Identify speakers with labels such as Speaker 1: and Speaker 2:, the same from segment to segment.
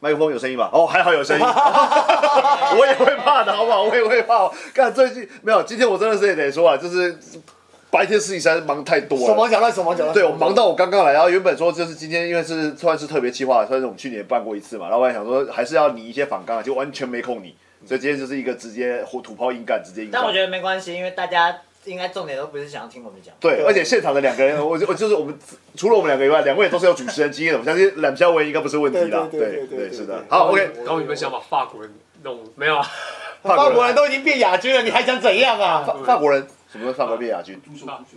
Speaker 1: 麦克风有声音吧？哦，还好有 声音，我也会怕的，好不好？我也会怕。看最近没有，今天我真的是也得说啊，就是白天事情实在是忙太多
Speaker 2: 手
Speaker 1: 了。
Speaker 2: 忙脚乱，手忙脚乱。
Speaker 1: 对，我忙到我刚刚来，然后啊原本说就是今天，因为是算是特别计划，算是我们去年办过一次嘛，然后我还想说还是要拟一些反纲，就完全没空拟，所以今天就是一个直接火土炮硬干，直接硬干。
Speaker 3: 但我觉得没关系，因为大家应该重点都不是想要听我们讲。
Speaker 1: 对，
Speaker 2: 对
Speaker 1: 而且现场的两个人，我就我就是我们除了我们两个以外，两位都是有主持人经验的，我相信揽肖文应该不是问题啦。
Speaker 2: 对对对对
Speaker 1: 对，
Speaker 2: 对
Speaker 1: 是的
Speaker 2: 对。
Speaker 1: 好，OK，
Speaker 4: 高明们想把法国人弄没有啊？
Speaker 2: 法国人都已经变亚军了，你还想怎样啊？
Speaker 1: 法法国人什么时候法国变亚军？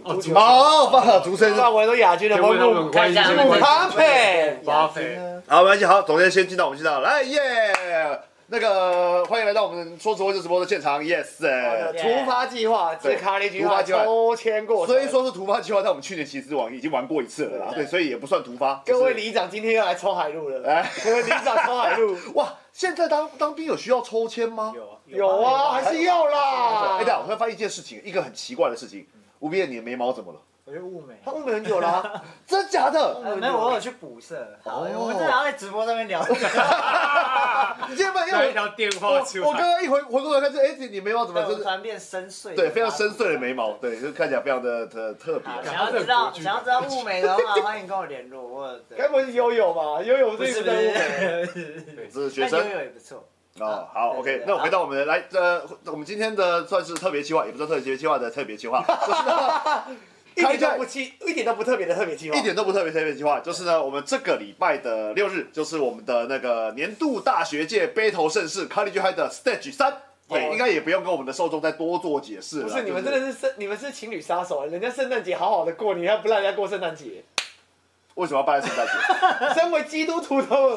Speaker 4: 哦，足
Speaker 1: 哦，法足生。
Speaker 2: 法国人都亚军了，
Speaker 4: 先问他们
Speaker 2: 蒙古
Speaker 4: 关
Speaker 3: 看
Speaker 4: 于
Speaker 3: 一下他
Speaker 4: 这个
Speaker 3: 们
Speaker 4: 问题。
Speaker 2: 巴佩。
Speaker 4: 巴菲
Speaker 1: 好，没关系。好，总监先进到我们现场来，耶！那个欢迎来到我们说直播就直播的现场，yes。呃
Speaker 3: 对
Speaker 2: 突发计划，这卡利计
Speaker 1: 突发
Speaker 2: 划
Speaker 1: 计划
Speaker 2: 抽签过程。
Speaker 1: 虽说是突发计划，但我们去年其实网已经玩过一次了啦，对，所以也不算突发。
Speaker 2: 各位
Speaker 1: 就是
Speaker 2: 里长今天要来抽海陆了，
Speaker 1: 哎
Speaker 2: 各位里长抽海 陆
Speaker 1: 哇，现在当当兵有需要抽签吗？
Speaker 3: 有啊，
Speaker 2: 有啊，还是要
Speaker 1: 哎，
Speaker 2: 啦
Speaker 1: 等一。下我突然发现一件事情，一个很奇怪的事情，吴斌，你的眉毛怎么了？
Speaker 3: 我觉得物美。
Speaker 2: 他雾很久啊啦，
Speaker 1: 真假的？
Speaker 3: 呃没有，我有去补色。
Speaker 1: 哦
Speaker 3: 好，我们正好在直播上面聊。
Speaker 1: 你今天发现因
Speaker 4: 拿
Speaker 1: 为
Speaker 4: 一
Speaker 1: 我
Speaker 4: 条电话出
Speaker 1: 我我刚
Speaker 4: 来，
Speaker 1: 刚一回回过头看，这哎，你你眉毛怎么
Speaker 3: 对，我
Speaker 1: 真
Speaker 3: 突
Speaker 1: 的？
Speaker 3: 然变深邃。
Speaker 1: 对，非常深邃的眉毛，对，就看起来非常的特特别
Speaker 3: 好。。想要知道想要知道物美的话， 欢迎跟我联络。我有
Speaker 2: 该不会是悠悠吧？悠悠
Speaker 3: 不
Speaker 2: 最
Speaker 3: 是不
Speaker 2: 在雾眉。
Speaker 3: 是，
Speaker 1: 这是学
Speaker 3: 但
Speaker 1: 生
Speaker 3: 游泳也不错。
Speaker 2: 啊
Speaker 1: 哦，好
Speaker 3: 对
Speaker 1: ，OK，
Speaker 3: 对
Speaker 1: 那我回到我们的来，呃，我们今天的算是特别计划，也不算特别计划的特别计 划，
Speaker 2: 一点都不气，一点都不特别的特别计划。
Speaker 1: 一点都不特别特别计划，就是呢，我们这个礼拜的六日，就是我们的那个年度大学界杯头盛世 College High 的 Stage 三，对，
Speaker 2: 哦
Speaker 1: 应该也不用跟我们的受众再多做解释了。
Speaker 2: 不是你们
Speaker 1: 就
Speaker 2: 真的是圣，你们是情侣杀手啊！人家圣诞节好好的过，你还不让人家过圣诞节？
Speaker 1: 为什么要办在 圣诞节？
Speaker 2: 身为基督徒的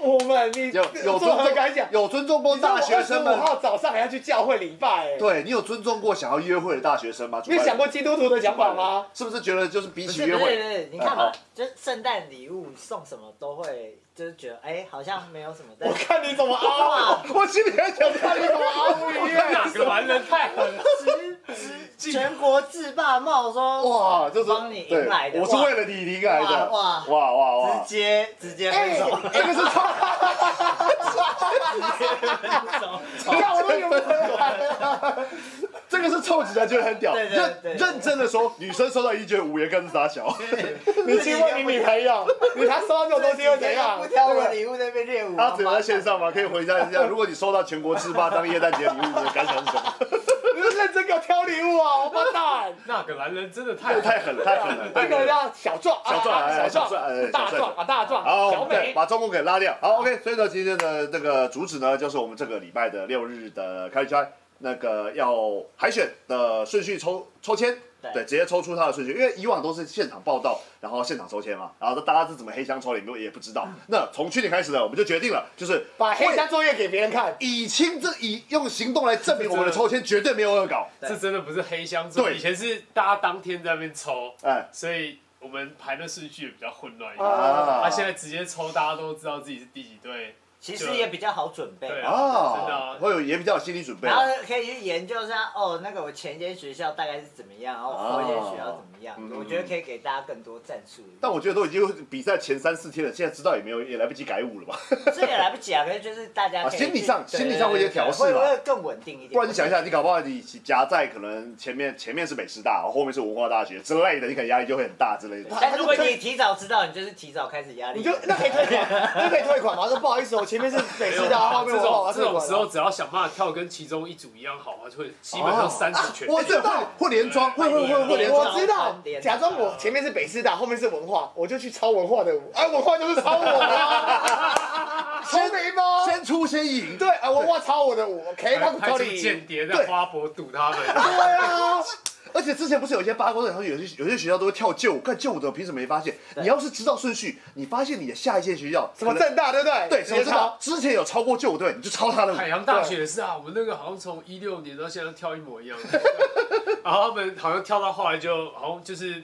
Speaker 2: 我们，你
Speaker 1: 有有尊
Speaker 2: 作何
Speaker 1: 重
Speaker 2: 感想？
Speaker 1: 有尊重过大学生
Speaker 2: 五
Speaker 1: 们，
Speaker 2: 号早上还要去教会礼拜，哎，
Speaker 1: 对你有尊重过想要约会的大学生吗？
Speaker 2: 你
Speaker 1: 主
Speaker 2: 有
Speaker 1: 办人
Speaker 2: 想过基督徒的想法吗？？
Speaker 1: 是不是觉得就是比
Speaker 3: 不
Speaker 1: 起
Speaker 3: 是
Speaker 1: 约
Speaker 3: 不是不
Speaker 1: 会，
Speaker 3: 是，你看
Speaker 1: 哎
Speaker 3: 嘛
Speaker 1: 好，
Speaker 3: 就是圣诞礼物送什么都会，就是觉得哎，好像没有什么。但
Speaker 2: 我
Speaker 3: 是
Speaker 2: 看你怎么 啊凹，
Speaker 3: 哇，
Speaker 1: 我心里还想看你怎么
Speaker 2: 凹不一
Speaker 4: 哪
Speaker 2: 样。
Speaker 4: 个男人太狠了？
Speaker 3: 直直全国制霸帽说
Speaker 1: 哇，这是
Speaker 3: 帮你
Speaker 1: 对
Speaker 3: 赢来的
Speaker 1: 我是为了你赢来的，
Speaker 3: 哇哇
Speaker 1: 哇哇哇
Speaker 3: 直！接直接
Speaker 1: 哎
Speaker 2: 哎
Speaker 3: 分手，
Speaker 1: 这个是超
Speaker 2: 看我都有没有？
Speaker 1: 啊这个是臭直男觉得很屌，
Speaker 3: 对对
Speaker 1: 认
Speaker 3: 对
Speaker 1: 认真的说，女生收到一卷五元跟 傻小，
Speaker 2: 你去问你女朋 友，你她收到这种东西会怎样？
Speaker 3: 不挑我礼物那边练舞，
Speaker 1: 他只能在线上吗？可以回家一下。如果你收到全国制霸当耶诞节礼物，你的感想是什么？
Speaker 2: 你是认真给我挑礼物啊，王八蛋！
Speaker 4: 那个男人真的太
Speaker 1: 太
Speaker 4: 狠了
Speaker 1: 太狠了，太狠了，
Speaker 2: 那
Speaker 1: 太狠
Speaker 2: 个
Speaker 1: 了。
Speaker 2: 叫小壮，啊
Speaker 1: 小壮
Speaker 2: 啊
Speaker 1: 哎
Speaker 2: 小
Speaker 1: 小壮哎
Speaker 2: 壮，大
Speaker 1: 小壮
Speaker 2: 壮啊，大壮，
Speaker 1: 好，
Speaker 2: 小
Speaker 1: 对，
Speaker 2: 美，
Speaker 1: 把中共给拉掉。好，OK。所以呢，今天的这个主旨呢，就是我们这个礼拜的六日的开圈，那个要海选的顺序抽抽签。
Speaker 3: 对
Speaker 1: 对，直接抽出它的顺序，因为以往都是现场报道，然后现场抽签嘛，然后大家是怎么黑箱抽的，你们也不知道。那从去年开始呢，我们就决定了，就是
Speaker 2: 把黑箱作业给别人看。
Speaker 1: 以清这以用行动来证明我们的抽签绝对没有恶搞。
Speaker 4: 这真的不是黑箱做，
Speaker 1: 对
Speaker 4: 以前是大家当天在那边抽，
Speaker 1: 哎，
Speaker 4: 所以我们排的顺序也比较混乱一点。
Speaker 2: 啊
Speaker 4: 他现在直接抽，大家都知道自己是第几队，
Speaker 3: 其实也比较好准备。
Speaker 4: 对真的
Speaker 1: 啊
Speaker 4: 啊，
Speaker 1: 会有也比较有心理准备啊
Speaker 3: 然。后可以去研究一下，哦，那个我前一间学校大概是怎么样，然后后一间学校怎么样，
Speaker 1: 哦
Speaker 3: 我觉得可以给大家更多战 术。
Speaker 1: 但我觉得都已经比赛前三四天了，现在知道也没有，也来不及改舞了吧？
Speaker 3: 这也来不及啊，可是就是大家
Speaker 1: 啊，
Speaker 3: 可以去
Speaker 1: 心理上
Speaker 3: 对
Speaker 1: 心理上会有些调试
Speaker 3: 会不
Speaker 1: 吧。
Speaker 3: 会更稳定一点？
Speaker 1: 不然你想一下，你搞不好你夹在可能前面前面是北师大，后面是文化大学之类的，你可能压力就会很大之类
Speaker 2: 哎
Speaker 1: 的。
Speaker 3: 但如果你提早知道，你就是提早开始压力。
Speaker 2: 你就那可以退款，那可以退款吗？说不好意思，我前面是北 师
Speaker 1: 啊
Speaker 2: 大，后面
Speaker 4: 这
Speaker 2: 我
Speaker 4: 种
Speaker 2: 要
Speaker 4: 这
Speaker 2: 退款
Speaker 4: 种
Speaker 2: 了。
Speaker 4: 时候，只要想办法跳跟其中一组一样好，就会基
Speaker 2: 啊
Speaker 4: 本上三十全。
Speaker 1: 我对会哎会连装，会会会会连
Speaker 2: 我
Speaker 1: 装。
Speaker 2: 知道，假装我前面是北师大，后面是文化，我就去抄文化的 舞。哎，文化就是抄我啊的， 抄眉毛。
Speaker 1: 先出先赢，
Speaker 2: 对，啊，文化抄我的舞，OK，他不
Speaker 4: 派
Speaker 2: 抄
Speaker 4: 出
Speaker 2: 你。
Speaker 4: 间谍
Speaker 1: 对
Speaker 4: 在花博堵他们，
Speaker 2: 对啊，
Speaker 1: 而且之前不是有一些八卦，然后有些有些学校都会跳旧舞，看旧舞的凭什么没发现？
Speaker 3: 对
Speaker 1: 你要是知道顺序，你发现你的下一届学校
Speaker 2: 什么
Speaker 1: 可能
Speaker 2: 正大对不对？
Speaker 1: 对什么正大，之前有超过旧舞队，你就抄他的舞。
Speaker 2: 哎
Speaker 4: 海洋大学也是啊，我们那个好像从一六年到现在跳一模一样的，然后他们好像跳到后来就好像就是。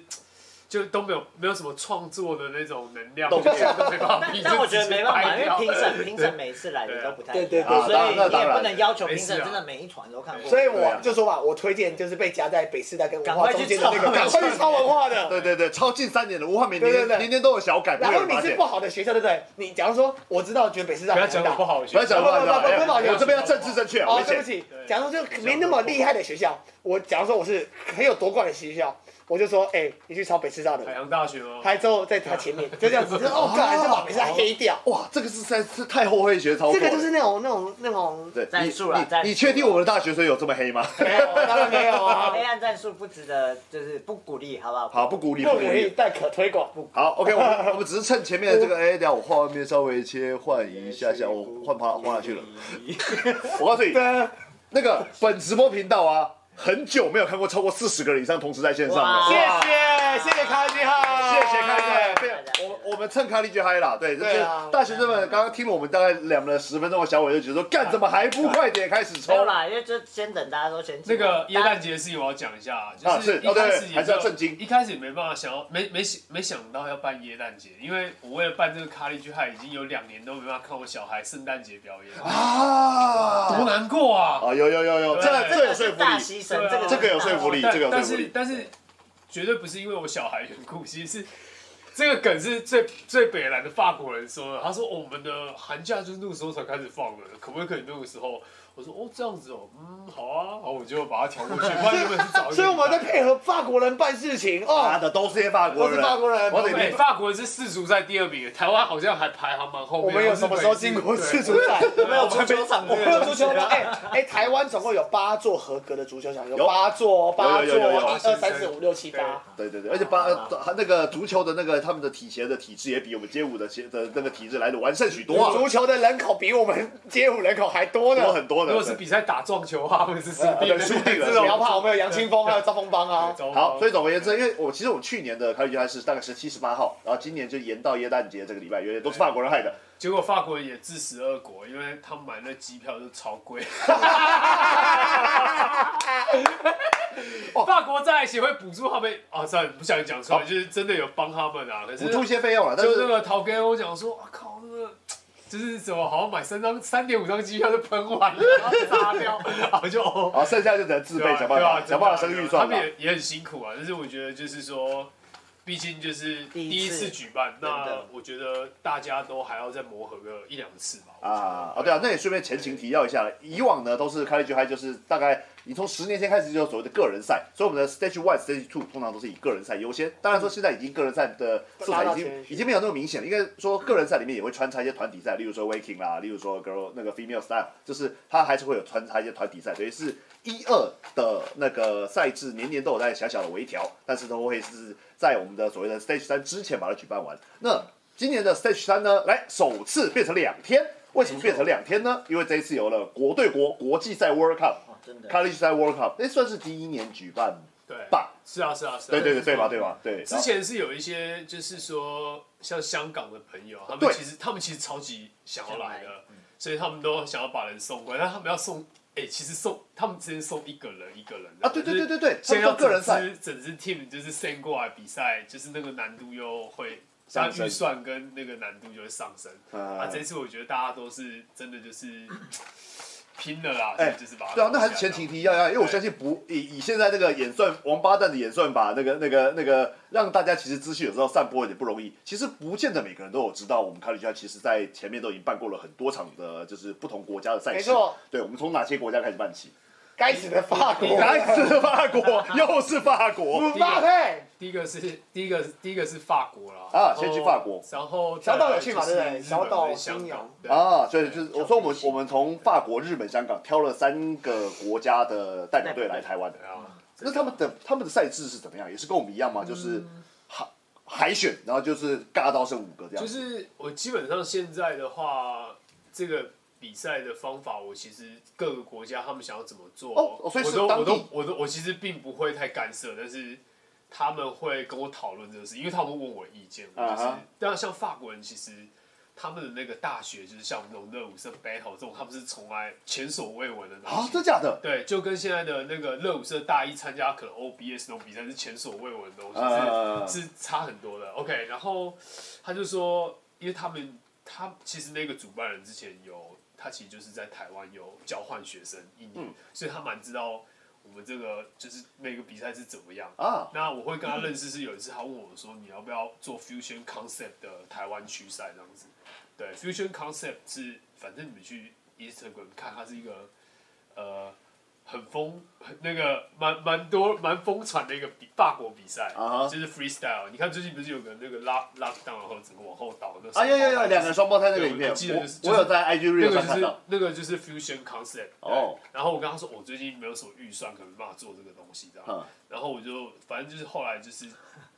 Speaker 4: 就都没有没有什么创作的那种能量，
Speaker 1: 动力
Speaker 4: 就觉得没办法
Speaker 3: 但
Speaker 4: 比，
Speaker 3: 但我觉得没办
Speaker 4: 就
Speaker 3: 法，因
Speaker 4: 直接掰
Speaker 3: 为
Speaker 4: 掉
Speaker 3: 评审评审每次来的都不太一样，
Speaker 2: 对对
Speaker 1: 对对
Speaker 3: 所
Speaker 1: 啊那
Speaker 3: 以你
Speaker 1: 当
Speaker 3: 也
Speaker 1: 然
Speaker 3: 不能要求评
Speaker 4: 没
Speaker 3: 审
Speaker 4: 事啊
Speaker 3: 真的每一团都看过。
Speaker 2: 所以
Speaker 1: 对啊
Speaker 2: 我就说吧，我推荐就是被夹在北师大跟文化中间的那个，
Speaker 3: 赶
Speaker 2: 赶快
Speaker 3: 快去
Speaker 2: 去
Speaker 3: 抄
Speaker 2: 抄
Speaker 3: 文
Speaker 2: 文化的。
Speaker 1: 对对对，超近三年了，文化每
Speaker 2: 对
Speaker 1: 年
Speaker 2: 对对
Speaker 1: 年年都有小改，不
Speaker 2: 然
Speaker 1: 会有
Speaker 2: 后
Speaker 1: 人
Speaker 2: 你
Speaker 1: 发
Speaker 2: 是
Speaker 1: 现
Speaker 2: 不。好的学校，对不对？你假如说我知道，觉得北师大
Speaker 4: 不要
Speaker 2: 很
Speaker 4: 讲
Speaker 2: 大
Speaker 4: 我不，好的学
Speaker 1: 不
Speaker 4: 校，
Speaker 1: 要讲话，
Speaker 2: 不不不不不好
Speaker 1: 哎
Speaker 2: 讲
Speaker 1: 我这边要政治正确，
Speaker 2: 哦
Speaker 1: 危，
Speaker 2: 对不
Speaker 1: 险。
Speaker 2: 起，假如说没那么厉害的学校，我假如说我是很有夺冠的学校，我就说，哎，你去抄北师大
Speaker 4: 海
Speaker 2: 的，
Speaker 4: 洋大学吗？
Speaker 2: 他之后在他前 面，就这样子，就哦，干，就把北师大黑掉。
Speaker 1: 哇，这个是在是太后会学操作
Speaker 2: 这
Speaker 1: 了，
Speaker 2: 个就是那种那种那种，
Speaker 1: 对
Speaker 3: 战
Speaker 1: 你
Speaker 3: 术啦
Speaker 1: 你
Speaker 3: 战术
Speaker 1: 你确定我们的大学生有这么黑吗？
Speaker 2: 没有，当然没有啊
Speaker 3: 黑，暗战术不值得，就是不鼓励，好不好？
Speaker 1: 好，不鼓励，
Speaker 2: 不
Speaker 1: 不
Speaker 2: 可
Speaker 1: 鼓
Speaker 2: 以，
Speaker 1: 励。
Speaker 2: 但可推广。
Speaker 1: 好，OK，我们我们只是趁前面的这个，哎，等一下我画面稍微切换一下下，我换跑换哪去了？我告诉你，那个本直播频道啊，很久没有看过超过四十个人以上同时在线上
Speaker 3: 哇
Speaker 1: 了。
Speaker 2: 谢谢，谢谢康君浩，
Speaker 1: 谢谢开姐，
Speaker 3: 对
Speaker 1: 对，我我们趁开力就嗨啦，对，就是
Speaker 2: 对啊
Speaker 1: 大学生们刚刚听了我们大概聊了十分钟的小伟就觉得说，干怎么还不快点开始
Speaker 3: 没
Speaker 1: 抽？
Speaker 3: 有啦，因为就先等大家都先
Speaker 4: 那个耶
Speaker 3: 大
Speaker 4: 诞
Speaker 3: 家
Speaker 4: 节的事情我要讲一下，
Speaker 1: 啊
Speaker 4: 就是是
Speaker 1: 哦
Speaker 4: 一开始
Speaker 1: 对
Speaker 4: 也没有
Speaker 1: 还是要正经
Speaker 4: 一开始也没办法想要，没没想没想到要办耶诞节，因为我为了办这个卡利居害，已经有两年都没办法看我小孩圣诞节表演，多
Speaker 1: 啊，
Speaker 4: 难过啊！
Speaker 1: 啊，有有有有，
Speaker 4: 对
Speaker 1: 这个
Speaker 3: 这
Speaker 1: 这个有
Speaker 3: 个
Speaker 1: 说
Speaker 3: 是
Speaker 1: 服
Speaker 3: 大
Speaker 1: 力。
Speaker 3: 牺
Speaker 4: 对
Speaker 3: 牲，
Speaker 4: 啊
Speaker 3: 这个
Speaker 1: 这个有说服力
Speaker 4: 但
Speaker 1: 这个有说
Speaker 4: 但
Speaker 1: 服力
Speaker 4: 是但是绝对不是因为我小孩缘故，其实是。这个梗是最最北来的法国人说的，他说、哦我们的寒假就是那个时候才开始放的，可不可以那个时候？我说哦这样子哦，嗯好啊，然后我就把它调过去，不然原本是找一个
Speaker 2: 所以我们在
Speaker 4: 礼拜
Speaker 2: 配合法国人办事情
Speaker 1: 妈
Speaker 2: 哦，
Speaker 1: 的，都是些法国人，
Speaker 2: 都是法国人
Speaker 1: 我得
Speaker 4: 对，
Speaker 1: 你
Speaker 4: 法国是世足在第二名，台湾好像还排行蛮后面。
Speaker 2: 我们有什么时候进过世足赛？
Speaker 4: 啊
Speaker 3: 有没有足球场？
Speaker 2: 我们有足球吗？哎哎，台湾总共有八座合格的足球场，有
Speaker 1: 有
Speaker 2: 八座哦，八座
Speaker 1: 有有有有
Speaker 2: 哦，一二三四五六七
Speaker 4: 对
Speaker 2: 八。
Speaker 1: 对对对，而且把
Speaker 4: 啊
Speaker 1: 呃那个足球的那个他们的体协的体制也比我们街舞的协的那个体制来的完善许多啊，
Speaker 2: 足球的人口比我们街舞人口还多
Speaker 1: 多
Speaker 2: 啊呢。
Speaker 1: 很多的。呃
Speaker 4: 如果是比赛打撞球的话，我们是输
Speaker 1: 对
Speaker 4: 定
Speaker 1: 对
Speaker 4: 了。
Speaker 1: 输定
Speaker 2: 不要
Speaker 1: 了。
Speaker 2: 怕，我们有杨清风，还有赵峰邦啊。
Speaker 4: 糟糕
Speaker 1: 好，所以总而言之，因为我其实我去年的开局还是大概十七、十八号，然后今年就延到耶诞节这个礼拜，原来都是法国人害的。
Speaker 4: 结果法国人也自食恶果，因为他们买那机票就超 贵。
Speaker 1: 哦
Speaker 4: 法国在协会补助他们啊，算了，不想讲出来，就是真的有帮他们啊。可是
Speaker 1: 补助一些费用啊，但
Speaker 4: 就那
Speaker 1: 是
Speaker 4: 个陶跟我讲说，啊靠，那个就是什么，好像买三张、三点五张机票就喷完了，然后擦掉，然后就哦。
Speaker 1: 啊，剩下就只能自
Speaker 4: 对
Speaker 1: 备
Speaker 4: 啊
Speaker 1: 想办
Speaker 4: 对啊
Speaker 1: 法，
Speaker 4: 真的
Speaker 1: 想办法生预算
Speaker 4: 他们
Speaker 1: 了。
Speaker 4: 也也很辛苦啊，但是我觉得就是说，毕竟就是
Speaker 3: 第一
Speaker 4: 第
Speaker 3: 次
Speaker 4: 一次举办，那
Speaker 3: 的
Speaker 4: 我觉得大家都还要再磨合个一两次吧。我觉得
Speaker 1: 啊啊，对啊，那也顺便前情提要一下，以往呢都是开局嗨，就是大概你从十年前开始就有所谓的个人赛，所以我们的 Stage One、Stage Two 通常都是以个人赛优先。当然说现在已经个人赛的色彩已
Speaker 2: 拉到前
Speaker 1: 经
Speaker 2: 去
Speaker 1: 已经没有那么明显了，应该说个人赛里面也会穿插一些团体赛，例如说 Waking 啦，例如说 Girl 那个 Female Style，就是它还是会有穿插一些团体赛，等于是一二的那个赛制年年都有在小小的微调，但是都会是在我们的所谓的 Stage 三之前把它举办完。那今年的 Stage 三呢，来首次变成两天。为什么变成两天呢？因为这一次有了国对国国际赛 World Cup、
Speaker 3: 哦真的
Speaker 1: College 赛 World Cup，那算是第一年举办
Speaker 4: 对
Speaker 1: 吧？
Speaker 4: 是啊是啊是啊，
Speaker 1: 对对对对吧？对吧？对。
Speaker 4: 之前是有一些，就是说像香港的朋友，他们
Speaker 1: 对
Speaker 4: 其实他们其实超级想要来
Speaker 3: 想来嗯
Speaker 4: 的，所以他们都想要把人送过来，但他们要送，哎、其实送他们之前送一个人一个人
Speaker 1: 啊，对对对对对，
Speaker 4: 先
Speaker 1: 先
Speaker 4: 要
Speaker 1: 要
Speaker 4: 整
Speaker 1: 个人赛，
Speaker 4: 支整支 team 就是 send 过来比赛，就是那个难度又会，像
Speaker 1: 上升
Speaker 4: 预算跟那个难度就会上升。
Speaker 1: 啊
Speaker 4: 啊，这次我觉得大家都是真的就是 拼了啦，
Speaker 1: 哎
Speaker 4: 所以 就是把它
Speaker 1: 对啊，那
Speaker 4: 弄
Speaker 1: 还
Speaker 4: 下
Speaker 1: 是前
Speaker 4: 来
Speaker 1: 提提要要，因为我相信不以以现在那个演算王八蛋的演算法，那个那个那个让大家其实资讯有时候散播有点不容易。其实不见得每个人都有知道，我们卡里加其实在前面都已经办过了很多场的，就是不同国家的赛事。
Speaker 2: 没错，
Speaker 1: 对我们从哪些国家开始办 起？
Speaker 2: 该死的法国，
Speaker 1: 来自法国，又是法 国。
Speaker 2: 姆巴佩，
Speaker 4: 第一个是第一个第一个是法国啦，
Speaker 1: 啊
Speaker 4: 然后
Speaker 1: 先去法国
Speaker 4: 然后
Speaker 2: 小岛有去
Speaker 4: 去
Speaker 2: 嘛对不对小岛新
Speaker 4: 港
Speaker 2: 娘，
Speaker 4: 对
Speaker 1: 啊，所以就是我说我们我们从法国、日本、香港挑了三个国家的代表队来台湾的
Speaker 4: 对。啊，
Speaker 1: 那他们的他们的赛制是怎么样？也是跟我们一样吗？就是
Speaker 4: 嗯
Speaker 1: 海海选，然后就是尬到剩五个这样。
Speaker 4: 就是我基本上现在的话，这个比赛的方法，我其实各个国家他们想要怎么做，
Speaker 1: 哦所以是
Speaker 4: 我都
Speaker 1: 当
Speaker 4: 我
Speaker 1: 地
Speaker 4: 都我都我其实并不会太干涉，但是他们会跟我讨论这个事，因为他们问我意见，我就是
Speaker 1: 啊哈
Speaker 4: 但像法国人其实。他们的那个大学就是像我们这种热舞社 battle 这种，他们是从来前所未闻的东西。
Speaker 1: 啊，真假的？
Speaker 4: 对，就跟现在的那个热舞社大一参加可能 OBS 那种比赛是前所未闻的东西，
Speaker 1: 呃嗯
Speaker 4: 是差很多的。OK，然后他就说，因为他们他其实那个主办人之前有他其实就是在台湾有交换学生一年，所以他蛮知道我们这个就是每个比赛是怎么样。
Speaker 1: 啊，
Speaker 4: 那我会跟他认识是有一次他问我说你要不要做 Fusion Concept 的台湾区赛这样子，对 Fusion Concept 是反正你们去 Instagram 看它是一个呃很疯很那个蛮蛮多蛮疯传的一个比法国比赛
Speaker 1: 啊哈
Speaker 4: 就是 freestyle。你看最近不是有个那个拉拉 down 然后整个往后倒那个
Speaker 1: 啊，有有有，两个人双胞胎那个
Speaker 4: 对
Speaker 1: 影片，
Speaker 4: 我记得就是
Speaker 1: 我我有在 IG
Speaker 4: 那
Speaker 1: Real
Speaker 4: 个
Speaker 1: 上
Speaker 4: 就
Speaker 1: 看
Speaker 4: 是
Speaker 1: 到，
Speaker 4: 那个就是 fusion concept 对
Speaker 1: 哦
Speaker 4: 然后我跟他说我最近没有什么预算，可能没办法做这个东西这样。
Speaker 1: 嗯
Speaker 4: 然后我就反正就是后来就是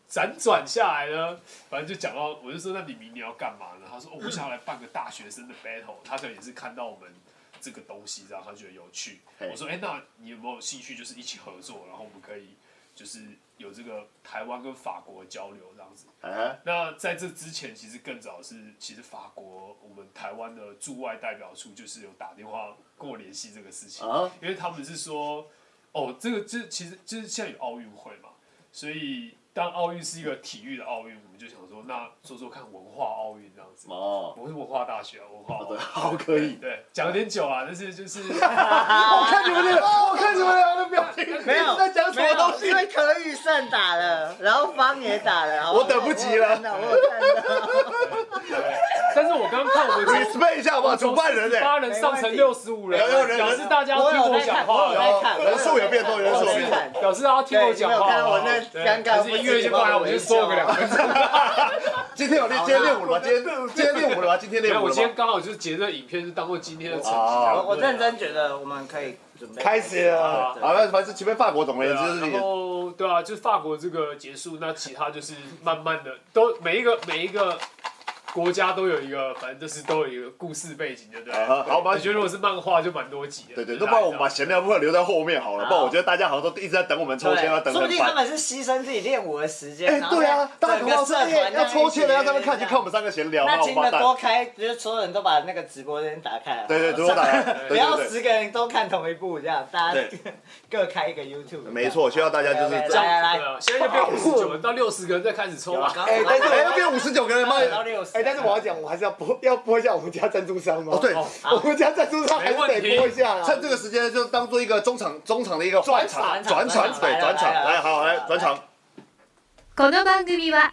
Speaker 4: 辗转下来呢，反正就讲到我就说那你明年要干嘛呢？他说哦我想要来办个大学生的 battle，他可能也是看到我们。这个东西，然后他觉得有趣。
Speaker 1: 嘿
Speaker 4: 我说：“哎、那你有没有兴趣，就是一起合作，然后我们可以就是有这个台湾跟法国的交流这样子。”
Speaker 1: 哎，
Speaker 4: 那在这之前，其实更早是，其实法国我们台湾的驻外代表处就是有打电话跟我联系这个事情，
Speaker 1: 啊
Speaker 4: 因为他们是说，哦，这个这其实就是现在有奥运会嘛，所以当奥运是一个体育的奥运，我们就想说，那做做看文化奥运这样子。
Speaker 1: 哦，
Speaker 4: 我是文化大学啊，文化奥
Speaker 1: 对，
Speaker 4: 运。
Speaker 1: 好可以，
Speaker 4: 对，讲有点久啊，但是就是，
Speaker 2: 我看你们那个，我看你们俩的表情，
Speaker 3: 没有
Speaker 2: 你在讲什么东西
Speaker 3: 因？为可宇胜打了，然后方也打了，
Speaker 1: 我等不及了
Speaker 3: 我有看到我有看到。
Speaker 4: 但是我刚刚 看我们从
Speaker 1: respect 一下吧，主办人哎，
Speaker 4: 八人上成六十五人
Speaker 1: 没问，题
Speaker 4: 表示大家听
Speaker 3: 我有
Speaker 4: 我
Speaker 3: 在
Speaker 4: 讲
Speaker 3: 看，
Speaker 4: 话
Speaker 3: 我有
Speaker 4: 了。
Speaker 3: 在看，
Speaker 1: 人数有变多人数有变
Speaker 3: 我有在看
Speaker 4: 表示他听我讲话好
Speaker 3: 对你没有看我
Speaker 4: 不好。
Speaker 3: 那
Speaker 4: 对
Speaker 3: 尴尬
Speaker 4: 可是音乐先放来，我就说个两 分钟。
Speaker 1: 今天有练，今天练舞了吗？今天今天练舞了吗？今天
Speaker 4: 没
Speaker 1: 练
Speaker 4: 有，
Speaker 1: 舞
Speaker 4: 我
Speaker 1: 了
Speaker 4: 今天
Speaker 1: 吗？
Speaker 4: 刚好就是截这影片，就当做今天的成啊绩。
Speaker 1: 哦
Speaker 4: 然后
Speaker 3: 我我认。真觉得我们可以准备
Speaker 2: 开始了
Speaker 3: 对
Speaker 1: 好了，反正前面法国总而
Speaker 4: 对
Speaker 1: 言
Speaker 4: 啊
Speaker 1: 之，
Speaker 4: 然后对啊，就是法国这个结束，那其他就是慢慢的，都每一个每一个国家都有一个，反正就是都有一个故事背景，对不对
Speaker 1: 啊哈？好吧
Speaker 4: 我觉得如果是漫画就蛮多集的。
Speaker 1: 对对，那
Speaker 4: 就是
Speaker 1: 不然
Speaker 4: 大
Speaker 1: 我
Speaker 4: 家
Speaker 1: 们把闲聊部分留在后面好了，不然
Speaker 3: 好
Speaker 1: 我觉得大家好像都一直在等我们抽
Speaker 3: 对
Speaker 1: 签，啊要等
Speaker 3: 说不
Speaker 1: 很
Speaker 3: 定他
Speaker 1: 烦。
Speaker 3: 们是牺牲自己练舞的时间。
Speaker 1: 哎
Speaker 3: 然，后
Speaker 1: 对啊，
Speaker 3: 在
Speaker 1: 大家可能
Speaker 3: 整个
Speaker 1: 要
Speaker 3: 社团
Speaker 1: 哎要抽签了，要在那边看，就看我们
Speaker 3: 们。
Speaker 1: 三个闲聊，然
Speaker 3: 那
Speaker 1: 后
Speaker 3: 金额
Speaker 1: 完蛋。
Speaker 3: 多开，就是所有人都把那个直播间打开啊。
Speaker 1: 对对，对，我打来，对
Speaker 3: 不
Speaker 1: 对
Speaker 3: 要
Speaker 1: 对
Speaker 3: 十个人都看同一部这样，大家
Speaker 1: 对
Speaker 3: 各开一个 YouTube。
Speaker 1: 没错，需要大家就是
Speaker 3: 对对
Speaker 1: 这样。
Speaker 3: 来来
Speaker 4: 对啊，现在就变五十九人到六十个人再开始抽
Speaker 3: 有
Speaker 4: 了
Speaker 3: 啊，。刚
Speaker 2: 哎但是
Speaker 1: 哎，要变五十九个人吗？
Speaker 3: 到六十，
Speaker 2: 哎，但是我要讲，我还是要播，要播一下我们家赞助商吗？
Speaker 1: 哦，对，
Speaker 4: 哦
Speaker 2: 我们家赞助商还是得播一下
Speaker 1: 趁
Speaker 2: 啦。
Speaker 1: 这个时间就当做一个中场中场的一个换场
Speaker 3: 转场
Speaker 1: 转场，对
Speaker 3: 来来
Speaker 1: 转场，
Speaker 3: 来来
Speaker 1: 来好来
Speaker 3: 来
Speaker 1: 转场。
Speaker 5: この番組は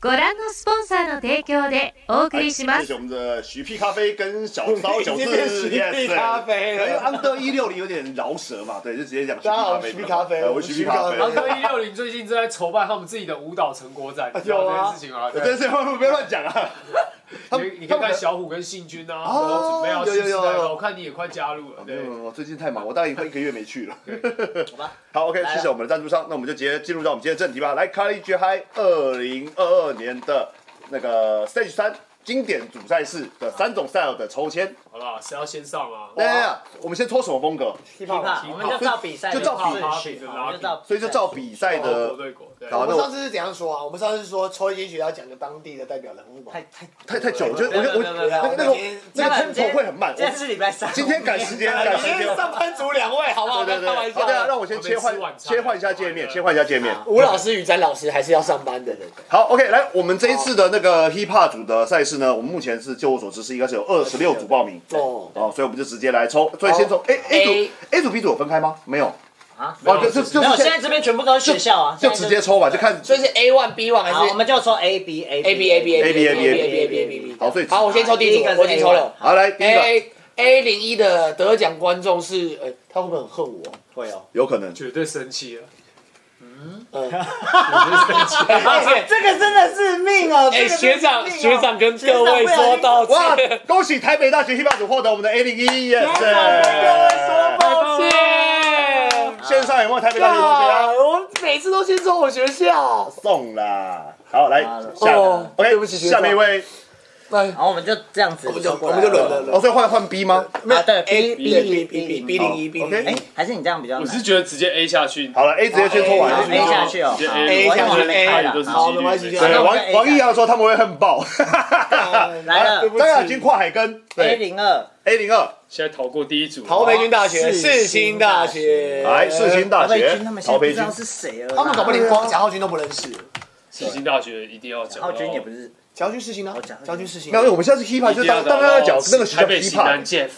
Speaker 5: ご覧のスポンサーの提供でお送りしま
Speaker 1: 哎谢
Speaker 5: す
Speaker 1: 谢。我们的徐屁咖啡跟小 骚九
Speaker 2: 已经变
Speaker 1: 字
Speaker 2: 徐屁咖啡了
Speaker 1: 因为安德一六零有点饶舌嘛，对，就直接讲徐
Speaker 2: 大家好
Speaker 1: 屁
Speaker 2: 徐屁
Speaker 1: 咖
Speaker 2: 咖
Speaker 1: 啡
Speaker 2: 啡
Speaker 1: 对，我
Speaker 2: 我
Speaker 1: 是
Speaker 2: 是
Speaker 1: 徐
Speaker 2: 徐
Speaker 1: 屁
Speaker 2: 屁咖
Speaker 1: 咖
Speaker 2: 啡
Speaker 1: 啡。
Speaker 4: 然后一六零最近正在筹办他们自己的舞蹈成 果展，你知道
Speaker 2: 有
Speaker 4: 这
Speaker 2: 啊
Speaker 4: 件事情啊，
Speaker 1: 这件事话不要乱讲啊！他们
Speaker 4: 你你可以
Speaker 1: 他们
Speaker 4: 看小虎跟信君啊，
Speaker 1: 哦
Speaker 4: 都准备要新时代
Speaker 1: 有有嗯有有
Speaker 4: 了。我看你也快加入了，
Speaker 1: 没有
Speaker 4: 对
Speaker 1: 没。有，我最近太忙，我大概快一个月没去了。
Speaker 3: 好吧。
Speaker 1: 好，OK，
Speaker 3: 来啊
Speaker 1: 谢谢我们的赞助商，那我们就直接进入到我们今天的正题吧。来，College High 二零二二年的那个 Stage 三经典主赛事的三种 style 的抽签。
Speaker 4: 好啦，谁要先上啊？
Speaker 1: 对呀，我们先抽什么风格？
Speaker 2: 批
Speaker 3: 琵
Speaker 2: 吧
Speaker 3: 琶，我们就照比赛
Speaker 1: 就
Speaker 3: 的
Speaker 1: 照比
Speaker 3: 顺序，我们就照比赛，
Speaker 1: 所以就照比赛
Speaker 4: 国
Speaker 1: 的。
Speaker 4: 对国，对。
Speaker 1: 好
Speaker 2: 我
Speaker 1: 那
Speaker 2: 们上次是怎样说啊？我们上次是说抽一些学校讲个当地的代表人物嘛
Speaker 3: 太。太
Speaker 1: 太太久了，我觉得我觉得我
Speaker 3: 对
Speaker 1: 那个那个那个 tempo 会很慢。
Speaker 3: 今天是礼拜三，
Speaker 1: 今天赶时间，赶时
Speaker 2: 今
Speaker 1: 间
Speaker 2: 天。上班族两位，好不好？
Speaker 1: 对对
Speaker 2: 开玩
Speaker 1: 对，
Speaker 2: 笑
Speaker 1: 好，。的，让我先切
Speaker 4: 我们吃
Speaker 1: 换
Speaker 4: 晚餐
Speaker 1: 切换一下界面，切换一下界面。
Speaker 2: 吴老师与詹老师还是要上班的，对对。
Speaker 1: 好，OK，来，我们这一次的那个 hip hop 组的赛事呢，我们目前是就我所知是应该是有二十六组报名
Speaker 2: 哦
Speaker 1: 哦，所以我们就直接来抽，所以先
Speaker 6: 哦
Speaker 1: 从 A A 组 A 组 B 组有分开吗？没有，
Speaker 3: 啊，
Speaker 1: 哦，就就就
Speaker 3: 没有，
Speaker 1: 是
Speaker 3: 现在这边全部都是学校啊，
Speaker 1: 就直接抽吧，就看
Speaker 6: 所以是 A one B one 还
Speaker 3: 好，我
Speaker 6: 是
Speaker 3: 们就说 A B A
Speaker 6: A B A B
Speaker 1: A B A B
Speaker 6: A B A B A B B？
Speaker 1: 好，所以
Speaker 6: 好，我先抽第一组，我已经抽了。
Speaker 1: 好来第一个
Speaker 6: A A 零一的得奖观众是，呃，他会不会很恨我？
Speaker 3: 会哦，
Speaker 1: 有可能
Speaker 4: 绝对生气了，
Speaker 1: 嗯
Speaker 6: 呃，
Speaker 3: 哎这个真的是命哦，
Speaker 6: 哎，
Speaker 3: 这个真的是
Speaker 6: 学长
Speaker 3: 命哦
Speaker 6: 学长跟各位说道
Speaker 1: 哇
Speaker 6: 歉，，
Speaker 1: 恭喜台北大学 hip hop 组获得我们的 A 零一耶！
Speaker 6: 抱歉。
Speaker 1: 线上有没有台北大学同学
Speaker 6: 啊！
Speaker 1: 啊？
Speaker 6: 我每次都先抽我学校，
Speaker 1: 送啦，好来下
Speaker 6: 哦
Speaker 1: OK，
Speaker 6: 对不起学
Speaker 1: 下
Speaker 6: 长
Speaker 1: 面一位
Speaker 6: 来
Speaker 3: 然，后我们就这样子，
Speaker 6: 我们就
Speaker 3: 过
Speaker 6: 我
Speaker 3: 来
Speaker 6: 们就轮了，轮
Speaker 1: 哦，所以换换 B 吗？
Speaker 3: 没有
Speaker 6: 啊
Speaker 3: 对
Speaker 6: A
Speaker 3: B
Speaker 6: B
Speaker 3: B B
Speaker 6: B B
Speaker 3: B B，
Speaker 6: B B 零一 B 零
Speaker 1: OK
Speaker 6: 一
Speaker 3: 哎，还是你这样比较
Speaker 4: 我是
Speaker 3: 难
Speaker 4: 觉得直接 A 下去
Speaker 1: 好了，A 直接先抽完
Speaker 6: 好
Speaker 1: 了，
Speaker 6: ，A
Speaker 1: 就
Speaker 3: ，A 下去哦
Speaker 4: 直接，
Speaker 3: 好
Speaker 4: A
Speaker 6: 我想
Speaker 4: 下去
Speaker 6: 是 A
Speaker 4: 看
Speaker 6: 啦
Speaker 4: 你都是
Speaker 2: 好
Speaker 4: 几率
Speaker 2: 没关系
Speaker 4: 没
Speaker 2: 这
Speaker 1: 对，
Speaker 4: 差
Speaker 3: 样
Speaker 1: 王
Speaker 3: 那我们 A
Speaker 1: 王一阳说他们会恨爆，
Speaker 3: 来了
Speaker 2: 对不
Speaker 1: 张雅
Speaker 2: 起
Speaker 1: 君，跨海跟
Speaker 3: A
Speaker 1: 对
Speaker 3: 零二，
Speaker 1: A 零二，
Speaker 4: 现在逃过第一组，
Speaker 2: 桃北军大学、
Speaker 3: 世
Speaker 2: 世
Speaker 3: 新
Speaker 2: 新
Speaker 3: 大
Speaker 2: 大
Speaker 3: 学
Speaker 2: 学，
Speaker 1: 来世新大
Speaker 3: 陶培
Speaker 1: 学
Speaker 3: 军他们，现在
Speaker 1: 陶
Speaker 3: 不
Speaker 1: 培
Speaker 3: 知
Speaker 1: 君
Speaker 3: 道是谁了啦，
Speaker 2: 他们搞不好连光贾浩军都不认识。
Speaker 4: 世新大学一定要讲到。哦
Speaker 3: 浩君也不是，
Speaker 2: 乔军事情呢
Speaker 3: 我讲？
Speaker 2: 乔军事情
Speaker 1: 没，有，我们现在是 hip hop，
Speaker 4: 一
Speaker 1: 就
Speaker 4: 定
Speaker 1: 当
Speaker 4: 要
Speaker 1: 当他要讲
Speaker 4: 到
Speaker 1: 那个学校
Speaker 4: 台北型
Speaker 1: hip hop
Speaker 4: 男。界，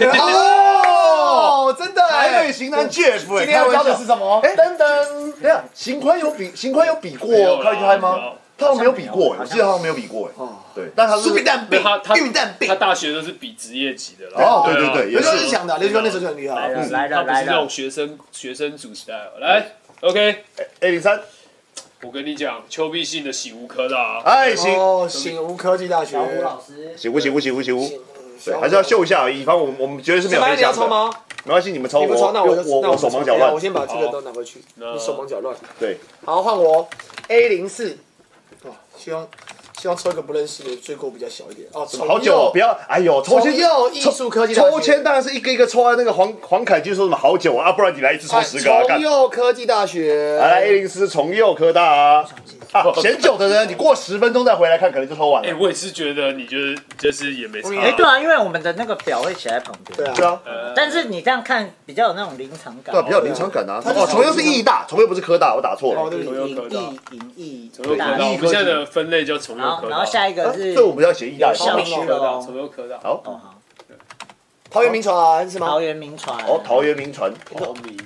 Speaker 2: 哦，真的哎，
Speaker 1: 台北型男 Jeff，欸
Speaker 2: 今天要教的是什么？
Speaker 1: 哎，等等，等一下，邢宽有比邢宽有比过
Speaker 4: 没有啦
Speaker 1: Cardi High
Speaker 4: 没有
Speaker 1: 吗
Speaker 4: 啦？
Speaker 1: 哦他好像没有比过，
Speaker 3: 好像没有
Speaker 1: 我记得他好像没有比过，哎，对，但他是
Speaker 2: 苏比蛋饼
Speaker 4: 没有他，他
Speaker 2: 玉米蛋饼
Speaker 4: 他，大学都是比职业级的啦。
Speaker 1: 哦对
Speaker 4: 啊
Speaker 1: 对对也
Speaker 2: 刘
Speaker 1: 是
Speaker 2: 教是强的，刘教那时候就很厉
Speaker 3: 来
Speaker 2: 害。嗯
Speaker 3: 了哎来
Speaker 4: 他
Speaker 3: 了
Speaker 4: 不是
Speaker 3: 来
Speaker 4: 那种
Speaker 3: 了，
Speaker 4: 学生学生主时代哦。来，OK，
Speaker 1: A 零三，
Speaker 4: 我跟你讲，丘比信的喜无可的啊，
Speaker 1: 哎，行，
Speaker 2: 哦，醒吾科技大学
Speaker 3: 小，虎老师，
Speaker 1: 行不行不行不行不
Speaker 2: 醒
Speaker 1: 行，
Speaker 2: 嗯
Speaker 1: 对，
Speaker 2: 小
Speaker 1: 还是要秀一下而已，反正我们我们绝对是没
Speaker 2: 小
Speaker 1: 有
Speaker 2: 白
Speaker 1: 黑
Speaker 2: 你要
Speaker 1: 箱的，
Speaker 2: 抽吗？
Speaker 1: 没关系，你们抽
Speaker 2: 你
Speaker 1: 我，
Speaker 2: 不抽，那我就
Speaker 1: 我
Speaker 2: 那
Speaker 1: 我手
Speaker 2: 抽
Speaker 1: 忙脚
Speaker 2: 等一下
Speaker 1: 乱
Speaker 2: 我，先把这个
Speaker 4: 好
Speaker 2: 都拿回去。
Speaker 4: 那
Speaker 2: 你手忙脚乱。
Speaker 1: 对，
Speaker 2: 好，换我 A 零四。哇，哦希望希望抽一个不认识的，罪过比较小一点。哦，从
Speaker 1: 好久
Speaker 2: 右
Speaker 1: 哦不要，哎呦，抽签
Speaker 2: 从右艺术科技大学
Speaker 1: 抽签当然是一个一个抽啊，那个黄黄凯君说什么好久啊，啊不然你来一次抽
Speaker 2: 哎
Speaker 1: 十个啊，干
Speaker 2: 从。右科技大学。
Speaker 1: 来哎来 A 零四从右科大啊，啊，嫌久的人，你过十分钟再回来看，可能就抽完
Speaker 4: 哎，
Speaker 1: 了。
Speaker 4: 我也是觉得你就是就是也没差。
Speaker 3: 哎，对啊，因为我们的那个表会写在旁边，
Speaker 2: 对啊，
Speaker 1: 对啊，
Speaker 4: 呃，
Speaker 3: 但是你这样看比较有那种临场感，
Speaker 1: 对啊，比较有临场感啊。
Speaker 2: 他就是
Speaker 1: 哦，从右是义大，从右不是科大，我打错
Speaker 2: 哦，
Speaker 1: 了。啊
Speaker 2: 对不
Speaker 4: 从
Speaker 2: 起，
Speaker 4: 右
Speaker 3: 影
Speaker 4: 科大
Speaker 3: 艺影艺
Speaker 4: 从右科
Speaker 3: 大
Speaker 4: 大，我们现在的分类叫从
Speaker 3: 然
Speaker 4: 右
Speaker 3: 后
Speaker 4: 科
Speaker 3: 然后
Speaker 4: 大，
Speaker 3: 下一个
Speaker 1: 啊
Speaker 3: 是
Speaker 1: 所以我们要写义大。
Speaker 3: 校
Speaker 4: 从
Speaker 3: 区
Speaker 4: 右科大，
Speaker 3: 哦，
Speaker 4: 从右科大，
Speaker 1: 好，
Speaker 3: 哦好，
Speaker 2: 桃园名传是吗
Speaker 3: 桃？园名传，
Speaker 1: 哦，桃园名传，
Speaker 4: 好迷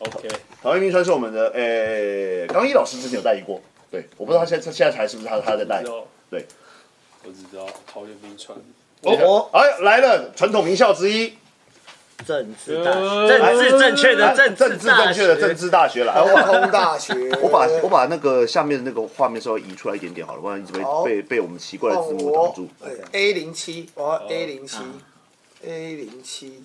Speaker 4: ，OK，
Speaker 1: 桃园名传是我们的，诶，刚一老师之前有带过，对，我不知道他现在现在还是不是他他在带
Speaker 4: 知。
Speaker 2: 哦
Speaker 4: 道，
Speaker 1: 对，
Speaker 4: 我只知道桃园冰川。
Speaker 1: 哦，哎，来了，传统名校之一，
Speaker 3: 政治大
Speaker 4: 呃
Speaker 3: 政治正确的
Speaker 1: 来
Speaker 3: 政
Speaker 1: 啊哎政治正确的政
Speaker 3: 治
Speaker 1: 治大学了。哎
Speaker 2: 桃
Speaker 1: 我把
Speaker 2: 通大学。
Speaker 1: 我把我把那个下面的那个画面稍微移出来一点点好了，不然一直被
Speaker 2: 好
Speaker 1: 被被我哎们奇怪的
Speaker 2: 换
Speaker 1: 字幕挡
Speaker 2: 哎我
Speaker 1: 住。
Speaker 2: A 零七，我
Speaker 4: 哦
Speaker 2: 要 A 零
Speaker 4: 啊
Speaker 2: 七，A 零七。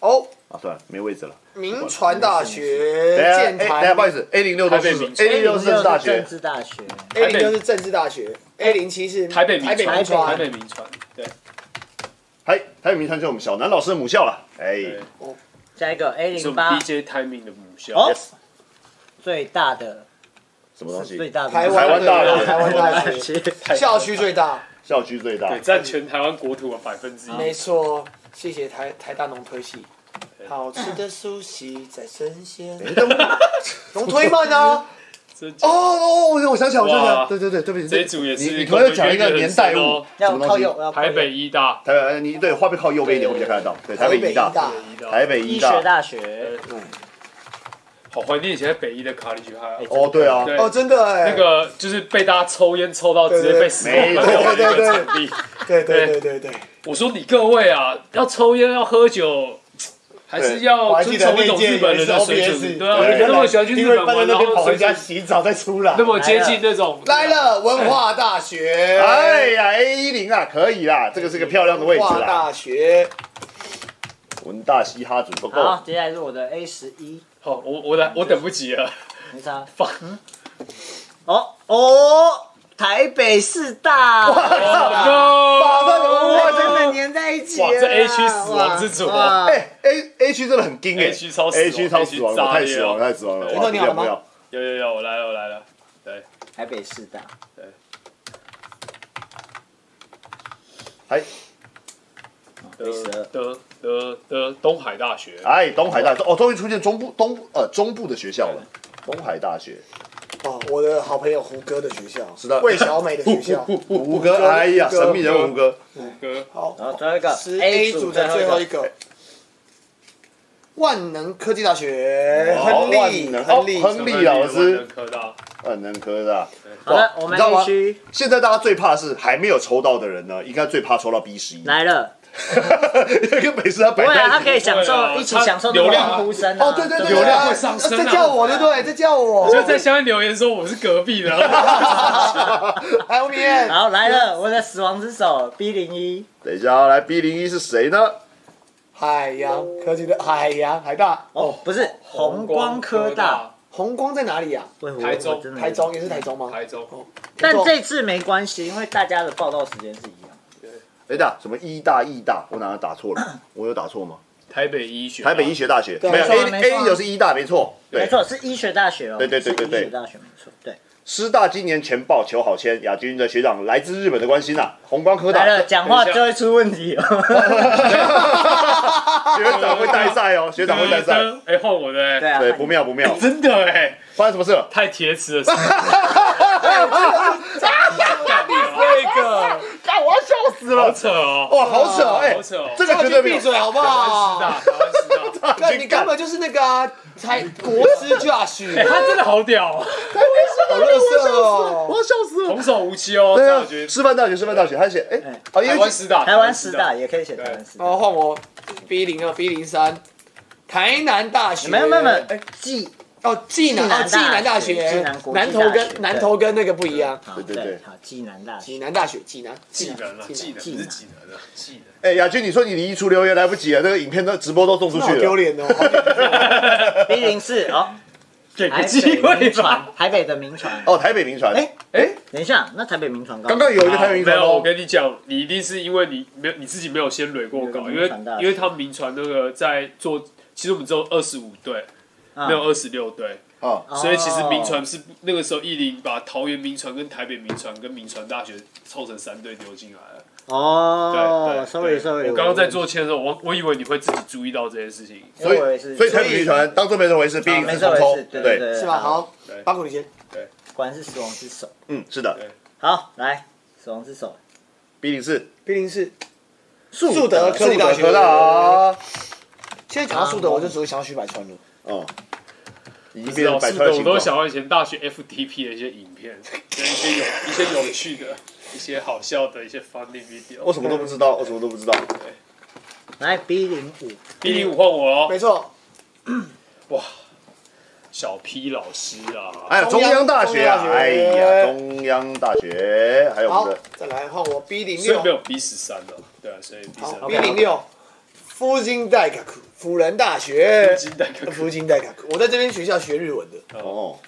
Speaker 2: 哦，
Speaker 1: 啊，算了，没位置了。
Speaker 2: 名传大学
Speaker 1: 等一下，哎，
Speaker 2: 建
Speaker 1: 等一下，
Speaker 2: 台
Speaker 1: 不好意思，A 零六都是
Speaker 4: 台北民
Speaker 1: A 零六是政治大
Speaker 3: 政
Speaker 1: 学，
Speaker 3: 治大学，
Speaker 2: A 零六是政治大学，A 零七是
Speaker 4: 台北
Speaker 2: 台北
Speaker 4: 名
Speaker 2: 民
Speaker 4: 传，台
Speaker 2: 传。
Speaker 4: 北名传，对，
Speaker 1: 台台北民传就是我们小南老师的母校了。哎
Speaker 4: 对，
Speaker 3: 下一个 A
Speaker 4: 是
Speaker 3: 零
Speaker 4: 我们
Speaker 3: 八
Speaker 4: DJ Timing 的母校。
Speaker 3: 哦
Speaker 1: Yes，
Speaker 3: 最大的
Speaker 1: 什么东
Speaker 3: 是
Speaker 1: 西？
Speaker 3: 最大的
Speaker 1: 台
Speaker 2: 台湾
Speaker 1: 湾
Speaker 2: 大
Speaker 1: 大学
Speaker 2: 学，台 湾大学
Speaker 3: 学，
Speaker 2: 校区最大，
Speaker 1: 校区最大
Speaker 4: 对，。占全台湾国土的百分之一。
Speaker 2: 没错，谢谢台台大农推系。好吃的苏西在生鲜， 农推们呢？
Speaker 4: 这
Speaker 1: 哦哦，我我想起来，我想起来，
Speaker 4: 哇
Speaker 1: 对对对，对不起，
Speaker 4: 这一组也是
Speaker 1: 你你可不可以讲一个哦年代物
Speaker 4: 我们，
Speaker 1: 什么
Speaker 3: 要靠
Speaker 1: 东西？
Speaker 3: 右，要靠右
Speaker 4: 台北医大，
Speaker 1: 台北，你对画面靠右边一点，我比较看得到。对，台北
Speaker 2: 北
Speaker 1: 医大，
Speaker 2: 大，
Speaker 1: 台北
Speaker 3: 医
Speaker 1: 医
Speaker 3: 学
Speaker 1: 大。
Speaker 3: 大学，
Speaker 7: 哦
Speaker 4: 好怀念以前在北医的卡里学派哦。
Speaker 1: 哦，对啊，
Speaker 4: 对
Speaker 2: 哦，真的哎，
Speaker 4: 那个就是被大家抽烟抽到直接被死亡
Speaker 1: 没
Speaker 4: 分
Speaker 1: 错
Speaker 4: 掉
Speaker 2: 对
Speaker 4: 的一个
Speaker 2: 对
Speaker 4: 场地。
Speaker 2: 对对对对对，
Speaker 4: 我说你各位啊，要抽烟要喝酒，还是
Speaker 7: 我
Speaker 4: 要
Speaker 7: 还
Speaker 4: 遵
Speaker 7: 记得
Speaker 4: 从
Speaker 7: 那
Speaker 4: 一种日
Speaker 7: 届
Speaker 4: 本
Speaker 7: 也
Speaker 4: 人
Speaker 7: 是
Speaker 4: 的水准，
Speaker 7: OBS，
Speaker 4: 对啊，你那么喜欢去
Speaker 7: 因
Speaker 4: 日
Speaker 7: 为
Speaker 4: 本
Speaker 7: 搬到
Speaker 4: 玩，
Speaker 7: 那
Speaker 4: 然
Speaker 7: 边
Speaker 4: 后
Speaker 7: 跑回
Speaker 4: 水
Speaker 7: 家
Speaker 4: 准
Speaker 7: 洗澡再出来
Speaker 4: 那。么接近那种
Speaker 2: 来了文化大学，
Speaker 1: 哎呀，A 零啊，可以啦，这个是个漂亮的位
Speaker 2: 文
Speaker 1: 置
Speaker 2: 化
Speaker 1: 啦。
Speaker 2: 大学，
Speaker 1: 文大嘻哈准哦不够
Speaker 3: 好，，接下来是我的 A 十一，
Speaker 4: 好，我我来，我等不及 了。
Speaker 3: 没差，
Speaker 4: 放
Speaker 3: 哦哦，台北四大，
Speaker 1: 把
Speaker 4: 哇
Speaker 1: 那个哇，这
Speaker 3: 真
Speaker 1: 个
Speaker 3: 的粘在一起了，
Speaker 4: 这 A 区死亡之组哦，
Speaker 1: 哎 A A 区真的很硬哎
Speaker 4: A 区超死亡
Speaker 1: ，A 区超死亡了，
Speaker 4: ，A 区
Speaker 1: 太死亡了，
Speaker 4: 炸裂
Speaker 1: 太死亡了，
Speaker 2: 那
Speaker 1: 哇，不
Speaker 2: 你好了
Speaker 1: 要
Speaker 2: 吗
Speaker 1: 不要，
Speaker 4: 有有有，我来了我来了，对，
Speaker 3: 台北四大，
Speaker 1: 哎
Speaker 4: 得得得得，东海大学，
Speaker 1: 哎，东海大哦，终于出现中部东呃中部的学校了，东海大学，
Speaker 2: 哦，我的好朋友胡歌的学校，
Speaker 1: 是的
Speaker 2: 魏小美的学 校。
Speaker 1: 胡歌，哎呀，神秘人物胡歌，
Speaker 4: 哥，
Speaker 3: 然后最后一个
Speaker 2: 是
Speaker 3: A
Speaker 2: A
Speaker 3: 哎组
Speaker 2: 组
Speaker 3: 的
Speaker 2: 的
Speaker 3: 最
Speaker 2: 最
Speaker 3: 后
Speaker 2: 后
Speaker 3: 一
Speaker 2: 一
Speaker 3: 个，
Speaker 2: 个。万能科技大学，
Speaker 1: 哦
Speaker 2: 亨利，
Speaker 1: 万能
Speaker 2: 亨利
Speaker 1: 哦，亨利老师，
Speaker 4: 科大，
Speaker 1: 万能科大。
Speaker 3: 好的，
Speaker 1: 哇
Speaker 3: 我
Speaker 1: 你
Speaker 3: 们
Speaker 1: 知道
Speaker 3: A
Speaker 1: 吗
Speaker 3: 区
Speaker 1: 现在大家最怕的是还没有抽到的人呢，应该最怕抽到 B 十一，
Speaker 3: 来了，
Speaker 1: 跟北师他
Speaker 3: 不
Speaker 1: 摆
Speaker 3: 会啊，他
Speaker 1: 在一
Speaker 3: 可以享受一起享受那
Speaker 4: 流
Speaker 3: 个
Speaker 4: 量
Speaker 3: 欢呼声啊，
Speaker 2: 哦，对对对，
Speaker 4: 流量会上升啊
Speaker 2: 在叫我，对不对？在叫我，
Speaker 4: 就在下面留言说我是隔壁的，
Speaker 2: 还有面，
Speaker 3: 好来了，我的死亡之手 B 零一，
Speaker 1: 起。等一下啊，来 B 零一是谁呢？
Speaker 2: 海洋科技的海洋海大，
Speaker 3: 哦，不是红光科大，，
Speaker 2: 红光在哪里呀？
Speaker 3: 喂我
Speaker 4: 台中
Speaker 3: 我真的没
Speaker 2: 台中也是台中吗？
Speaker 4: 台中，
Speaker 3: 但这次没关系，因为大家的报道时间是一样。
Speaker 1: 哎呀，什么医大、义大，我哪打错了？我有打错吗？
Speaker 4: 台北医学，
Speaker 1: 台北医学大学
Speaker 2: 对
Speaker 1: 没有
Speaker 2: 没
Speaker 3: 错没
Speaker 1: A A
Speaker 3: 错
Speaker 1: 有是医大，没错，
Speaker 3: 没
Speaker 1: 对
Speaker 3: 错，是医学大学哦，
Speaker 1: 对对对对对
Speaker 3: 是医学大学没错，对。
Speaker 1: 师大今年前报求好签，亚军的学长来自日本的关心啊，红光科大
Speaker 3: 来了，讲话就会出问题哦。
Speaker 1: 学长会带赛哦，学长会带赛，
Speaker 4: 哎，换我的哎，
Speaker 3: 对啊，
Speaker 1: 对，不妙不妙，
Speaker 4: 真的哎，
Speaker 1: 发生什么事了？
Speaker 4: 太铁齿了， 那个
Speaker 5: 干，我要笑死
Speaker 4: 好
Speaker 5: 了！
Speaker 4: 扯哦，
Speaker 1: 哇，好扯哦，哎
Speaker 4: 好扯哦，
Speaker 1: 这个绝对
Speaker 2: 去
Speaker 1: 没有
Speaker 2: 闭，嘴好不
Speaker 4: 台
Speaker 2: 好
Speaker 4: 湾？师大，台湾师大，
Speaker 2: 那你根本就是那个啊，才国师 Josh，
Speaker 4: 哎，他真的好屌啊，
Speaker 2: 好乐色哦。
Speaker 1: 我要笑死了。
Speaker 4: 童叟无欺哦，
Speaker 1: 对
Speaker 4: 这样我
Speaker 1: 啊
Speaker 4: 觉，得
Speaker 1: 师范大学，师范大学，他写哎，啊，因
Speaker 4: 台
Speaker 1: 为
Speaker 4: 湾师大，
Speaker 3: 台湾师大，也可以写台湾师大。
Speaker 2: 哦，换我 B 零二 B 零三，台南大学。
Speaker 3: 没有没有没有，哎，暨
Speaker 2: 哦，暨南哦，
Speaker 3: 暨
Speaker 2: 暨南
Speaker 3: 南大
Speaker 2: 大
Speaker 3: 学
Speaker 2: 学
Speaker 3: 暨南国，际
Speaker 2: 南投
Speaker 3: 大学
Speaker 2: 跟南投跟那个不一样。
Speaker 3: 好
Speaker 1: 哎对对对
Speaker 3: 好，暨南大学
Speaker 2: 济南大学，济南，
Speaker 4: 技能啊，技能
Speaker 3: 技
Speaker 4: 不
Speaker 3: 能
Speaker 4: 是技能啊，技能。
Speaker 1: 哎，亚军，你说你离出留言来不及了，啊那个影片都直播都送出
Speaker 2: 那
Speaker 1: 去
Speaker 2: 好丢
Speaker 1: 了，
Speaker 2: 脸哦。
Speaker 3: B 零四哦，
Speaker 4: 给
Speaker 3: 台
Speaker 4: 个
Speaker 3: 北
Speaker 4: 机
Speaker 3: 名
Speaker 4: 会
Speaker 3: 传
Speaker 4: 吧。，
Speaker 3: 台北的名传。
Speaker 1: 哦，台北名传，
Speaker 3: 哎
Speaker 4: 哎，
Speaker 3: 等一下，那台北名传
Speaker 1: 刚刚有一个台北名
Speaker 4: 啊没
Speaker 1: 传
Speaker 4: 有，我
Speaker 1: 哦，
Speaker 4: 跟你讲，你一定是因为你没有你自己没有先垒过稿，因为因为他们名传那个在做，其实我们只有二十五队，
Speaker 3: 啊
Speaker 4: 没有二十六队，
Speaker 1: 啊，
Speaker 4: 所以其实名传是那个时候一零把桃园名传跟台北名传跟名传大学凑成三队丢进来了。对
Speaker 3: 哦
Speaker 4: 对
Speaker 3: ，sorry
Speaker 4: 对
Speaker 3: sorry，
Speaker 4: 我刚刚在做签的时候，我我以为你会自己注意到这件事情。
Speaker 1: 所
Speaker 3: 我
Speaker 1: 以
Speaker 3: 也是
Speaker 1: 所以台北名传当做没这回事，毕竟
Speaker 3: 没
Speaker 1: 是
Speaker 3: 事
Speaker 1: 重
Speaker 3: 没
Speaker 1: 抽
Speaker 3: 事，，对对，对，
Speaker 2: 是吧？，好
Speaker 4: 对，
Speaker 2: 八股你先。
Speaker 3: 果然是死亡之手。
Speaker 1: 嗯，是的
Speaker 3: 好，来死亡之手，
Speaker 1: ，B 零四，
Speaker 2: B 零四，
Speaker 1: 树
Speaker 2: 树德科技大学
Speaker 1: 科大啊，
Speaker 2: 现在讲到苏德，我就只会想到徐百川了。
Speaker 1: 哦，已经
Speaker 4: 知
Speaker 1: 变
Speaker 4: 道
Speaker 1: 成百
Speaker 4: 是
Speaker 1: 川
Speaker 4: 的，
Speaker 1: 的
Speaker 4: 我
Speaker 1: 形
Speaker 4: 都
Speaker 1: 状。
Speaker 4: 想到以前大学 FTP 的一些影片， 跟一些有一些有趣的、一些好笑的一些 funny
Speaker 1: 我
Speaker 4: video。
Speaker 1: 什么都不知道，我什么都不知道。
Speaker 3: 来 B 零五，
Speaker 4: B 零五换我哦，
Speaker 2: 没错，
Speaker 4: 小 P 老师啊，
Speaker 1: 哎呀，中央大学啊，
Speaker 2: 中央大
Speaker 1: 哎
Speaker 2: 学
Speaker 1: 呀，中央大学，还有我
Speaker 2: 好
Speaker 1: 们的，
Speaker 2: 再来换我 B 零
Speaker 4: 所以没
Speaker 2: 六，
Speaker 4: 有 B 十三了，对啊，所以 B
Speaker 2: 好
Speaker 4: 三
Speaker 2: B 零六，福金代卡库，辅仁大学，
Speaker 4: 金蛋哥哥，
Speaker 2: 福金代卡库，我在这边学校学日文的。
Speaker 1: 哦，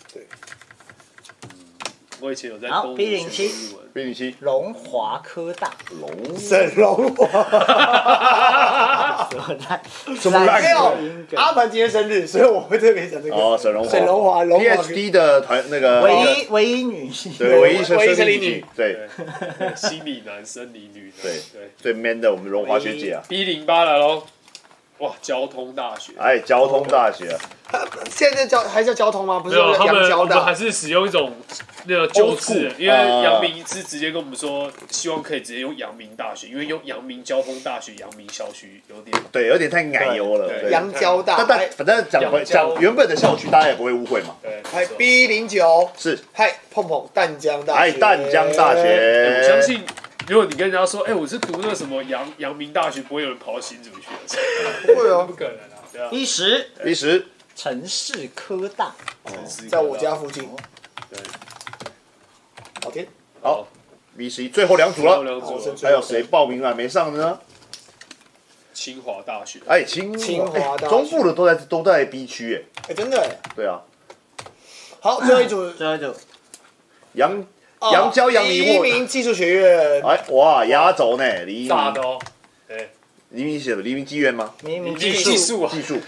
Speaker 4: 我以前有在
Speaker 3: 好
Speaker 4: 东吴
Speaker 3: B07
Speaker 4: 学过日文，
Speaker 1: 冰雨期
Speaker 3: 龙华科 大，
Speaker 1: 龙
Speaker 2: 沈荣华，
Speaker 3: 什么烂，
Speaker 1: 什么烂啊
Speaker 2: 没
Speaker 3: 梗
Speaker 2: 有阿凡今天生日，所以我会特别讲这个。
Speaker 1: 哦，沈荣华，
Speaker 2: 沈荣华龙华
Speaker 1: PhD 的团那个
Speaker 3: 唯一唯一女性，
Speaker 1: 对唯一
Speaker 2: 唯一
Speaker 1: 生
Speaker 2: 生
Speaker 1: 理
Speaker 2: 理
Speaker 1: 女
Speaker 2: 女，
Speaker 1: 对
Speaker 4: 对对，心理男，生理女男，
Speaker 1: 对
Speaker 4: 对
Speaker 1: 最 man 的我们荣华学姐啊，
Speaker 4: ，B 零八来喽，哇，交通大学，
Speaker 1: 哎，交通大学，
Speaker 2: 现在叫还叫交通吗？不
Speaker 4: 没
Speaker 2: 是叫
Speaker 4: 有，他
Speaker 2: 阳
Speaker 4: 们我
Speaker 2: 交
Speaker 4: 们还
Speaker 2: 大？
Speaker 4: 是使用一种那个旧字
Speaker 2: Old，
Speaker 4: 因为阳明是直接跟我们说，希望可以直接用阳明大学，因为用阳明交通大学、阳明校区有点
Speaker 1: 对，有点太奶油了，
Speaker 4: 对
Speaker 1: 对
Speaker 2: 阳交大
Speaker 1: 但，但反正讲回
Speaker 4: 阳交
Speaker 1: 讲原本的校区，大家也不会误会嘛，
Speaker 4: 对。
Speaker 2: 还
Speaker 4: 没错
Speaker 2: B 零九，
Speaker 1: 是，
Speaker 2: 嗨，碰碰淡江大
Speaker 1: 哎，
Speaker 2: 学，
Speaker 1: 淡江大
Speaker 4: 哎
Speaker 1: 学，
Speaker 4: 我相信，如果你跟人家说，哎、我是读那个什么阳阳明大学，不会有人跑到新竹去啊的，
Speaker 2: 不会哦
Speaker 4: 不，可能啊，对啊，
Speaker 3: 第十
Speaker 1: 第十，
Speaker 3: 城市科大，
Speaker 2: 在我家附近。
Speaker 4: 对，
Speaker 2: 老天，
Speaker 1: 好，B 十一，最后
Speaker 4: 哦
Speaker 1: 两组了，
Speaker 4: 了
Speaker 2: 好
Speaker 1: 还有谁报名了没上的呢？
Speaker 4: 清华大学，
Speaker 1: 哎，清
Speaker 2: 清华大学
Speaker 1: 哎中部的都在都在 B 区哎，
Speaker 2: 哎，真的耶。
Speaker 1: 对啊，
Speaker 2: 好，最后一组，
Speaker 3: 最后就
Speaker 1: 杨
Speaker 2: 哦
Speaker 1: 杨娇杨
Speaker 2: 第
Speaker 1: 迷
Speaker 2: 一
Speaker 1: 我，
Speaker 2: 名技术学院，
Speaker 1: 哎哇，压轴呢，黎明
Speaker 4: 大的哦，对，
Speaker 1: 黎明写的黎明妓院吗？
Speaker 3: 明明
Speaker 4: 明技术 啊
Speaker 1: 技，术，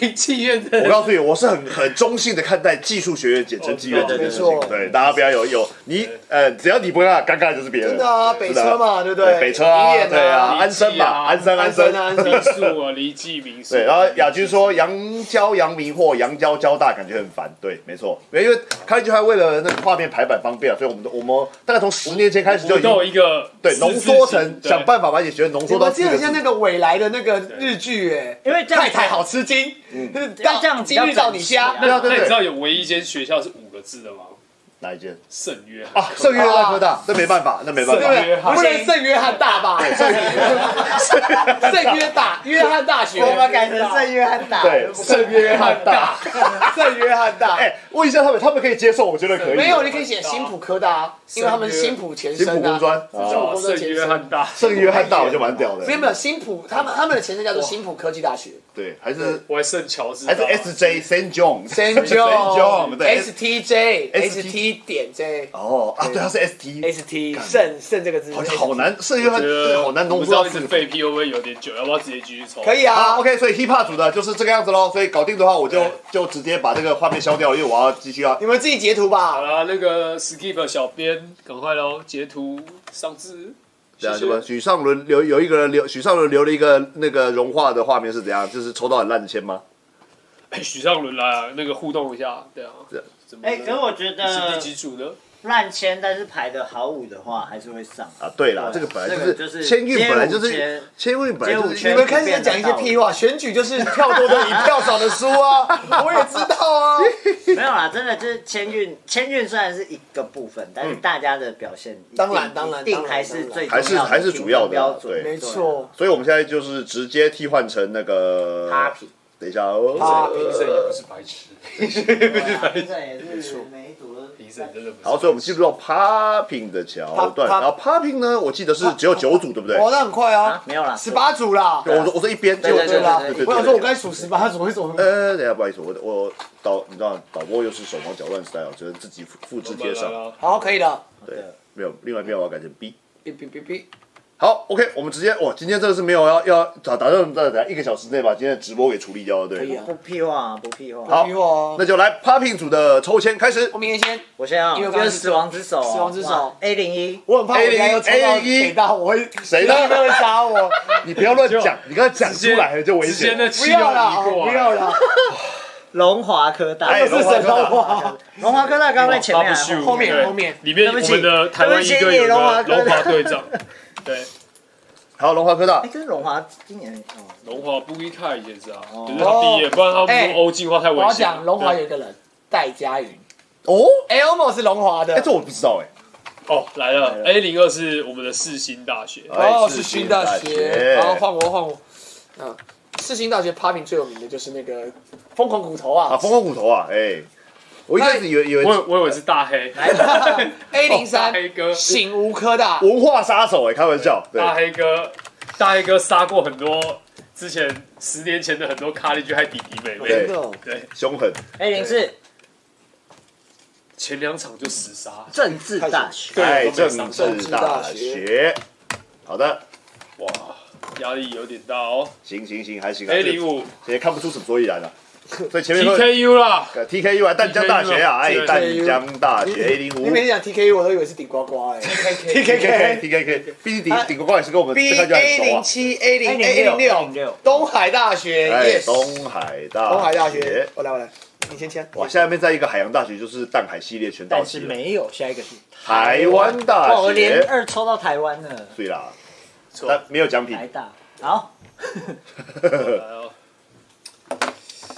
Speaker 4: 明技院
Speaker 1: 我
Speaker 4: 的，
Speaker 1: 告诉你，我是很很中性的看待技术学院简称妓院这件事
Speaker 2: 没
Speaker 1: 情，
Speaker 2: 错
Speaker 1: 对，大家不要有有你呃，只要你不要尴尬就是别人，
Speaker 2: 真的啊，北车嘛，对不
Speaker 1: 对，北车啊，
Speaker 2: 明眼
Speaker 1: 对啊，安
Speaker 4: 安生
Speaker 1: 生嘛，
Speaker 4: 啊
Speaker 1: 安生 安
Speaker 2: 安
Speaker 1: 生
Speaker 2: 生啊，安生
Speaker 4: 民宿啊，黎记民宿，
Speaker 1: 对，然后雅君说杨娇杨迷惑杨娇交大感觉很烦，对，没错，因为开局还为了那个画面排版方便啊，所以我们都我们大概从十年前开始就
Speaker 4: 我
Speaker 1: 已
Speaker 4: 都有
Speaker 1: 经
Speaker 4: 一个
Speaker 1: 对
Speaker 4: 四字
Speaker 1: 浓缩成
Speaker 4: 形对
Speaker 1: 想办法把你学浓
Speaker 2: 你
Speaker 1: 缩到
Speaker 2: 们
Speaker 1: 四
Speaker 2: 这
Speaker 1: 个
Speaker 2: 很
Speaker 1: 字
Speaker 2: 像。那个未来的那个日剧哎，
Speaker 3: 因为这样
Speaker 2: 太太好吃惊，嗯，
Speaker 3: 嗯要这样比较
Speaker 2: 今日到你
Speaker 3: 整齐
Speaker 2: 家
Speaker 3: 啊，
Speaker 1: 对啊
Speaker 4: 那
Speaker 1: 对
Speaker 4: 你
Speaker 1: 对
Speaker 4: 知，道有唯一一间学校是五个字的吗？
Speaker 1: 哪一间
Speaker 4: 圣约翰
Speaker 1: 啊？圣约翰科大，那没办法，那没办
Speaker 2: 对不
Speaker 1: 法。
Speaker 2: 对？不能圣约翰大吧？ 圣约大，约翰大学，
Speaker 3: 我们改成圣约翰大，
Speaker 1: 对，啊圣约翰 大。
Speaker 2: 圣约翰大。
Speaker 1: 哎，问一下他们，他们可以接受，我觉得可以。
Speaker 2: 没有，你可以写新浦科大啊，因为他们是新浦前身
Speaker 1: 新
Speaker 2: 啊。
Speaker 1: 浦工专，
Speaker 2: 我
Speaker 1: 啊
Speaker 2: 们
Speaker 4: 哦圣约翰大，
Speaker 1: 圣约翰大，我就蛮屌的
Speaker 2: 没。有没有，新浦他们他们的前身叫做新浦科技大学，
Speaker 1: 对，还是
Speaker 4: 我还圣乔治
Speaker 1: 还
Speaker 4: 大，
Speaker 1: 是 S J Saint John
Speaker 6: ，San John，
Speaker 1: 对
Speaker 6: S T J S T
Speaker 1: ST
Speaker 6: 点 J
Speaker 1: 哦啊，对，他是 S T，
Speaker 6: S T，
Speaker 2: 肾肾这个字
Speaker 1: 好像好难，是因为他
Speaker 4: 我觉
Speaker 1: 对
Speaker 4: 得
Speaker 1: 好难
Speaker 4: 不
Speaker 1: 浓
Speaker 4: 知
Speaker 1: 缩到
Speaker 4: 道一
Speaker 1: 字
Speaker 4: 直
Speaker 1: 母。
Speaker 4: 废屁会不会有点久，要不要直接继续抽？
Speaker 2: 可以啊
Speaker 1: 好。，OK，所以 hiphop 组的就是这个样子喽。所以搞定的话，我就就直接把这个画面消掉了，因为我要继续啊要
Speaker 2: 你们自己截图
Speaker 4: 好
Speaker 2: 吧。
Speaker 4: 啦，那个 Skip 小编，赶快喽，截图上字。
Speaker 1: 对啊，
Speaker 4: 谢
Speaker 1: 什么
Speaker 4: 谢。
Speaker 1: 许尚伦留有一个人留许尚伦留了一个那个融化的画面是怎样？就是抽到很烂的签吗？
Speaker 4: 哎许尚伦来啊，那个互动一下，对啊
Speaker 1: 是。
Speaker 4: 怎么
Speaker 3: 哎，可是我觉
Speaker 4: 是第
Speaker 3: 得
Speaker 4: 几组呢？
Speaker 3: 烂签，但是排的好五的话，还是会上。
Speaker 1: 啊，对啦，这
Speaker 3: 对
Speaker 1: 个本来
Speaker 3: 这个
Speaker 1: 就
Speaker 3: 就是是
Speaker 1: 签运本来就是
Speaker 3: 街
Speaker 1: 签
Speaker 3: 舞圈
Speaker 1: 运本来就
Speaker 3: 街舞
Speaker 1: 是
Speaker 3: 圈
Speaker 2: 你们开始在讲一些屁话，选举就是票多的赢，票少的输啊，我也知道啊。
Speaker 3: 没有啦，真的就是签运，签运虽然是一个部分，但是大家的表现一定
Speaker 2: 当然当然
Speaker 3: 一定
Speaker 2: 当然
Speaker 3: 还是最
Speaker 1: 嗯还是
Speaker 3: 重要的
Speaker 1: 还是主要的啊
Speaker 3: 评分标准，啊
Speaker 1: 对
Speaker 2: 没错，
Speaker 1: 所以我们现在就是直接替换成那个
Speaker 3: 对啊，Happy，
Speaker 1: 等一下哦，
Speaker 2: Happy
Speaker 4: 评审也不是白痴，
Speaker 6: 啊
Speaker 3: 对这也是每一组都
Speaker 4: 评审真的不是。
Speaker 1: 好，所以我们进入到 popping 的桥段。
Speaker 2: Pop- pop-
Speaker 1: 然后 popping 呢，我记得是只有九组，对不对？
Speaker 2: 哇，那很快啊
Speaker 3: 啊，没有啦
Speaker 2: 十八组啦。
Speaker 1: 我说我说一边，
Speaker 3: 对对
Speaker 1: 结
Speaker 2: 对
Speaker 1: 果
Speaker 2: 啦
Speaker 1: 对对，对
Speaker 2: 我想
Speaker 1: 对
Speaker 2: 说，我
Speaker 1: 对
Speaker 2: 该数十八组，为什么？
Speaker 1: 呃，等一下，不好意思，我我导，你知道导播又是手忙脚乱 style，只啊能自己复复制贴上。
Speaker 4: 了，
Speaker 6: 好，可以了，
Speaker 1: 对，没有，另外一边我要改成 B。
Speaker 6: 哔哔哔哔，
Speaker 1: 好，OK，我们直接哇，今天真的是没有要要打打算在在一个小时内把今天的直播给处理掉了，
Speaker 6: 可以
Speaker 1: 对。
Speaker 6: 啊
Speaker 3: 不，屁话啊，不屁话。
Speaker 1: 好
Speaker 6: 没有
Speaker 2: 哦
Speaker 6: 啊，
Speaker 1: 那就来 popping 组的抽签开始
Speaker 6: 我。明天先，
Speaker 3: 我先啊，
Speaker 6: 因为
Speaker 3: 就
Speaker 6: 刚刚
Speaker 3: 是死亡之手哦，
Speaker 6: 死亡之手
Speaker 3: ，A 零一，
Speaker 2: 我很怕我
Speaker 1: A01
Speaker 2: 等一下又抽到北大，我会
Speaker 1: 谁呢
Speaker 2: 一定会杀我。
Speaker 1: 你不要乱讲，你刚才讲出来了就危
Speaker 4: 直接
Speaker 1: 险。
Speaker 4: 那
Speaker 2: 不
Speaker 4: 七
Speaker 2: 要啦，
Speaker 4: 号移
Speaker 2: 哦
Speaker 4: 过
Speaker 2: 不
Speaker 4: 来
Speaker 2: 要啦，
Speaker 3: 龙华科大，
Speaker 1: 哎
Speaker 2: 这是神
Speaker 1: 龙
Speaker 2: 龙
Speaker 1: 华
Speaker 2: 华。
Speaker 3: 龙华科大刚刚在前面啊，
Speaker 4: Barbecue，
Speaker 6: 后面
Speaker 4: 对
Speaker 6: 后面
Speaker 4: 里
Speaker 3: 对
Speaker 4: 面
Speaker 3: 不
Speaker 4: 我
Speaker 3: 起
Speaker 4: 们的台湾一队有
Speaker 3: 对不起龙
Speaker 4: 个
Speaker 3: 华哥
Speaker 4: 龙华队长，对，
Speaker 1: 好，龙华科大
Speaker 3: 哎，，跟龙华今年哦，
Speaker 4: 龙华布依卡以前是啊，就是他毕业，不然他们
Speaker 6: 哎
Speaker 4: 说欧进的话太
Speaker 6: 我
Speaker 4: 危
Speaker 6: 要
Speaker 4: 险了。
Speaker 6: 讲龙华
Speaker 4: 对
Speaker 6: 有一个人，戴佳云
Speaker 1: 哦，
Speaker 6: ，Elmo 是龙华
Speaker 1: 哎，
Speaker 6: 的
Speaker 1: 这，我不知道哎。
Speaker 4: 哦来了，A 零二是我们的世新大学，
Speaker 6: 哦，
Speaker 1: 哎
Speaker 6: 是新大
Speaker 1: 世
Speaker 6: 学，然后换我换我，嗯，世新大学 popping 最有名的就是那个疯狂骨头
Speaker 1: 啊，
Speaker 6: 啊
Speaker 1: 风光骨头啊，哎，我一开始以为以为
Speaker 4: 我我以为是大黑，
Speaker 6: ，A
Speaker 4: 大
Speaker 6: 零三
Speaker 4: 黑哥，
Speaker 6: 醒吾科大，
Speaker 1: 文化杀手哎，开玩笑，对，
Speaker 4: 大黑哥，大黑哥杀过很多之前十年前的很多咖喱剧，还弟弟妹
Speaker 1: 对
Speaker 4: 妹，对，
Speaker 1: 凶狠，
Speaker 3: A 零四
Speaker 4: 前两场就十杀，
Speaker 3: 政治大学，
Speaker 4: 对
Speaker 1: 哎，
Speaker 4: 我们
Speaker 1: 政
Speaker 4: 上
Speaker 1: 治大学。好的，
Speaker 4: 哇，压力有点大哦。
Speaker 1: 行行行，还行啊。
Speaker 4: A 零五
Speaker 1: 也看不出什么所以然了。所以前面说
Speaker 4: TKU 啦，
Speaker 1: TKU 啊，淡江大学啊，哎，
Speaker 4: TKU
Speaker 1: 淡江大学 A 零
Speaker 2: 你
Speaker 1: 五
Speaker 2: 每次讲 TKU，我都以为是顶呱呱哎。
Speaker 1: TKK
Speaker 2: TKK。
Speaker 1: TKK，毕竟顶顶呱呱也是跟我们这个
Speaker 2: B
Speaker 1: 就很
Speaker 2: A
Speaker 1: 熟
Speaker 2: 零
Speaker 1: 啊。
Speaker 2: 七 A 零 A 零
Speaker 3: A06
Speaker 2: 六，东海大学
Speaker 1: 哎，
Speaker 2: ，yes，
Speaker 1: 东海大
Speaker 2: 东海大学，，我来我来，你先签。
Speaker 1: 哇，下面在一个海洋大学，就是淡海系列全到
Speaker 3: 但是
Speaker 1: 齐了。
Speaker 3: 没有下一个是
Speaker 1: 台湾
Speaker 3: 哇，
Speaker 1: 大
Speaker 3: 我连
Speaker 1: 学，
Speaker 3: 二抽到台湾了，
Speaker 1: 对啦，
Speaker 4: 错，
Speaker 1: 但没有奖品
Speaker 3: 台。大，好，
Speaker 4: 来哦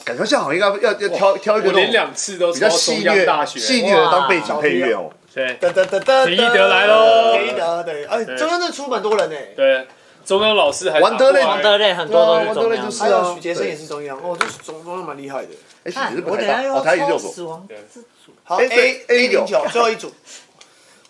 Speaker 1: 感觉像好像应该要要挑挑一个
Speaker 4: 我连
Speaker 1: 那种
Speaker 4: 两次都
Speaker 1: 比较
Speaker 4: 超
Speaker 1: 戏
Speaker 4: 中央
Speaker 1: 虐
Speaker 4: 大
Speaker 1: 戏
Speaker 4: 学，
Speaker 1: 虐的当背景配乐哦。
Speaker 4: 对
Speaker 2: 噔噔噔噔，
Speaker 4: 田一德来咯
Speaker 2: 田一德对，哎，
Speaker 4: 对
Speaker 2: 中央真的出蛮多人呢。
Speaker 4: 对，中央老师还
Speaker 1: 王德
Speaker 4: 打过
Speaker 1: 类
Speaker 4: 来
Speaker 3: 王德类很多
Speaker 1: 对啊
Speaker 3: 都
Speaker 1: 王德
Speaker 3: 是
Speaker 1: 类就
Speaker 3: 中央
Speaker 1: 是
Speaker 2: 还有许杰生
Speaker 1: 对
Speaker 2: 也是中央，哦，这中中央蛮厉害的。
Speaker 1: 哎，其
Speaker 3: 看
Speaker 1: 实不
Speaker 3: 我
Speaker 1: 太
Speaker 3: 等下
Speaker 1: 大，
Speaker 3: 又
Speaker 1: 哦，台语
Speaker 3: 要
Speaker 1: 就
Speaker 3: 抽
Speaker 1: 说
Speaker 3: 死亡之组，
Speaker 2: 好
Speaker 1: 哎
Speaker 2: ，A
Speaker 1: 对
Speaker 2: A 零九最后一组，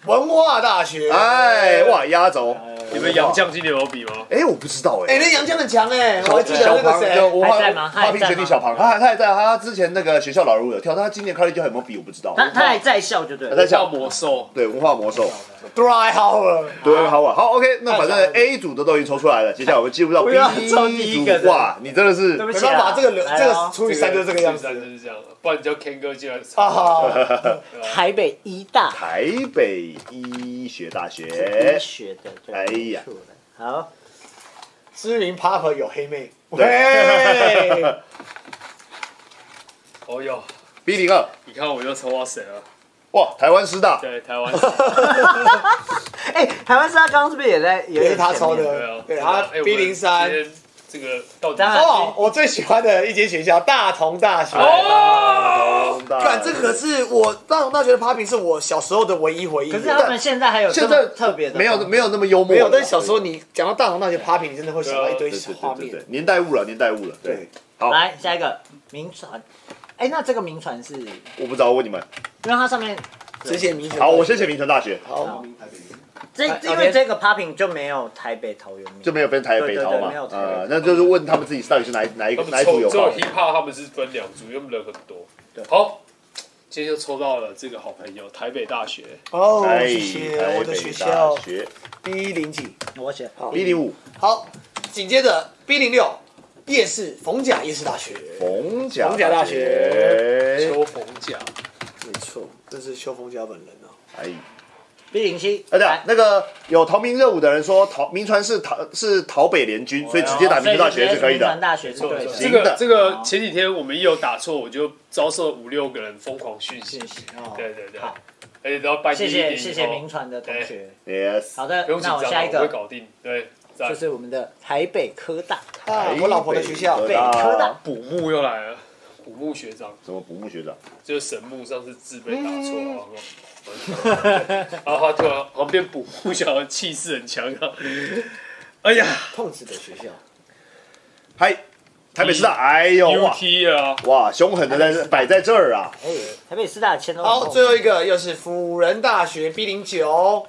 Speaker 2: 文化大学。
Speaker 1: 哎，哇，压轴！
Speaker 4: 你们杨绛今年有比吗？
Speaker 1: 哎、我不知道哎、
Speaker 2: 哎，那杨江很强哎，我还记得
Speaker 1: 小
Speaker 2: 那个
Speaker 1: 庞就
Speaker 2: 谁，
Speaker 1: 我画
Speaker 3: 还在吗他
Speaker 1: 画
Speaker 3: 还
Speaker 1: 屏
Speaker 3: 在
Speaker 1: 学弟
Speaker 3: 吗
Speaker 1: 小庞，他还他还在，他之前那个学校老人舞有跳，但他今年开了就还有没有比我不知道。
Speaker 3: 他他还在校就对
Speaker 1: 还在
Speaker 3: 了，
Speaker 4: 叫魔兽，
Speaker 1: 对文化魔兽，
Speaker 2: Dry Hour，
Speaker 1: 对，好啊，好 OK，那反正
Speaker 2: 太强了
Speaker 1: A 组的都已经抽出来了，接下来我们进入到
Speaker 3: 不要抽
Speaker 1: B
Speaker 3: 第一个
Speaker 1: 组，
Speaker 3: 的
Speaker 1: 哇，你真的是
Speaker 3: 对
Speaker 2: 没
Speaker 3: 不起啊，
Speaker 2: 办法，这个人
Speaker 3: 来
Speaker 2: 这个
Speaker 3: 咯
Speaker 2: 除以三就是这个样子
Speaker 4: 三就是这样了，不然你叫 Ken 哥进来
Speaker 2: 啊。好
Speaker 3: 台北医大
Speaker 1: 台北医学大学
Speaker 3: 医，学的，对
Speaker 1: 哎呀，
Speaker 3: 没错的好，
Speaker 2: 知名 Papa 有黑妹，
Speaker 1: 对
Speaker 2: 喂，
Speaker 4: 哦哟，
Speaker 1: B 零二，
Speaker 4: 你看我又抽到谁了？
Speaker 1: 哇，台湾师大，
Speaker 4: 对，台湾。
Speaker 3: 哎，台湾师大刚刚是不是也在
Speaker 2: 也是他抽
Speaker 3: 的？
Speaker 4: 对啊
Speaker 2: 的，，对，他
Speaker 4: 哎
Speaker 2: B 零，
Speaker 4: 我
Speaker 2: 三
Speaker 4: 们。今天这个到底
Speaker 3: 当然
Speaker 2: 哦，我最喜欢的一间学校大同大学。
Speaker 4: 哦，
Speaker 2: 干，这可是我大同大学的 popping 是我小时候的唯一回忆。
Speaker 3: 可是他们现在还有这
Speaker 1: 现
Speaker 3: 么
Speaker 1: 在
Speaker 3: 特别的吗，
Speaker 1: 没有没有那么幽默了，
Speaker 2: 没有，但是小时候你讲到大同大学 popping，你真的会想到一堆
Speaker 1: 对对对
Speaker 2: 画
Speaker 1: 对对
Speaker 2: 面。，
Speaker 1: 年代物了，年代物了，对
Speaker 2: 对，，
Speaker 1: 好，
Speaker 3: 来下一个名传，哎，那这个名传是，因为
Speaker 1: 我不知道，我问你们，
Speaker 3: 它上面
Speaker 2: 只写名城。
Speaker 1: 好，我先写。明城大学，
Speaker 2: 好，
Speaker 3: 这
Speaker 2: 哎
Speaker 3: 这因
Speaker 2: 老
Speaker 3: 为
Speaker 2: 田
Speaker 3: 这个 popping 就没有台北桃园
Speaker 1: 就没有分台北
Speaker 3: 对对
Speaker 1: 桃
Speaker 3: 对
Speaker 1: 嘛
Speaker 3: 没有，台北
Speaker 1: 呃，那就是问他们自己到底是哪一哪一
Speaker 4: 他
Speaker 1: 个
Speaker 4: 们
Speaker 1: 哪一
Speaker 4: 抽
Speaker 1: 组有
Speaker 4: 这种
Speaker 1: 报
Speaker 4: hip hop 他们是分两组，因为他们人很多
Speaker 3: 对。
Speaker 4: 好，今天就抽到了这个好朋友，台北大学。
Speaker 2: 哦，
Speaker 1: 哎
Speaker 2: 谢谢
Speaker 1: 台
Speaker 2: 我的
Speaker 1: 北
Speaker 2: 学
Speaker 1: 大
Speaker 2: 校
Speaker 1: 学
Speaker 2: B 零几。
Speaker 3: 我写
Speaker 2: 好
Speaker 1: B 零五
Speaker 2: 好，紧接着 B 零六夜市逢甲夜市大学。
Speaker 1: 逢甲
Speaker 2: 逢甲大
Speaker 3: 哎
Speaker 2: 学
Speaker 4: 邱逢甲，
Speaker 2: 没错，这是邱逢甲本人哦。
Speaker 1: 哎，
Speaker 3: B 零七，
Speaker 1: 哎对啊，那个有逃民热舞的人说陶民传是陶是陶北联军，所以直接打民族大学是可以
Speaker 3: 传
Speaker 1: 的。
Speaker 3: 大学是对
Speaker 1: 行
Speaker 3: 的。
Speaker 4: 这个
Speaker 1: 的
Speaker 4: 这个前几天我们一有打错，我就遭受五六个人疯狂讯息
Speaker 3: 讯。息哦，
Speaker 4: 对对对，
Speaker 3: 好
Speaker 4: 而且都要拜第
Speaker 3: 谢
Speaker 4: 一名
Speaker 3: 谢
Speaker 4: 以
Speaker 3: 谢谢
Speaker 4: 后
Speaker 3: 名传的同学。
Speaker 1: Yes，
Speaker 3: 好的
Speaker 4: 不用，紧
Speaker 3: 那
Speaker 4: 张
Speaker 3: 我
Speaker 4: 啊，
Speaker 3: 下一
Speaker 4: 我会
Speaker 3: 个
Speaker 4: 搞定。对，赞
Speaker 3: 就是我们的台北科大，
Speaker 2: 啊，我老婆的学校
Speaker 1: 台
Speaker 3: 北科大
Speaker 4: 补木又来了，补木学长
Speaker 1: 什么不木学长，
Speaker 4: 就是神木，上次字被打错了，好不好？然后他突然旁边补木小的气势很强啊！哎呀
Speaker 2: 碰瓷的学校。
Speaker 1: 嗨，台北师大，哎呦哇
Speaker 4: ，UT 啊，
Speaker 1: 哇，凶狠的在这摆在这儿啊，
Speaker 3: 哎，台北师大的前都很
Speaker 2: 好，
Speaker 3: 厚
Speaker 2: 最后一个又是辅仁大学 B 零九。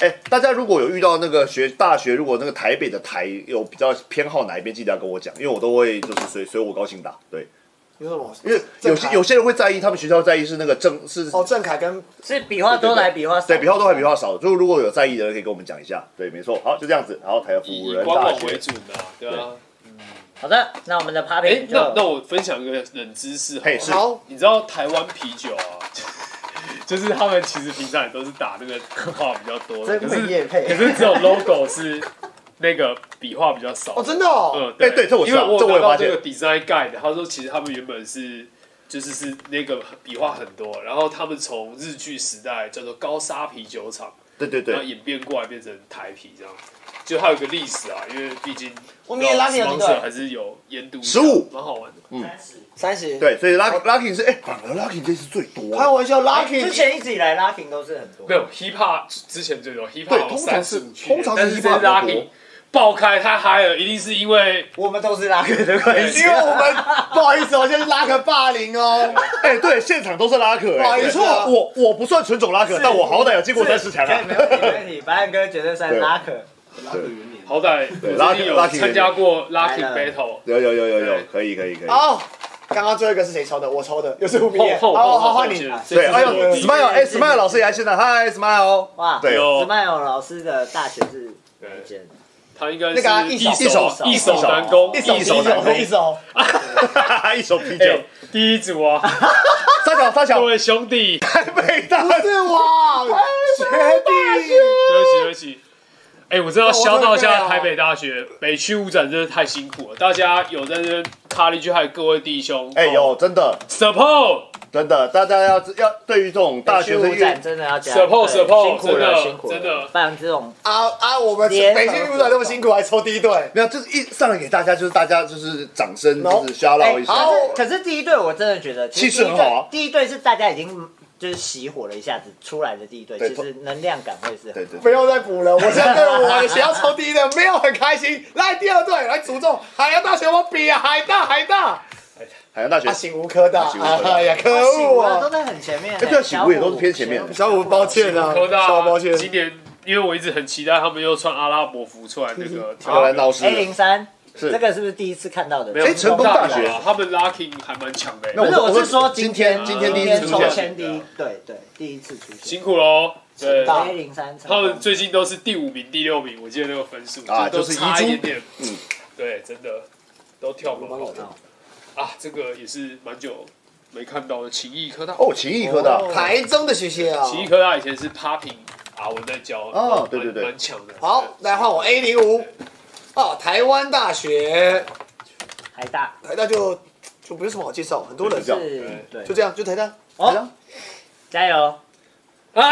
Speaker 1: 哎，大家如果有遇到那个学大学，如果那个台北的台有比较偏好哪一边，记得要跟我讲，因为我都会就是随随我高兴打。对，
Speaker 2: 有什么？
Speaker 1: 因为有些有些人会在意，他们学校在意是那个正是
Speaker 2: 哦，郑凯跟
Speaker 3: 是笔画多来笔画少，
Speaker 1: 对比较多还比较少，就如果有在意的人可以跟我们讲一下。对，没错。好，就这样子。然后台
Speaker 4: 以
Speaker 1: 辅
Speaker 4: 以
Speaker 1: 仁
Speaker 4: 官
Speaker 1: 大
Speaker 4: 网为
Speaker 1: 学，
Speaker 4: 准啊，对啊。
Speaker 3: 好的，那我们的 popping
Speaker 4: 哎，
Speaker 3: 就
Speaker 4: 那那我分享一个冷知识好了，
Speaker 1: 嘿是
Speaker 2: 好
Speaker 4: 你知道台湾啤酒啊， 就是他们其实平常也都是打那个笔画比较多的，
Speaker 3: 真
Speaker 4: 可
Speaker 3: 会业
Speaker 4: 是
Speaker 3: 配
Speaker 4: 可是只有 logo 是那个笔画比较少。
Speaker 2: 哦，真的哦，
Speaker 4: 嗯，
Speaker 1: 哎对这我知
Speaker 4: 因为
Speaker 1: 道这我有
Speaker 4: 有拿到
Speaker 1: 发
Speaker 4: 这
Speaker 1: 现
Speaker 4: 个 design guide，他说其实他们原本是。就是是那个笔画很多，然后他们从日剧时代叫做高沙啤酒厂，
Speaker 1: 对对
Speaker 4: 然后
Speaker 1: 对，
Speaker 4: 演变过来变成台啤这样，就还有一个历史啊，因为毕竟
Speaker 2: 我们也拉你有几
Speaker 4: sponsor
Speaker 2: 个？
Speaker 4: 还是有研读
Speaker 1: 15
Speaker 4: 蛮好玩的。
Speaker 2: 三十。，
Speaker 1: 对，所以 Lucky Lucky 是哎，反而 Lucky 这次最多
Speaker 2: 开
Speaker 1: 啊。
Speaker 2: 玩笑
Speaker 3: 之
Speaker 2: ，Lucky
Speaker 3: 前一直以来 locking 都是很多
Speaker 4: 没，有 hip hop 之前最多 hip
Speaker 1: 对
Speaker 4: hop
Speaker 1: 通常是
Speaker 4: 35区
Speaker 1: 通常是
Speaker 4: 但是这
Speaker 1: hip hop 比较多
Speaker 4: Lucky 爆开太嗨了，一定是因为
Speaker 1: 嗯
Speaker 3: 我们都是 locking 的关系
Speaker 2: 因为。我们不好意思，我先拉个霸凌哦。
Speaker 1: 哎，对，现场都是拉客，哎
Speaker 2: 没错
Speaker 1: 对我我不算纯种拉客，但我好歹有进过三十强
Speaker 3: 可以
Speaker 1: 啊
Speaker 3: 没。问题，没问题。白兰哥绝对算
Speaker 1: 对
Speaker 3: locker，
Speaker 4: 好歹我最近有
Speaker 1: Lucky- Lucky
Speaker 4: 参加过 Lucky
Speaker 3: 来了
Speaker 4: Battle，
Speaker 1: 有有有有有
Speaker 4: 对，
Speaker 1: 可以可以可以。
Speaker 2: 好，刚刚最后一个是谁抽的？我抽的，又是吴明
Speaker 4: 后
Speaker 2: 业。
Speaker 4: 后
Speaker 2: 好
Speaker 4: 后
Speaker 2: 好
Speaker 4: 后
Speaker 2: 换你。
Speaker 4: 就是
Speaker 1: 对，哎呦
Speaker 4: 这是我
Speaker 1: ，Smile，哎，Smile 老师也在现场，嗨，Smile。
Speaker 3: 哇，
Speaker 1: 对
Speaker 4: 有
Speaker 3: Smile 老师的大学是哪一间？
Speaker 4: 他应该
Speaker 2: 那个啊
Speaker 4: 是
Speaker 2: 一
Speaker 4: 一
Speaker 2: 手
Speaker 4: 手
Speaker 3: 一
Speaker 4: 一
Speaker 3: 手
Speaker 4: 手难攻，
Speaker 2: 一手
Speaker 1: 一手难攻
Speaker 2: 一手，
Speaker 1: 一手啤酒
Speaker 4: 哎，第一组啊，
Speaker 1: 三角三
Speaker 4: 各
Speaker 1: 角，
Speaker 4: 位兄弟，对
Speaker 1: 台北大学
Speaker 2: 是我学弟。
Speaker 4: 不起对不起。哎、我真的要消到一
Speaker 2: 那我
Speaker 4: 下
Speaker 2: 会
Speaker 4: 台北大学北区舞展，真的太辛苦了。大家有在这边卡里去，还有各位弟兄，
Speaker 1: 哎，有
Speaker 4: 哦
Speaker 1: 真的
Speaker 4: support
Speaker 1: 真的，大家要要对于这种大学生
Speaker 3: 舞
Speaker 1: 运动
Speaker 3: 展真的要加
Speaker 4: support
Speaker 3: 对
Speaker 4: support，
Speaker 3: 辛苦
Speaker 4: 真
Speaker 3: 了，
Speaker 4: 的
Speaker 3: 辛苦了，
Speaker 4: 真的
Speaker 3: 不然这种
Speaker 2: 啊啊！我们
Speaker 3: 联合
Speaker 2: 北京运动那么辛苦，还抽第一队。
Speaker 1: 没有，就是一上来给大家，就是大家就是掌声，
Speaker 2: No
Speaker 1: 就是 shout out 一下。
Speaker 2: 好
Speaker 3: 哎可是可是第一队我真的觉得其实
Speaker 1: 气势很好啊
Speaker 3: 第一队第一队是大家已经就是熄火了一下子出来的第一队，
Speaker 1: 对
Speaker 3: 其实能量感会是很
Speaker 1: 对对
Speaker 2: 不
Speaker 1: 对，
Speaker 2: 用再补了，我现在对我的学校抽第一的没有很开心。来第二队，来诅咒海洋大学，我比啊海大海大，
Speaker 1: 海洋大学
Speaker 2: 啊，醒吴科大，
Speaker 1: 醒吾科大
Speaker 2: 哎呀，可
Speaker 3: 哦醒
Speaker 2: 恶
Speaker 3: 吾啊都
Speaker 2: 啊！
Speaker 3: 在很前面欸，
Speaker 1: 哎对啊醒吾也都是偏前面
Speaker 3: 小虎
Speaker 2: 小五抱歉啊，
Speaker 4: 科大
Speaker 2: 小五抱歉。
Speaker 4: 今年因为我一直很期待他们又穿阿拉伯服出来那个
Speaker 1: 嗯要
Speaker 4: 跳
Speaker 1: 来闹事
Speaker 3: ，A 零
Speaker 1: 了。
Speaker 3: 三，
Speaker 1: 是
Speaker 3: 这个是不是第一次看到的？
Speaker 4: 没有啊
Speaker 1: 哎成功大学
Speaker 4: 他们 locking 还蛮强的。欸
Speaker 1: 那
Speaker 3: 不是，
Speaker 1: 我
Speaker 3: 我
Speaker 1: 我
Speaker 3: 是说
Speaker 1: 今天
Speaker 3: 天今
Speaker 1: 今天第一次
Speaker 4: 出现
Speaker 3: 抽签第一，对对，第一次出现。
Speaker 4: 辛苦喽，对，
Speaker 2: 大
Speaker 4: 他
Speaker 3: A 零三，
Speaker 4: 们最近都是第五名、第六名，我记得那个分数
Speaker 1: 啊
Speaker 4: 都
Speaker 1: 就是
Speaker 4: 差一
Speaker 1: 遗
Speaker 4: 点
Speaker 1: 珠
Speaker 4: 点。嗯，对，真的都跳蛮好的啊，这个也是蛮久没看到的情谊科大。
Speaker 1: 哦，情谊科大，
Speaker 2: 台中的学校。
Speaker 4: 情谊科大以前是 popping 啊，我在教
Speaker 1: 哦
Speaker 4: 蛮
Speaker 1: 对对对
Speaker 4: 蛮强的。
Speaker 2: 好，来换我 A 零五。哦，台湾大学，
Speaker 3: 台大
Speaker 2: 台大就就没有什么好介绍，很多人
Speaker 1: 就这样
Speaker 3: 是，对
Speaker 2: 就，这样，就台大。
Speaker 3: 哦，加油，
Speaker 4: 啊，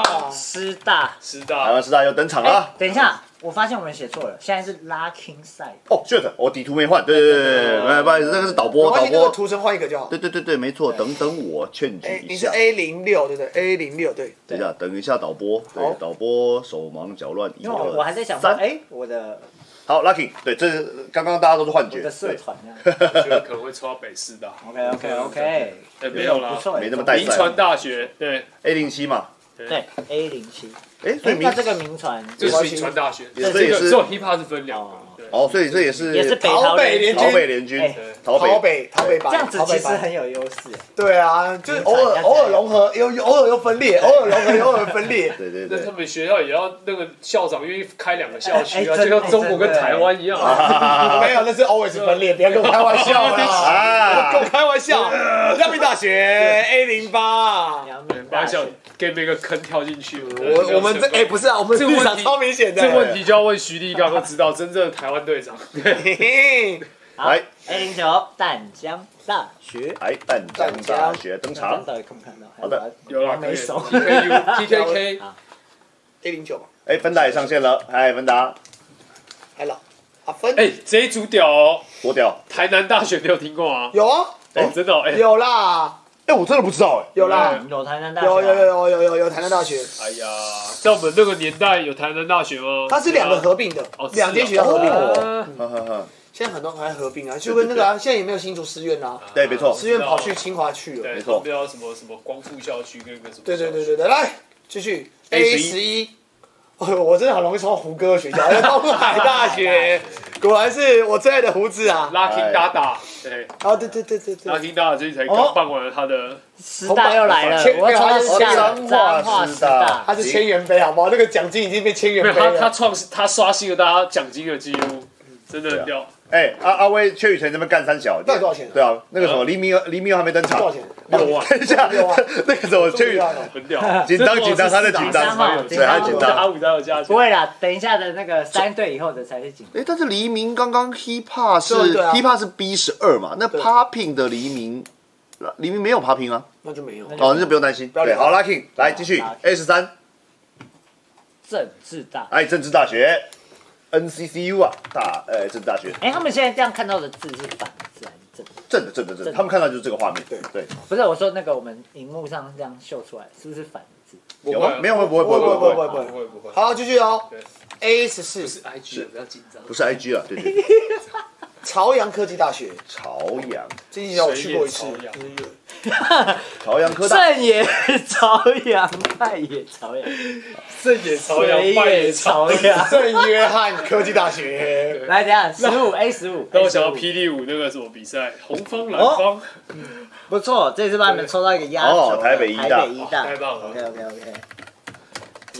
Speaker 1: 啊！
Speaker 3: 师大。
Speaker 4: 师
Speaker 1: 台
Speaker 4: 大
Speaker 1: 湾师大又登场
Speaker 3: 哎
Speaker 1: 了，。
Speaker 3: 等一下，我发现我们写错了，现在是 Locking Side。
Speaker 1: 哦，shit，我底图没换，对对对对，没有不好意思，那个是导
Speaker 2: 我
Speaker 1: 播，
Speaker 2: 关
Speaker 1: 导
Speaker 2: 系那个
Speaker 1: 播。
Speaker 2: 图层换一个就好
Speaker 1: 对。对对对，没错，等等我劝
Speaker 2: 哎，
Speaker 1: 举
Speaker 2: 你
Speaker 1: 一
Speaker 2: 是
Speaker 1: 下。
Speaker 2: A 零六对不对？A 零六对。
Speaker 1: 等一下，等一下，导播，
Speaker 2: 好
Speaker 1: 对，导播手忙脚乱，一
Speaker 3: 因为我
Speaker 1: 二
Speaker 3: 我还在想说，哎
Speaker 1: 三，
Speaker 3: 哎，我的
Speaker 1: 好，Lucky，对，这是刚刚大家都是幻
Speaker 3: 我
Speaker 1: 觉，
Speaker 3: 的社
Speaker 1: 对，
Speaker 3: 团这样。
Speaker 4: 我觉得可能会抽到北师 大，
Speaker 3: OK OK OK，
Speaker 4: 哎没有啦
Speaker 3: 不错，哎
Speaker 1: 没那么带
Speaker 2: 啊
Speaker 4: 民传大学，对，
Speaker 1: A 零七嘛，
Speaker 3: 对 A 零七，
Speaker 1: 哎，所以
Speaker 3: 哎，
Speaker 1: 民
Speaker 3: 那这个名传
Speaker 4: 就是民传大学，
Speaker 1: 也是
Speaker 4: 这
Speaker 1: 也
Speaker 4: 个
Speaker 1: 是
Speaker 4: 只有 hip hop 是分两
Speaker 2: 啊
Speaker 4: 个
Speaker 1: 哦，
Speaker 3: 哦，
Speaker 4: 对，
Speaker 1: 所以这也是
Speaker 3: 也是北
Speaker 2: 桃北
Speaker 3: 联
Speaker 2: 联
Speaker 1: 桃
Speaker 3: 军，
Speaker 1: 北联军
Speaker 3: 哎，
Speaker 1: 桃。
Speaker 2: 桃北桃北吧，
Speaker 3: 这样子
Speaker 2: 桃
Speaker 3: 其
Speaker 2: 北
Speaker 3: 实
Speaker 2: 吧
Speaker 3: 很有优势。
Speaker 2: 对啊，就是偶
Speaker 3: 这
Speaker 2: 尔
Speaker 3: 样子
Speaker 2: 偶尔融合，又又偶尔又分裂，偶尔融合又偶尔分裂
Speaker 1: 对对
Speaker 4: 那他
Speaker 1: 对，
Speaker 4: 们学校也要那个校长愿意开两个校区啊，
Speaker 3: 哎哎
Speaker 4: 就像中国跟台湾一样啊，
Speaker 2: 没有，那是 always 分裂，不要跟我开玩笑啦，
Speaker 1: 啊
Speaker 2: 跟我开玩笑。亚平大学 A 零八，
Speaker 3: 阳明
Speaker 4: 把
Speaker 3: 大
Speaker 4: 小
Speaker 3: 学，
Speaker 4: 给每个坑跳进去。
Speaker 2: 啊我我们这哎不是啊，我们
Speaker 4: 这个问
Speaker 2: 立
Speaker 4: 题
Speaker 2: 场超明显
Speaker 4: 这
Speaker 2: 的。
Speaker 4: 问题就要问徐立刚，他知道真正的台湾 队长。
Speaker 2: 嘿 嘿
Speaker 1: 来
Speaker 3: A 零九淡江大学，
Speaker 1: 来淡江哎大学登场
Speaker 3: 淡江，到底看不看到？
Speaker 1: 好的，
Speaker 4: 有啦，
Speaker 3: 没熟。
Speaker 4: T K K，
Speaker 2: A 零九吧，
Speaker 1: 哎，芬达也上线了，嗨，芬达，
Speaker 2: 还老啊分
Speaker 4: 哎，这一组屌哦，
Speaker 1: 多屌，
Speaker 4: 台南大学没有听过啊？
Speaker 2: 有啊
Speaker 4: 哦，真的哦，哎，
Speaker 2: 有啦
Speaker 1: 哎，我真的不知道，哎，
Speaker 2: 有啦
Speaker 3: 有台南大学，
Speaker 2: 有有有，有有有有台南大学，
Speaker 4: 哎呀，在我们那个年代有台南大学吗？
Speaker 2: 它是两个合并的
Speaker 4: 哦，是啊
Speaker 2: 两间学校合并的。
Speaker 4: 啊
Speaker 1: 呵呵呵，
Speaker 2: 现在很多还合并啊，就跟那个啊，现在也没有新竹师院啦，
Speaker 1: 对，没
Speaker 4: 哦
Speaker 1: 错，
Speaker 2: 师
Speaker 4: 啊
Speaker 2: 院跑去清华去了。
Speaker 4: 对，
Speaker 1: 没错
Speaker 4: 不要什么什么光复校区跟个什么。
Speaker 2: 对对对对。对，来继续 A 十一。哎呦我真的好容易抽到胡歌的学校，还有东海大
Speaker 4: 哎
Speaker 2: 学，果然是我最爱的胡子啊！
Speaker 4: 拉丁达达，哎对，
Speaker 2: 啊，对对对对
Speaker 4: 拉
Speaker 2: 对，
Speaker 4: 丁达达最近
Speaker 1: 哦
Speaker 4: 才刚办完了他的
Speaker 3: 师大又来了，我超下彰化师大，
Speaker 2: 他是千元杯好不好？那个奖金已经被千元
Speaker 4: 没有
Speaker 2: 杯
Speaker 4: 他，他
Speaker 2: 了。
Speaker 4: 创他刷新了大家奖金的记录，真的很屌。
Speaker 1: 哎，阿阿威薛宇辰这边干三小，
Speaker 2: 到底多少钱啊
Speaker 1: 对啊，那个什么黎明黎明还没登场，
Speaker 2: 多 少钱？啊
Speaker 4: 六万，
Speaker 1: 等一下
Speaker 2: 六万，
Speaker 1: 那个什么
Speaker 2: 终
Speaker 1: 薛
Speaker 2: 于
Speaker 1: 宇
Speaker 2: 要了
Speaker 4: 很屌。
Speaker 1: 紧张紧张，他在紧
Speaker 3: 张啊
Speaker 1: 张，对，他紧张。
Speaker 4: 阿五加油加
Speaker 3: 不
Speaker 4: 油！
Speaker 3: 会啦，等一下的那个三队以后的才是紧。
Speaker 1: 哎，但是黎明刚刚 hip hop 是
Speaker 2: 对对啊
Speaker 1: hip hop 是 B 十二嘛？那
Speaker 2: 对
Speaker 1: popping 的黎明，黎明没有 popping 啊？
Speaker 2: 那就没有。
Speaker 1: 哦，那就不用担心。
Speaker 2: 要
Speaker 1: 对，
Speaker 2: 理他
Speaker 1: 好，Lucky 来继续
Speaker 3: 好
Speaker 1: ，A 十三，
Speaker 3: 政治大，
Speaker 1: 哎，政治大学，NCCU 啊，大呃政治大学，
Speaker 3: 哎，他们现在这样看到的字是反字还是正？
Speaker 1: 正的正的正的，
Speaker 3: 正
Speaker 1: 他们看到就是这个画面，对对，
Speaker 3: 不是，我说那个我们荧幕上这样秀出来，是不是反 字？
Speaker 1: 有吗？没有，不会不会
Speaker 2: 不会
Speaker 1: 不
Speaker 2: 不
Speaker 1: 会
Speaker 2: 会
Speaker 1: 不会，
Speaker 2: 不会
Speaker 4: 不
Speaker 2: 不会。
Speaker 4: 会不会，
Speaker 2: 好，继续哦
Speaker 4: 对。
Speaker 2: A 十四，
Speaker 4: 是 IG 不要紧张。
Speaker 1: 不是 IG 啊，对对 对，
Speaker 2: 朝阳科技大学，
Speaker 1: 朝阳
Speaker 2: 这学校我去过一次
Speaker 4: 谁也朝。阳
Speaker 2: 嗯
Speaker 1: 朝阳科大，
Speaker 3: 正也朝阳，败也朝阳，
Speaker 4: 正也朝阳，
Speaker 3: 水
Speaker 4: 败
Speaker 3: 也
Speaker 4: 也朝
Speaker 3: 朝
Speaker 4: 阳。
Speaker 3: 阳。
Speaker 2: 圣约翰科技大学，
Speaker 3: 来，等一下十五 A 十五，
Speaker 4: 那我想要霹雳舞那个什么比赛，红方蓝
Speaker 1: 哦
Speaker 4: 方，
Speaker 3: 不错，这次帮你们抽到一个压轴的
Speaker 1: 哦台北一大
Speaker 3: 台北一大，
Speaker 4: 太棒了
Speaker 3: OK OK OK，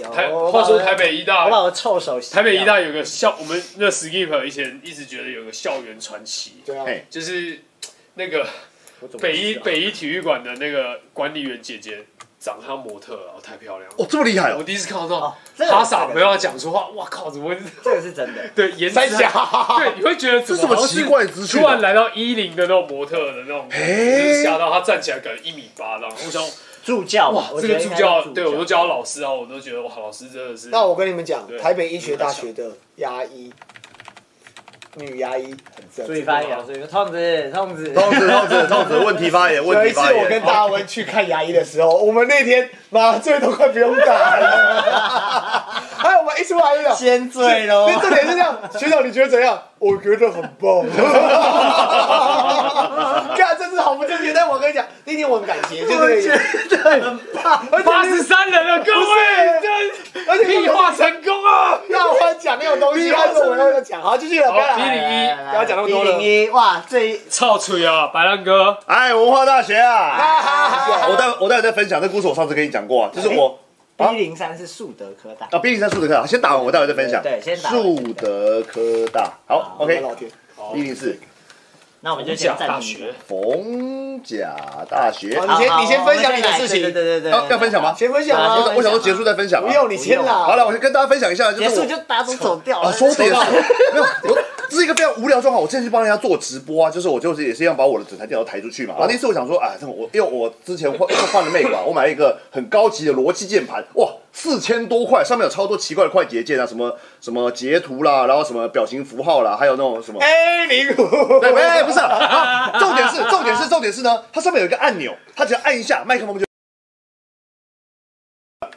Speaker 3: 有，
Speaker 4: 台
Speaker 3: 我把
Speaker 4: 话说
Speaker 3: 我
Speaker 4: 台北一
Speaker 3: 我把
Speaker 4: 大，
Speaker 3: 我臭手洗掉
Speaker 4: 台北一大有个校，我们那 skip 以前一直觉得有个校园传奇，
Speaker 2: 对啊，
Speaker 1: 嘿，
Speaker 4: 就是那个
Speaker 3: 我怎么
Speaker 4: 北一
Speaker 3: 知道
Speaker 4: 北一体育馆的那个管理员姐姐，长得像模特啊，太漂亮了。
Speaker 1: 哦，这么厉害
Speaker 4: 我
Speaker 1: 哦，
Speaker 4: 第一次看到这种
Speaker 3: 哦这个
Speaker 4: 他傻没办法讲说话，哇靠，怎么会
Speaker 3: 这个是真的，
Speaker 4: 对颜值
Speaker 2: 三峡，
Speaker 4: 对，你会觉得
Speaker 1: 这
Speaker 4: 这
Speaker 1: 什么奇怪的资讯
Speaker 4: 突然
Speaker 1: 啊？
Speaker 4: 来到一零的那种模特的那种，就是吓到他站起来，可能一米八这样。我想，
Speaker 3: 助教嘛
Speaker 4: 哇，
Speaker 3: 我
Speaker 4: 这
Speaker 3: 觉
Speaker 4: 个
Speaker 3: 得应
Speaker 4: 助
Speaker 3: 该是
Speaker 4: 教，
Speaker 3: 助
Speaker 4: 对我都叫他老师啊，我都觉得哇，老师真的是。
Speaker 2: 那我跟你们讲
Speaker 4: 对，
Speaker 2: 台北医学大学的牙医，女牙医很正。
Speaker 3: 注意发言，啊注意痛子痛子，
Speaker 1: 痛子痛子痛子，问题发言
Speaker 2: 有
Speaker 1: 问
Speaker 2: 一
Speaker 1: 题
Speaker 2: 次
Speaker 1: 发
Speaker 2: 我跟
Speaker 1: 言，
Speaker 2: 大文去看牙医的时候，我们那天麻醉都快不用打了，还有我们一出来就讲，
Speaker 3: 先醉喽
Speaker 2: 那重点是这样，学长你觉得怎样？我觉得很棒。看，这是好不正确，但我跟你讲，那天我很感谢，就
Speaker 3: 我
Speaker 2: 是
Speaker 3: 觉得很棒，
Speaker 2: 而且
Speaker 4: 八
Speaker 2: 那
Speaker 4: 十
Speaker 2: 是
Speaker 4: 三人了，各位，
Speaker 2: 而
Speaker 4: 这
Speaker 2: 且
Speaker 4: 屁
Speaker 2: 那个
Speaker 4: 话成功啊！
Speaker 2: 大欢讲那种东西，他说我要讲，好继续了，不要
Speaker 4: 好
Speaker 2: 来
Speaker 4: 一零一
Speaker 2: 不要讲那么多了
Speaker 3: 哎一零一，哇，最
Speaker 4: 操锤啊，白浪哥，
Speaker 1: 哎，文化大学啊，
Speaker 2: 了。
Speaker 1: 我待我待会再分享，这故事我上次跟你讲过啊，
Speaker 2: 哎
Speaker 1: 就是我。
Speaker 3: 一零三是树德科大
Speaker 1: 啊，，毕竟在树德科大，先打完我待会再分享。
Speaker 3: 对对先打完
Speaker 1: 树德科大，好
Speaker 2: 我的
Speaker 1: ，OK，
Speaker 2: 老天，
Speaker 1: 一零四
Speaker 3: 那我们就
Speaker 4: 讲
Speaker 3: 先
Speaker 4: 大
Speaker 3: 暂停一下
Speaker 4: 学。，
Speaker 1: 逢甲大学。
Speaker 2: 好
Speaker 1: 啊，
Speaker 2: 你先
Speaker 3: 好
Speaker 2: 你先分享你的
Speaker 3: 我们再来
Speaker 2: 事情
Speaker 3: 对对对对，
Speaker 1: 要分享吗？
Speaker 2: 先分享
Speaker 3: 好
Speaker 1: 我
Speaker 2: 啊
Speaker 3: 先，
Speaker 1: 想我想说结束再分享啊。
Speaker 2: 不用你先啦。
Speaker 1: 好了，我先跟大家分享一下，就是
Speaker 3: 结
Speaker 1: 我
Speaker 3: 束就打走走掉
Speaker 1: 啊，
Speaker 3: 了，
Speaker 1: 说结束， 没有，我这是一个非常无聊的状况。我之前去帮人家做直播啊，就是我就是也是一样把我的整台电脑抬出去嘛。然后那次我想说，哎，这个我因为我之前换换了 Mac 啊，我买了一个很高级的逻辑键盘，哇，四千多块，上面有超多奇怪的快捷键啊，什么什么截图啦，然后什么表情符号啦，还有那种
Speaker 3: 哎
Speaker 1: 什么。
Speaker 2: A 零五，
Speaker 1: 对，哎、不是啊、啊重点是，重点是，重点是呢，它上面有一个按钮，它只要按一下，麦克风就。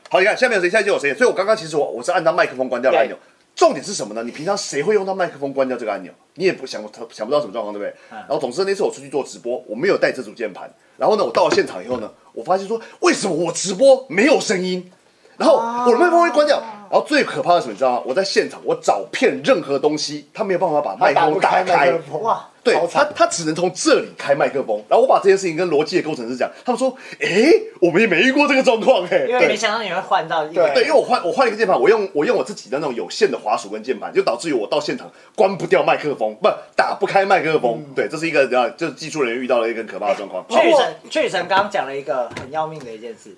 Speaker 1: 好，你看下面有谁，下面就有谁，所以我刚刚其实我我是按到麦克风关掉的按钮，重点是什么呢？你平常谁会用到麦克风关掉这个按钮？你也不想想不到什么状况，对不对？
Speaker 2: 啊
Speaker 1: 然后总之那次我出去做直播，我没有带这组键盘。然后呢，我到了现场以后呢，我发现说为什么我直播没有声音？然后我的麦克风会关
Speaker 2: 哦
Speaker 1: 掉。然后最可怕的是什么，你知道吗？我在现场我找遍任何东西，他没有办法把麦克
Speaker 2: 哎打
Speaker 1: 风
Speaker 2: 不
Speaker 1: 打
Speaker 2: 开麦
Speaker 1: 开
Speaker 2: 克。风，
Speaker 3: 哇，
Speaker 1: 对
Speaker 2: 好
Speaker 1: 他
Speaker 2: 惨，
Speaker 1: 他只能从这里开麦克风。然后我把这件事情跟逻辑的工程师讲，他们说：“诶，我们也没遇过这个状况诶。
Speaker 3: 因为
Speaker 1: 对
Speaker 3: 没想到你会换到一
Speaker 2: 对
Speaker 1: 对，
Speaker 3: 个
Speaker 1: 因为我换我换了一个键盘，我用我用我自己的那种有线的滑鼠跟键盘，就导致于我到现场关不掉麦克风，不打不开麦克风。对，这是一个啊，就是技术人员遇到了一个很可怕的状况。
Speaker 3: 嗯哎确诊，确诊刚刚讲了一个很要命的一件事，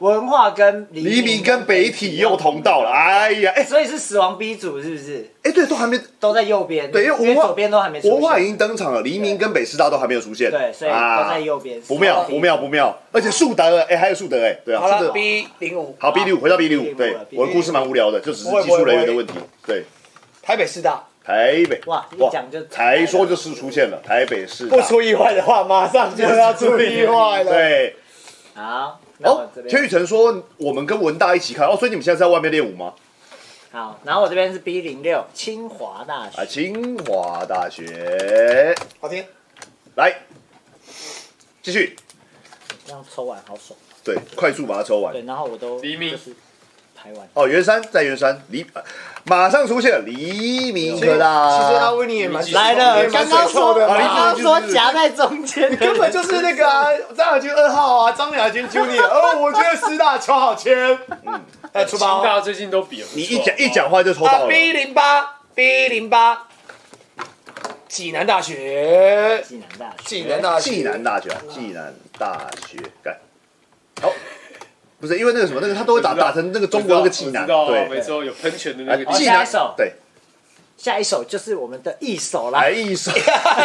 Speaker 3: 文化跟黎
Speaker 1: 黎明跟北体又同道了，哎呀，哎
Speaker 3: 所以是死亡 B 组是不是？
Speaker 1: 哎，对，都还没。
Speaker 3: 都在右边，
Speaker 1: 对，因为文化
Speaker 3: 左边都还没出现，
Speaker 1: 文化已经登场了，黎明跟北师大都还没有出 现，
Speaker 3: 对，所以都在右边，
Speaker 1: 啊不妙，不妙，不妙！而且树德，哎，还有树德，哎，对啊，
Speaker 2: 好
Speaker 1: 树德
Speaker 2: 了，B 零五，
Speaker 1: 好，B 六回到 B
Speaker 3: 好
Speaker 1: 六，对
Speaker 3: B 六
Speaker 1: 我的故事蛮无聊的，就只是
Speaker 2: 不会
Speaker 1: 技术人员的
Speaker 2: 不会
Speaker 1: 问题。对，
Speaker 2: 台北师大
Speaker 1: 台北
Speaker 3: 哇一讲就
Speaker 1: 才说就是出现了台北市大
Speaker 2: 不出意外的话，马上就要出意外了。
Speaker 1: 对。
Speaker 3: 好，那我
Speaker 1: 哦
Speaker 3: 这，
Speaker 1: 田
Speaker 3: 边
Speaker 1: 雨辰说我们跟文大一起看哦，所以你们现在在外面练舞吗？
Speaker 3: 好，然后我这边是 B 零六清华大
Speaker 1: 啊，
Speaker 3: 学，
Speaker 1: 清华大学，
Speaker 2: 好听，
Speaker 1: 来继续，
Speaker 3: 这样抽完好爽。
Speaker 1: 对，快速把它抽完
Speaker 3: 对，。然后我都
Speaker 4: 黎明
Speaker 3: 就是排完，
Speaker 1: 哦，圆山在圆山，黎马上出现了黎明科
Speaker 2: 其实阿
Speaker 1: 大，
Speaker 2: 威你也蛮
Speaker 3: 来了
Speaker 2: 也蛮
Speaker 1: 刚刚
Speaker 2: 水手的
Speaker 1: 说
Speaker 2: 嘛
Speaker 1: 啊
Speaker 3: 刚刚说夹在中间，
Speaker 2: 根本就是那个啊，张小军二号啊，张小军 Junior。哦，我觉得师大抽好签，嗯，哎，出
Speaker 4: 清
Speaker 2: 包啊
Speaker 4: 大最近都比得不错
Speaker 1: 你一讲一讲话就抽到了，
Speaker 2: ，B 零八 B 零八，济南大学，
Speaker 3: 济南大学，
Speaker 2: 济南大学，
Speaker 1: 暨南大学啊，暨南大学，干，好，不是因为那个什么，那个他都会打
Speaker 4: 我知道
Speaker 1: 打成那个中国那个暨
Speaker 4: 我
Speaker 1: 南，
Speaker 4: 知道啊
Speaker 1: 对
Speaker 4: 每，次都有喷泉的那
Speaker 1: 哎
Speaker 4: 个
Speaker 3: 好
Speaker 4: 地
Speaker 1: 暨
Speaker 3: 下
Speaker 4: 方。
Speaker 1: 南
Speaker 3: 一首
Speaker 1: 对，
Speaker 3: 下一首就是我们的一首啦
Speaker 2: 哎
Speaker 1: 来，一首，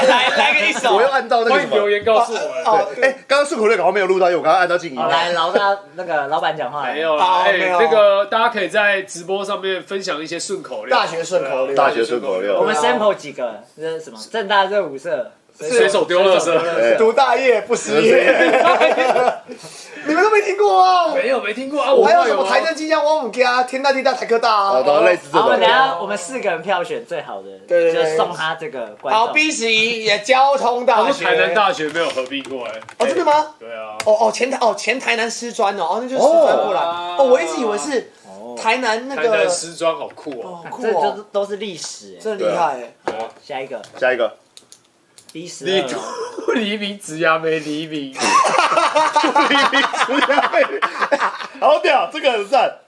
Speaker 2: 来来个一首
Speaker 1: 我又按到那个
Speaker 4: 欢
Speaker 1: 什
Speaker 4: 迎
Speaker 1: 么
Speaker 4: 留言告诉我们。
Speaker 2: 哦，
Speaker 1: 哎，刚刚顺口溜搞好没有录到，因为我刚刚按到静音
Speaker 3: 好
Speaker 1: 了。
Speaker 3: 来老大那个老板讲话，
Speaker 4: 没有
Speaker 2: 好
Speaker 4: 啦，哎，
Speaker 2: 没有
Speaker 4: 那个大家可以在直播上面分享一些顺口溜，
Speaker 2: 大学顺口溜
Speaker 4: 对啊
Speaker 1: 大学顺口溜
Speaker 3: 我们 sample 几个，这是什么？正大热舞社，
Speaker 4: 随手丢垃圾。
Speaker 1: 哎
Speaker 2: 读大业不失业，你们都没听过啊？
Speaker 4: 没有没听过啊，我
Speaker 2: 还有
Speaker 4: 有
Speaker 2: 什么台政机江、汪五家、啊天大地大、台科大
Speaker 1: 好
Speaker 2: 啊？
Speaker 1: 的，类似这
Speaker 3: 好，我
Speaker 1: 种
Speaker 3: 们等一。下我们四个人票选最好的，
Speaker 2: 对对对
Speaker 3: 就送他这个观
Speaker 2: 好
Speaker 3: 众。
Speaker 2: ，B 十一也交通大
Speaker 4: 他
Speaker 2: 学，
Speaker 4: 说哦台南大学没有合并过哎。
Speaker 2: 哦，真的吗？
Speaker 4: 对啊，
Speaker 2: 哦哦，前台哦前台南师专哦，哦那就是师专过来
Speaker 4: 哦
Speaker 2: 哦，我一直以为是
Speaker 3: 哦
Speaker 2: 台南那
Speaker 4: 台南
Speaker 2: 个，
Speaker 4: 师专好酷哦。
Speaker 2: 哦酷
Speaker 3: 这就
Speaker 2: 哦
Speaker 3: 是，都是历史欸。
Speaker 2: 真厉害耶，
Speaker 4: 对啊
Speaker 3: 下一个
Speaker 1: 下一个，
Speaker 3: B 十
Speaker 4: 黎
Speaker 3: 二，
Speaker 4: 黎明植牙没黎明，
Speaker 1: 好屌，这个很赞。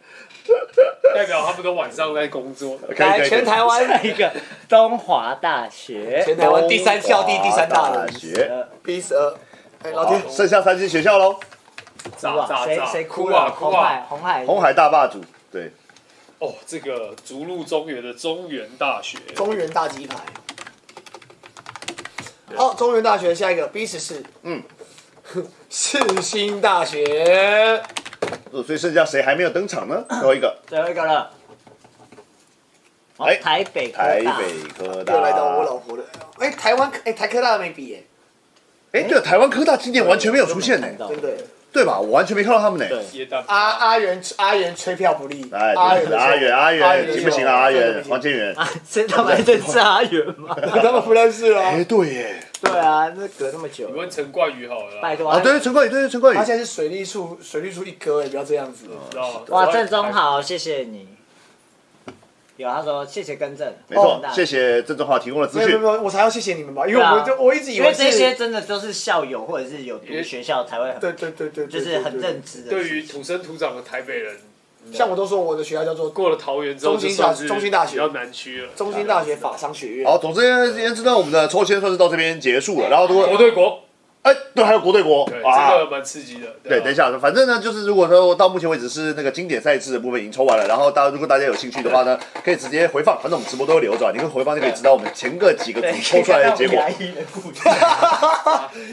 Speaker 4: 代表他们都晚上在工作。
Speaker 1: 可以可以可
Speaker 2: 来
Speaker 1: 以
Speaker 2: 全台湾
Speaker 3: 一 个东华大学，
Speaker 2: 全台湾第三校地第三大
Speaker 1: 大
Speaker 2: 的
Speaker 1: 学，
Speaker 2: 哦 B 十二，哎老
Speaker 1: 好
Speaker 2: 天，，
Speaker 1: 剩下三间学校喽。
Speaker 4: 炸
Speaker 3: 哇，
Speaker 4: 炸
Speaker 3: 谁
Speaker 4: 炸！
Speaker 3: 谁
Speaker 4: 哭
Speaker 3: 哭
Speaker 4: 啊
Speaker 3: 了？
Speaker 4: 哭
Speaker 3: 红
Speaker 4: 啊
Speaker 3: 海！，红海，
Speaker 1: 红海大霸主，对，
Speaker 4: 哦，这个逐鹿中原的中原大学，
Speaker 2: 中原大鸡排。哦，中原大学下一个 B 十四，
Speaker 1: 嗯，
Speaker 2: 世新大学，
Speaker 1: 呃所以剩下谁还没有登场呢？最后一个，
Speaker 3: 最后一个了。哦
Speaker 1: 哎
Speaker 3: 台北科大，
Speaker 1: 台北科大。
Speaker 2: 又来到我老婆的。哎，台湾哎台科大没比耶，
Speaker 1: 哎，对，台湾科大今年完全没有出现呢，
Speaker 2: 真的耶。
Speaker 1: 对吧？我完全没看到他们呢。
Speaker 3: 对
Speaker 4: 耶诞
Speaker 2: 阿阿元阿元吹票不利，
Speaker 1: 哎，
Speaker 2: 阿
Speaker 1: 对
Speaker 2: 元
Speaker 1: 阿元，阿元，行不行啊？阿元，黄
Speaker 2: 黄
Speaker 1: 建元。
Speaker 3: 啊，谁他们认识阿元 吗？
Speaker 2: 他们不认识啊。
Speaker 1: 哎，对耶，
Speaker 3: 对啊，那隔那么久
Speaker 4: 你，问陈冠宇好了啦，
Speaker 3: 拜托
Speaker 1: 啊，对，陈冠宇，对，陈冠宇
Speaker 2: 他。现在是水利处水利处一哥，哎也不要这样子。
Speaker 1: 哦
Speaker 4: 知道吗
Speaker 3: 哇，郑中，好，谢谢你。有他说谢谢更正，
Speaker 1: 没错
Speaker 3: 哦，那
Speaker 1: 谢谢郑中浩提供的资
Speaker 2: 没有没有
Speaker 1: 讯
Speaker 2: 没。有，我才要谢谢你们吧，因为我们就
Speaker 3: 对啊
Speaker 2: 我一直以
Speaker 3: 因为
Speaker 2: 为
Speaker 3: 这
Speaker 2: 是
Speaker 3: 些真的都是校友或者是有读学校才会
Speaker 2: 对
Speaker 3: 很，
Speaker 2: 对对对，对
Speaker 3: 就是很。
Speaker 2: 对
Speaker 3: 认
Speaker 2: 对
Speaker 3: 知的。
Speaker 4: 对于土生土长的台北人，
Speaker 2: 像我都说我的学校叫做
Speaker 4: 过了桃园之后
Speaker 2: 中
Speaker 4: 就
Speaker 2: 心大
Speaker 4: 算是
Speaker 2: 中心大学
Speaker 4: 比较南区了，
Speaker 2: 中兴大学法商学院。
Speaker 1: 好，总之言之呢，我们的抽签算是到这边结束了。然后如果
Speaker 4: 国对国，
Speaker 1: 哎，对，还有国对国
Speaker 4: 对，
Speaker 1: 啊，
Speaker 4: 这个啊蛮刺激的。
Speaker 2: 啊
Speaker 1: 对，
Speaker 4: 吧
Speaker 1: 等一下，反正呢，就是如果说到目前为止是那个经典赛制的部分已经抽完了，然后大家如果大家有兴趣的话呢，可以直接回放，反正我们直播都会留着，你可以回放就可以知道我们前个几个组抽出来的结果。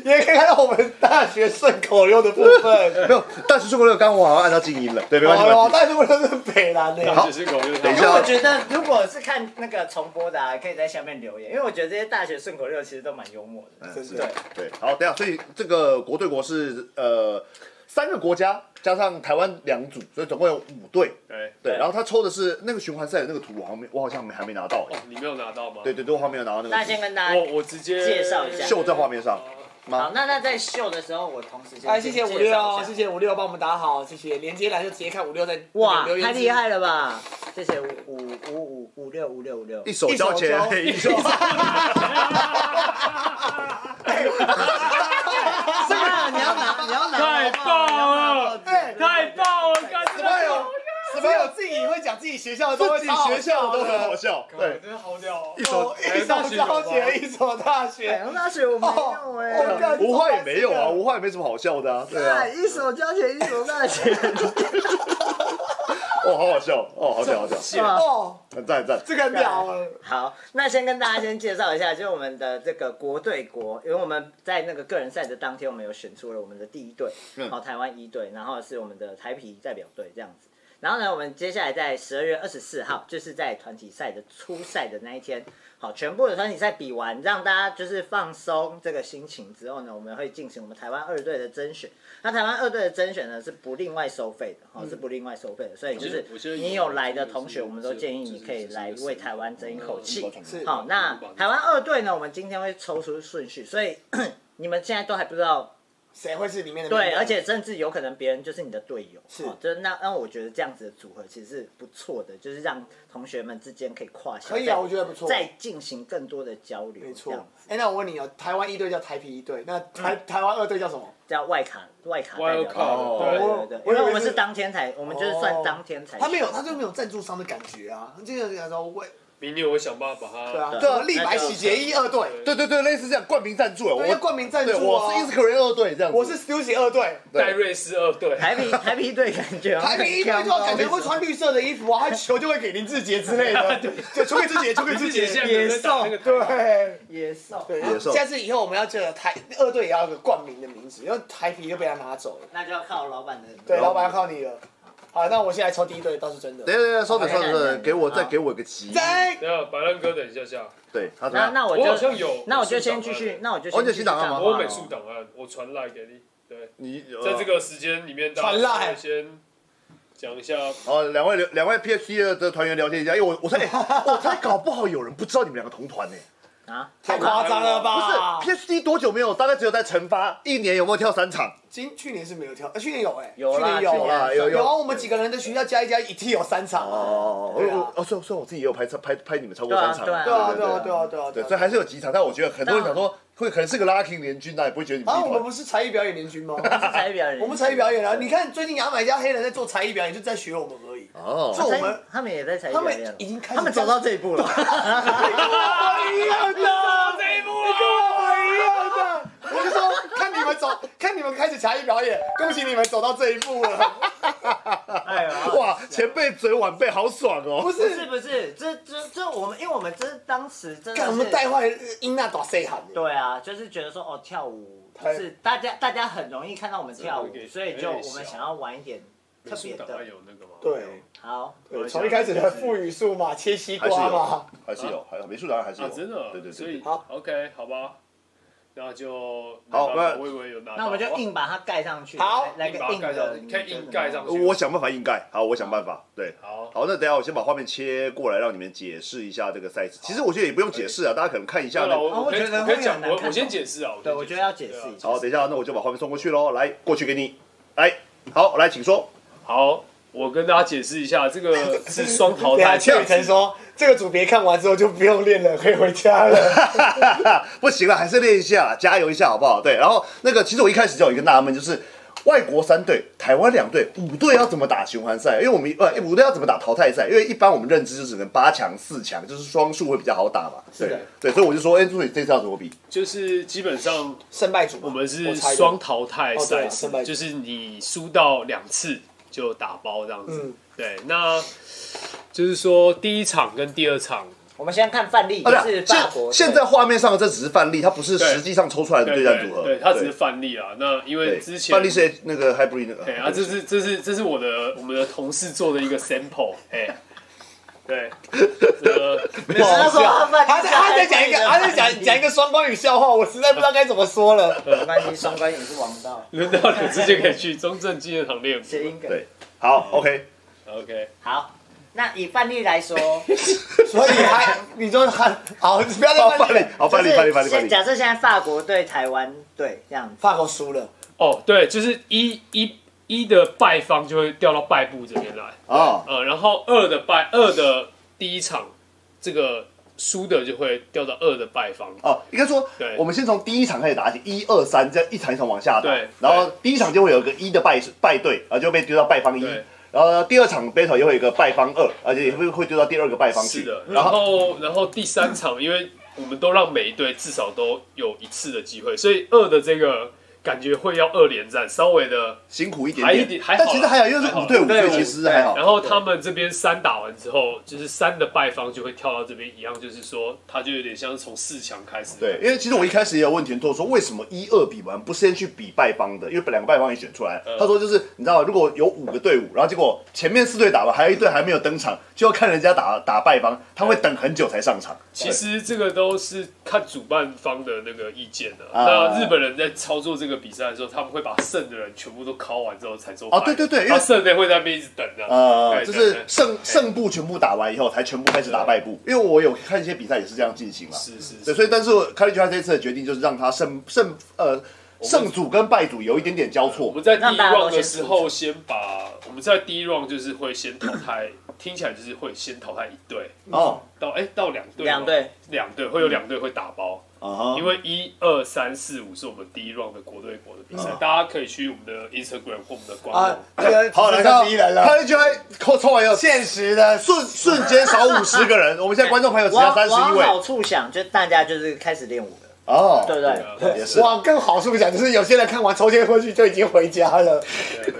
Speaker 2: 也可以看到我们大学顺口溜的部分。
Speaker 1: 没有，但是中国那个刚刚我好像按照静音了，对，没关系。没
Speaker 2: 哦
Speaker 1: 关，系
Speaker 2: 但是我是北南的。
Speaker 4: 好，就是狗就是
Speaker 1: 等一
Speaker 3: 因为
Speaker 1: 下
Speaker 3: 我觉得，如果是看那个重播的、啊，可以在下面留言，因为我觉得这些大学顺口溜其实都蛮幽默的。
Speaker 2: 真
Speaker 1: 对
Speaker 2: 的
Speaker 1: 对，好，等一下，所以这个国对国是呃三个国家加上台湾两组，所以总共有五队。
Speaker 4: 对，
Speaker 1: 对，然后他抽的是那个循环赛的那个图，我好像没，我好像没还没拿到。
Speaker 4: 哦，你没有拿到吗？
Speaker 1: 对，对对，我好像没有拿到那
Speaker 3: 那
Speaker 1: 个
Speaker 3: 先
Speaker 1: 图，
Speaker 3: 跟大
Speaker 4: 我
Speaker 3: 家。
Speaker 4: 我直接
Speaker 3: 介绍一下
Speaker 1: 秀在画面上
Speaker 3: 好
Speaker 1: 吗，？
Speaker 3: 那那在秀的时候，我同时先
Speaker 2: 哎，谢谢
Speaker 3: 先
Speaker 2: 五
Speaker 3: 介
Speaker 2: 六
Speaker 3: 绍一
Speaker 2: 哦，
Speaker 3: 下
Speaker 2: 谢谢五六帮我们打好，谢谢。连接来就直接看五六在
Speaker 3: 哇，
Speaker 2: 留言
Speaker 3: 太
Speaker 2: 区
Speaker 3: 厉，害了吧！谢谢五五五五五六五六五六
Speaker 1: 一，手交钱，一手
Speaker 3: 这个你要拿，你要拿，
Speaker 4: 太棒了
Speaker 3: 对，
Speaker 4: 太棒了，干什
Speaker 2: 哎呦，怎么有自己也会讲自己学校的东
Speaker 1: 自
Speaker 2: 西？
Speaker 1: 己学校都很好笑。对，
Speaker 4: 真的好屌哦
Speaker 1: 一！手
Speaker 2: 一所高铁，一所大学，
Speaker 3: 海洋大学哎我没有哎、
Speaker 2: 哦
Speaker 1: 无话也没有啊，无话也没什么好笑的啊。对啊，
Speaker 3: 对，哎一手交钱，一手大学，
Speaker 1: 哦，好好笑，哦，好笑，好笑，
Speaker 3: 是吧？
Speaker 2: 哦，
Speaker 1: 很赞很赞。
Speaker 2: 这个鸟了，
Speaker 3: 好，那先跟大家先介绍一下，就是我们的这个国对国，因为我们在那个个人赛的当天，我们有选出了我们的第一队，
Speaker 1: 嗯
Speaker 3: 好，台湾一队，然后是我们的台皮代表队这样子。然后呢，我们接下来在十二月二十四
Speaker 4: 嗯
Speaker 3: 号，就是在团体赛的初赛的那一天，好，全部的团体赛比完，让大家就是放松这个心情之后呢，我们会进行我们台湾二队的甄选。那台湾二队的甄选呢是不另外收费的，哦好，是不另外收费的，所以就
Speaker 4: 嗯我觉得
Speaker 3: 是
Speaker 4: 我觉得
Speaker 3: 你有来的同学，
Speaker 4: 有
Speaker 3: 我们都建议你可以来为台湾争一口
Speaker 4: 哦
Speaker 3: 气。
Speaker 4: 嗯
Speaker 2: 是
Speaker 3: 好，那台湾二队呢，我们今天会抽出顺序，所以 你们现在都还不知道，
Speaker 2: 谁会是里面的名单？
Speaker 3: 对，而且甚至有可能别人就是你的队友，
Speaker 2: 是
Speaker 3: 哦就是那那我觉得这样子的组合其实是不错的，就是让同学们之间可以跨校，
Speaker 2: 可以啊，
Speaker 3: 再
Speaker 2: 我觉得不错。
Speaker 3: 再进行更多的交流，
Speaker 2: 没
Speaker 3: 这
Speaker 2: 错
Speaker 3: 样，
Speaker 2: 哎，那我问你哦，台湾一队叫台啤一队，那台台湾二队叫什么？
Speaker 3: 叫外卡外卡代
Speaker 4: 外
Speaker 3: 表
Speaker 4: 卡
Speaker 3: 队，
Speaker 2: 哦
Speaker 3: 对对
Speaker 2: 我
Speaker 3: 对，因
Speaker 2: 以为
Speaker 3: 为我们
Speaker 2: 是
Speaker 3: 是当天才，我们就是算
Speaker 2: 哦
Speaker 3: 当天才选，
Speaker 2: 他没有，他就没有赞助商的感觉啊。这个讲说为
Speaker 4: 明年我想办法把它。
Speaker 2: 对啊，
Speaker 3: 对
Speaker 2: 对啊，立白洗洁一二队，
Speaker 1: 对对对，类似这样冠名赞助，我
Speaker 2: 对，要冠名赞
Speaker 1: 对，
Speaker 2: 助啊。
Speaker 1: 我是 Iscare 二队这样子，
Speaker 2: 我是 Stussy 二队，
Speaker 4: 戴瑞斯二队，
Speaker 3: 台皮台皮队感觉好像
Speaker 2: 台
Speaker 3: 很
Speaker 2: 啤一 队就
Speaker 3: 呛
Speaker 2: 要
Speaker 3: 哦
Speaker 2: 感觉会穿绿色的衣服啊，他球就会给林志杰之 类的，对，球给志杰，球给
Speaker 4: 之
Speaker 2: 志
Speaker 4: 前现
Speaker 2: 杰，
Speaker 4: 在没有在打那个台湾
Speaker 2: 对。
Speaker 3: 野兽，
Speaker 2: 对，
Speaker 1: 野兽啊
Speaker 2: 下次以后我们要记得台二队也要有个冠名的名字，因为台啤就被他拿走了。
Speaker 3: 那就要靠老板的
Speaker 2: 对，
Speaker 1: 哦
Speaker 2: 老板要靠你了。好，那我现在抽第一队，倒是真
Speaker 1: 等
Speaker 2: 的。
Speaker 1: 等等，稍等稍等稍等，给我再给我一个急。
Speaker 2: 在
Speaker 4: 等一下白浪哥，等一下下，
Speaker 1: 对他怎么
Speaker 3: 那
Speaker 1: 样？
Speaker 3: 那我就
Speaker 4: 我好像有
Speaker 3: 那我就先
Speaker 4: 我
Speaker 3: 继
Speaker 4: 是
Speaker 3: 续，那我就
Speaker 1: 哦你有
Speaker 3: 先
Speaker 1: 新档案吗
Speaker 3: 继续干
Speaker 4: 我有
Speaker 3: 话
Speaker 4: 美
Speaker 3: 哦
Speaker 4: 术档案，我传来给你。对，
Speaker 1: 你呃
Speaker 4: 在这个时间里面，大
Speaker 2: 传赖
Speaker 4: 家先讲一下，
Speaker 1: 哦，两位两位 PSG 的团员聊天一下，因哎为我我猜 我猜搞不好有人不知道你们两个同团呢。
Speaker 3: 啊，
Speaker 2: 太夸张了吧？
Speaker 1: 不是 PSG 多久没有？大概只有在惩罚一年有没有跳三场？
Speaker 2: 今去年是没有跳，呃去年有哎，
Speaker 3: 有
Speaker 2: 去
Speaker 3: 啦
Speaker 2: 年有
Speaker 3: 去年
Speaker 1: 有有有
Speaker 2: 有啊，我们几个人的学校加一加一踢有三场啊。
Speaker 1: 哦，我哦，虽然虽然我自己也有拍拍拍你们超过三场，
Speaker 2: 对啊，对
Speaker 1: 对
Speaker 2: 啊，对啊，对啊，
Speaker 1: 对，
Speaker 2: 啊
Speaker 1: 所以还是有几场，但我觉得很多人想说会可能是个 lucky 联军，那也不会觉得你们
Speaker 2: 啊，
Speaker 1: 一
Speaker 2: 我们不
Speaker 1: 团。
Speaker 2: 是才艺表演联 军吗？
Speaker 3: 才艺表演，
Speaker 2: 我们才艺表演啊！你看最近牙买加黑人在做才艺表演，就在学我们而已。
Speaker 1: 哦
Speaker 2: 这我们
Speaker 3: 他们也在才艺
Speaker 2: 他
Speaker 3: 表
Speaker 2: 们
Speaker 3: 演了，
Speaker 2: 已经开始哎
Speaker 3: 他们走到这一 步了，
Speaker 2: 我一样的，这一幕啊，跟我一样的。我就说，看你们走，看你们开始才艺表演，恭喜你们走到这一步了。
Speaker 3: 哎呀
Speaker 1: 哇，前辈嘴晚辈好爽哦！
Speaker 2: 不
Speaker 3: 不
Speaker 2: 是
Speaker 3: 是，不是，这这这我们，因为我们这当时真
Speaker 2: 看我
Speaker 3: 的
Speaker 2: 们
Speaker 3: 是，
Speaker 2: 带坏英娜打 C 喊的。
Speaker 3: 对啊，就是觉得说哦跳舞，就
Speaker 2: 太
Speaker 3: 是大家大家很容易看到我们跳
Speaker 4: 这个
Speaker 3: 舞，
Speaker 4: 给
Speaker 3: 所以就
Speaker 4: 有点
Speaker 3: 我们
Speaker 4: 小
Speaker 3: 想要玩一点
Speaker 4: 美
Speaker 3: 特
Speaker 4: 术
Speaker 3: 别
Speaker 4: 档
Speaker 3: 的
Speaker 4: 案，有那个吗？
Speaker 2: 对
Speaker 3: 好，
Speaker 2: 对，从一开始的副语数嘛，切西
Speaker 1: 还是
Speaker 2: 瓜
Speaker 1: 有
Speaker 2: 嘛，，
Speaker 1: 还是有，还有美术长还是有，
Speaker 4: 啊，真的，
Speaker 1: 对对
Speaker 4: 所以
Speaker 1: 对。
Speaker 2: 好
Speaker 4: OK，好吧，那就
Speaker 1: 好
Speaker 4: 没办法
Speaker 1: 那
Speaker 4: 我以为有拿到，啊
Speaker 3: 那我们就硬把它盖上去，
Speaker 2: 好
Speaker 3: 来来个
Speaker 4: 硬
Speaker 3: 硬
Speaker 4: 把它盖
Speaker 3: 的
Speaker 4: 上，可以硬盖上去
Speaker 1: 呃我想办法硬盖，好，我想办法，对。
Speaker 4: 好，
Speaker 1: 好，那等一下我先把画面切过来，让你们解释一下这个赛制。其实我觉得也不用解释啊，大家可能看一下
Speaker 4: 对
Speaker 1: 那
Speaker 4: 了，
Speaker 1: 个。
Speaker 4: 我我可以
Speaker 3: 哦我觉得
Speaker 4: 我可以讲，
Speaker 3: 会很难
Speaker 4: 我
Speaker 3: 看哦
Speaker 4: 我先解释啊，
Speaker 3: 对，我觉得要解
Speaker 4: 对啊
Speaker 3: 释一下。
Speaker 1: 好，等一下，那我就把画面送过去喽。来，过去给你，来，好，来，请说。
Speaker 4: 好，我跟大家解释一下，这 个是双淘
Speaker 2: 对啊，
Speaker 4: 汰。
Speaker 2: 邱雨辰说这个组别看完之后就不用练了，可以回家了。
Speaker 1: 不行了，还是练一下啦，加油一下好不好？对，然后那个，其实我一开始就有一个纳闷，就是外国三队、台湾两队、五队要怎么打循环赛？因为我们呃五队要怎么打淘汰赛？因为一般我们认知就只能八强、四强，就是双数会比较好打嘛。对
Speaker 2: 的
Speaker 1: 对，所以我就说，哎、朱你这次要怎么比？
Speaker 4: 就是基本上
Speaker 2: 胜败组嘛，
Speaker 4: 我们是
Speaker 2: 猜的
Speaker 4: 双淘汰
Speaker 2: 哦对
Speaker 4: 赛
Speaker 2: 啊
Speaker 4: 事
Speaker 2: 胜败，组
Speaker 4: 就是你输到两次就打包这样子。
Speaker 2: 嗯
Speaker 4: 对，那就是说第一场跟第二场，
Speaker 3: 我们先看范例，
Speaker 1: 啊，
Speaker 3: 就
Speaker 1: 对
Speaker 3: 是
Speaker 1: 啊，
Speaker 3: 法国
Speaker 1: 现现在画面上的这只是范例，它不是
Speaker 4: 对
Speaker 1: 实际上抽出来的对战组合。
Speaker 4: 对，他只是范例啊。那因为
Speaker 1: 对
Speaker 4: 之前啊
Speaker 1: 范例是那个 hybrid 那个。
Speaker 4: 对啊，这是这是这是我的我们的同事做的一个 sample，哎、对，呃这 个
Speaker 3: 没有他说他
Speaker 2: 他在他在讲一个，他在讲讲一
Speaker 3: 个，
Speaker 2: 个双关语笑话，我实在不知道该怎么说了。
Speaker 3: 没关系，双关也是王道，
Speaker 4: 轮到你直接可以去中正纪念堂练舞。
Speaker 3: 谐音梗。
Speaker 1: 对，好，OK，
Speaker 4: OK，
Speaker 3: 好，那以范例来 说，
Speaker 2: 所以还你就喊好，你不要
Speaker 1: 好范
Speaker 2: 再翻
Speaker 1: 例
Speaker 2: 脸。，
Speaker 1: 好 范例，范例，啊
Speaker 3: 嗯就
Speaker 1: 范
Speaker 3: 是
Speaker 1: 例，范
Speaker 3: 现
Speaker 1: 例。
Speaker 3: 假设现在法国对台湾队这样子，
Speaker 2: 法国输了，
Speaker 4: 哦，对，就是一一一的败方就会掉到败部这边来，
Speaker 1: 哦，
Speaker 4: 呃，然后二的败二的第一场，这个输的就会掉到二的败方。
Speaker 1: 哦，应该说
Speaker 4: 对，
Speaker 1: 我们先从第一场开始打起，一二三，这样一场一场往下打。
Speaker 4: 对
Speaker 1: 然后第一场就会有一个一的败败队，啊然后就被丢到败方一
Speaker 4: 对。
Speaker 1: 然后第二场 battle 又会有一个败方二，而且也会会丢到第二个败方
Speaker 4: 是
Speaker 1: 去
Speaker 4: 的，。然
Speaker 1: 然后
Speaker 4: 后然后第三场，因为我们都让每一队至少都有一次的机会，所以二的这个感觉会要二连战，稍微的。
Speaker 1: 辛苦一
Speaker 4: 还一
Speaker 1: 点
Speaker 4: 点
Speaker 1: 点，
Speaker 4: 还好
Speaker 1: 但其实还好，因为
Speaker 4: 还
Speaker 1: 是
Speaker 4: 好
Speaker 1: 五对五，
Speaker 3: 对
Speaker 1: 所以
Speaker 3: 五
Speaker 1: 其实还好。
Speaker 4: 然后他们这边三打完之后，就是三的败方就会跳到这边一样，就是说他就有点像是从四强开始。
Speaker 1: 对，因为其实我一开始也有问田拓说，为什么一二比完不先去比败方的？因为两个败方也选出来
Speaker 4: 嗯
Speaker 1: 了。他说就是你知道吗？如果有五个队伍，然后结果前面四队打完，还有一队还没有登场，就要看人家打打败方，他会等很久才上场。
Speaker 4: 其实这个都是看主办方的那个意见的、
Speaker 1: 啊
Speaker 4: 那日本人在操作这个比赛的时候，他们会把胜的人全部都敲完之后才做
Speaker 1: 哦
Speaker 4: final。
Speaker 1: 对对对因为
Speaker 4: 他胜的会在那边一直等啊的。
Speaker 1: 呃，
Speaker 4: 对
Speaker 1: 就
Speaker 4: 对
Speaker 1: 是
Speaker 4: 对
Speaker 1: 胜胜部全部打完以后，才全部开始打败部。因为我有看一些比赛也是这样进行嘛。
Speaker 4: 是是
Speaker 1: 对，
Speaker 4: 是，
Speaker 1: 所以但是卡利吉他这次的决定就是让他胜胜呃胜组跟败组有一点点交
Speaker 4: 我
Speaker 1: 错。
Speaker 4: 们在第
Speaker 3: 让
Speaker 4: 一
Speaker 3: 大家都
Speaker 4: round 的
Speaker 3: 先
Speaker 4: 时
Speaker 3: 出
Speaker 4: 候，先把我们在第一 round 就是会先淘汰，听起来就是会先淘汰一队
Speaker 1: 哦，
Speaker 4: 到哎、到两队吗，
Speaker 3: 两队
Speaker 4: 两队会有两队会打包。
Speaker 1: 啊
Speaker 4: 因为一二三四五是我们第一 round 的国对国的比
Speaker 1: 啊
Speaker 4: 赛，大家可以去我们的 Instagram 或我们的官
Speaker 2: 啊
Speaker 4: 网。，
Speaker 1: 好，来
Speaker 2: 来
Speaker 1: 到
Speaker 2: 到第一来了，
Speaker 1: 卡利吉他抽抽完以后，
Speaker 2: 现实的
Speaker 1: 瞬瞬间少五十个人，我们现在观众朋友只要
Speaker 3: 往
Speaker 1: 三十一
Speaker 3: 往好
Speaker 1: 位
Speaker 3: 处想，就大家就是开始练舞了，
Speaker 1: 哦，
Speaker 3: 对不
Speaker 4: 对
Speaker 3: 对？
Speaker 4: 啊对
Speaker 1: 也是，
Speaker 2: 哇，更好处讲就是有些人看完抽签过去就已经回家了。
Speaker 4: 啊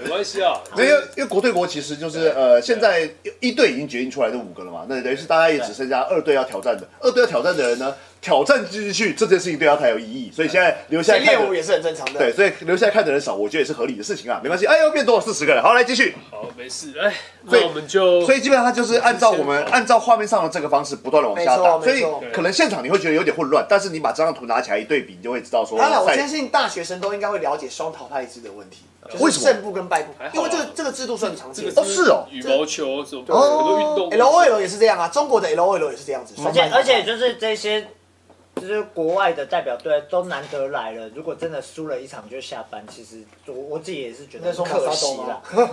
Speaker 4: 没关系啊，
Speaker 1: 没有，因为国对国其实就是呃，现在一队已经决定出来这五个了嘛，那等于是大家也只剩下二队要挑战的，二队要挑战的人呢，挑战继续去，这件事情对他才有意义，所以现在留下来看
Speaker 2: 练舞
Speaker 1: 的，
Speaker 2: 也是很正常的。
Speaker 1: 对，，所以留下来看的人少，我觉得也是合理的事情啊，没关系，哎呦，变多了四十个人，好，来继续，
Speaker 4: 好，没事。哎，
Speaker 1: 所以
Speaker 4: 那我们就
Speaker 1: 所以基本上它就是按照我们
Speaker 4: 先
Speaker 1: 按照画面上的这个方式不断的往下打，所
Speaker 2: 没错没
Speaker 1: 以
Speaker 2: 错
Speaker 1: 可能现场你会觉得有点混乱，但是你把这张图拿起来一对比，你就会知道说
Speaker 2: 当然，我
Speaker 1: 赛
Speaker 2: 相信大学生都应该会了解双淘汰制的问题，就
Speaker 1: 为
Speaker 2: 是
Speaker 1: 什么
Speaker 2: 胜部跟败部
Speaker 4: 还，好
Speaker 2: 因为这个
Speaker 4: 啊
Speaker 2: 这个制度算常
Speaker 4: 这
Speaker 2: 见
Speaker 4: 个。
Speaker 1: 哦是哦
Speaker 4: 羽毛球什么
Speaker 1: 啊
Speaker 4: 很多运
Speaker 2: 哦
Speaker 1: 哎
Speaker 4: 动
Speaker 2: L O L 也是这样啊，中国的 L O L 也是这样子，
Speaker 3: 而
Speaker 2: 双败
Speaker 3: 且
Speaker 2: 淘汰
Speaker 3: 而且就是这些，就是国外的代表队都难得来了，如果真的输了一场就下班，其实我我自己也是觉得
Speaker 2: 那说马
Speaker 3: 可
Speaker 2: 萨
Speaker 3: 惜啊
Speaker 2: 多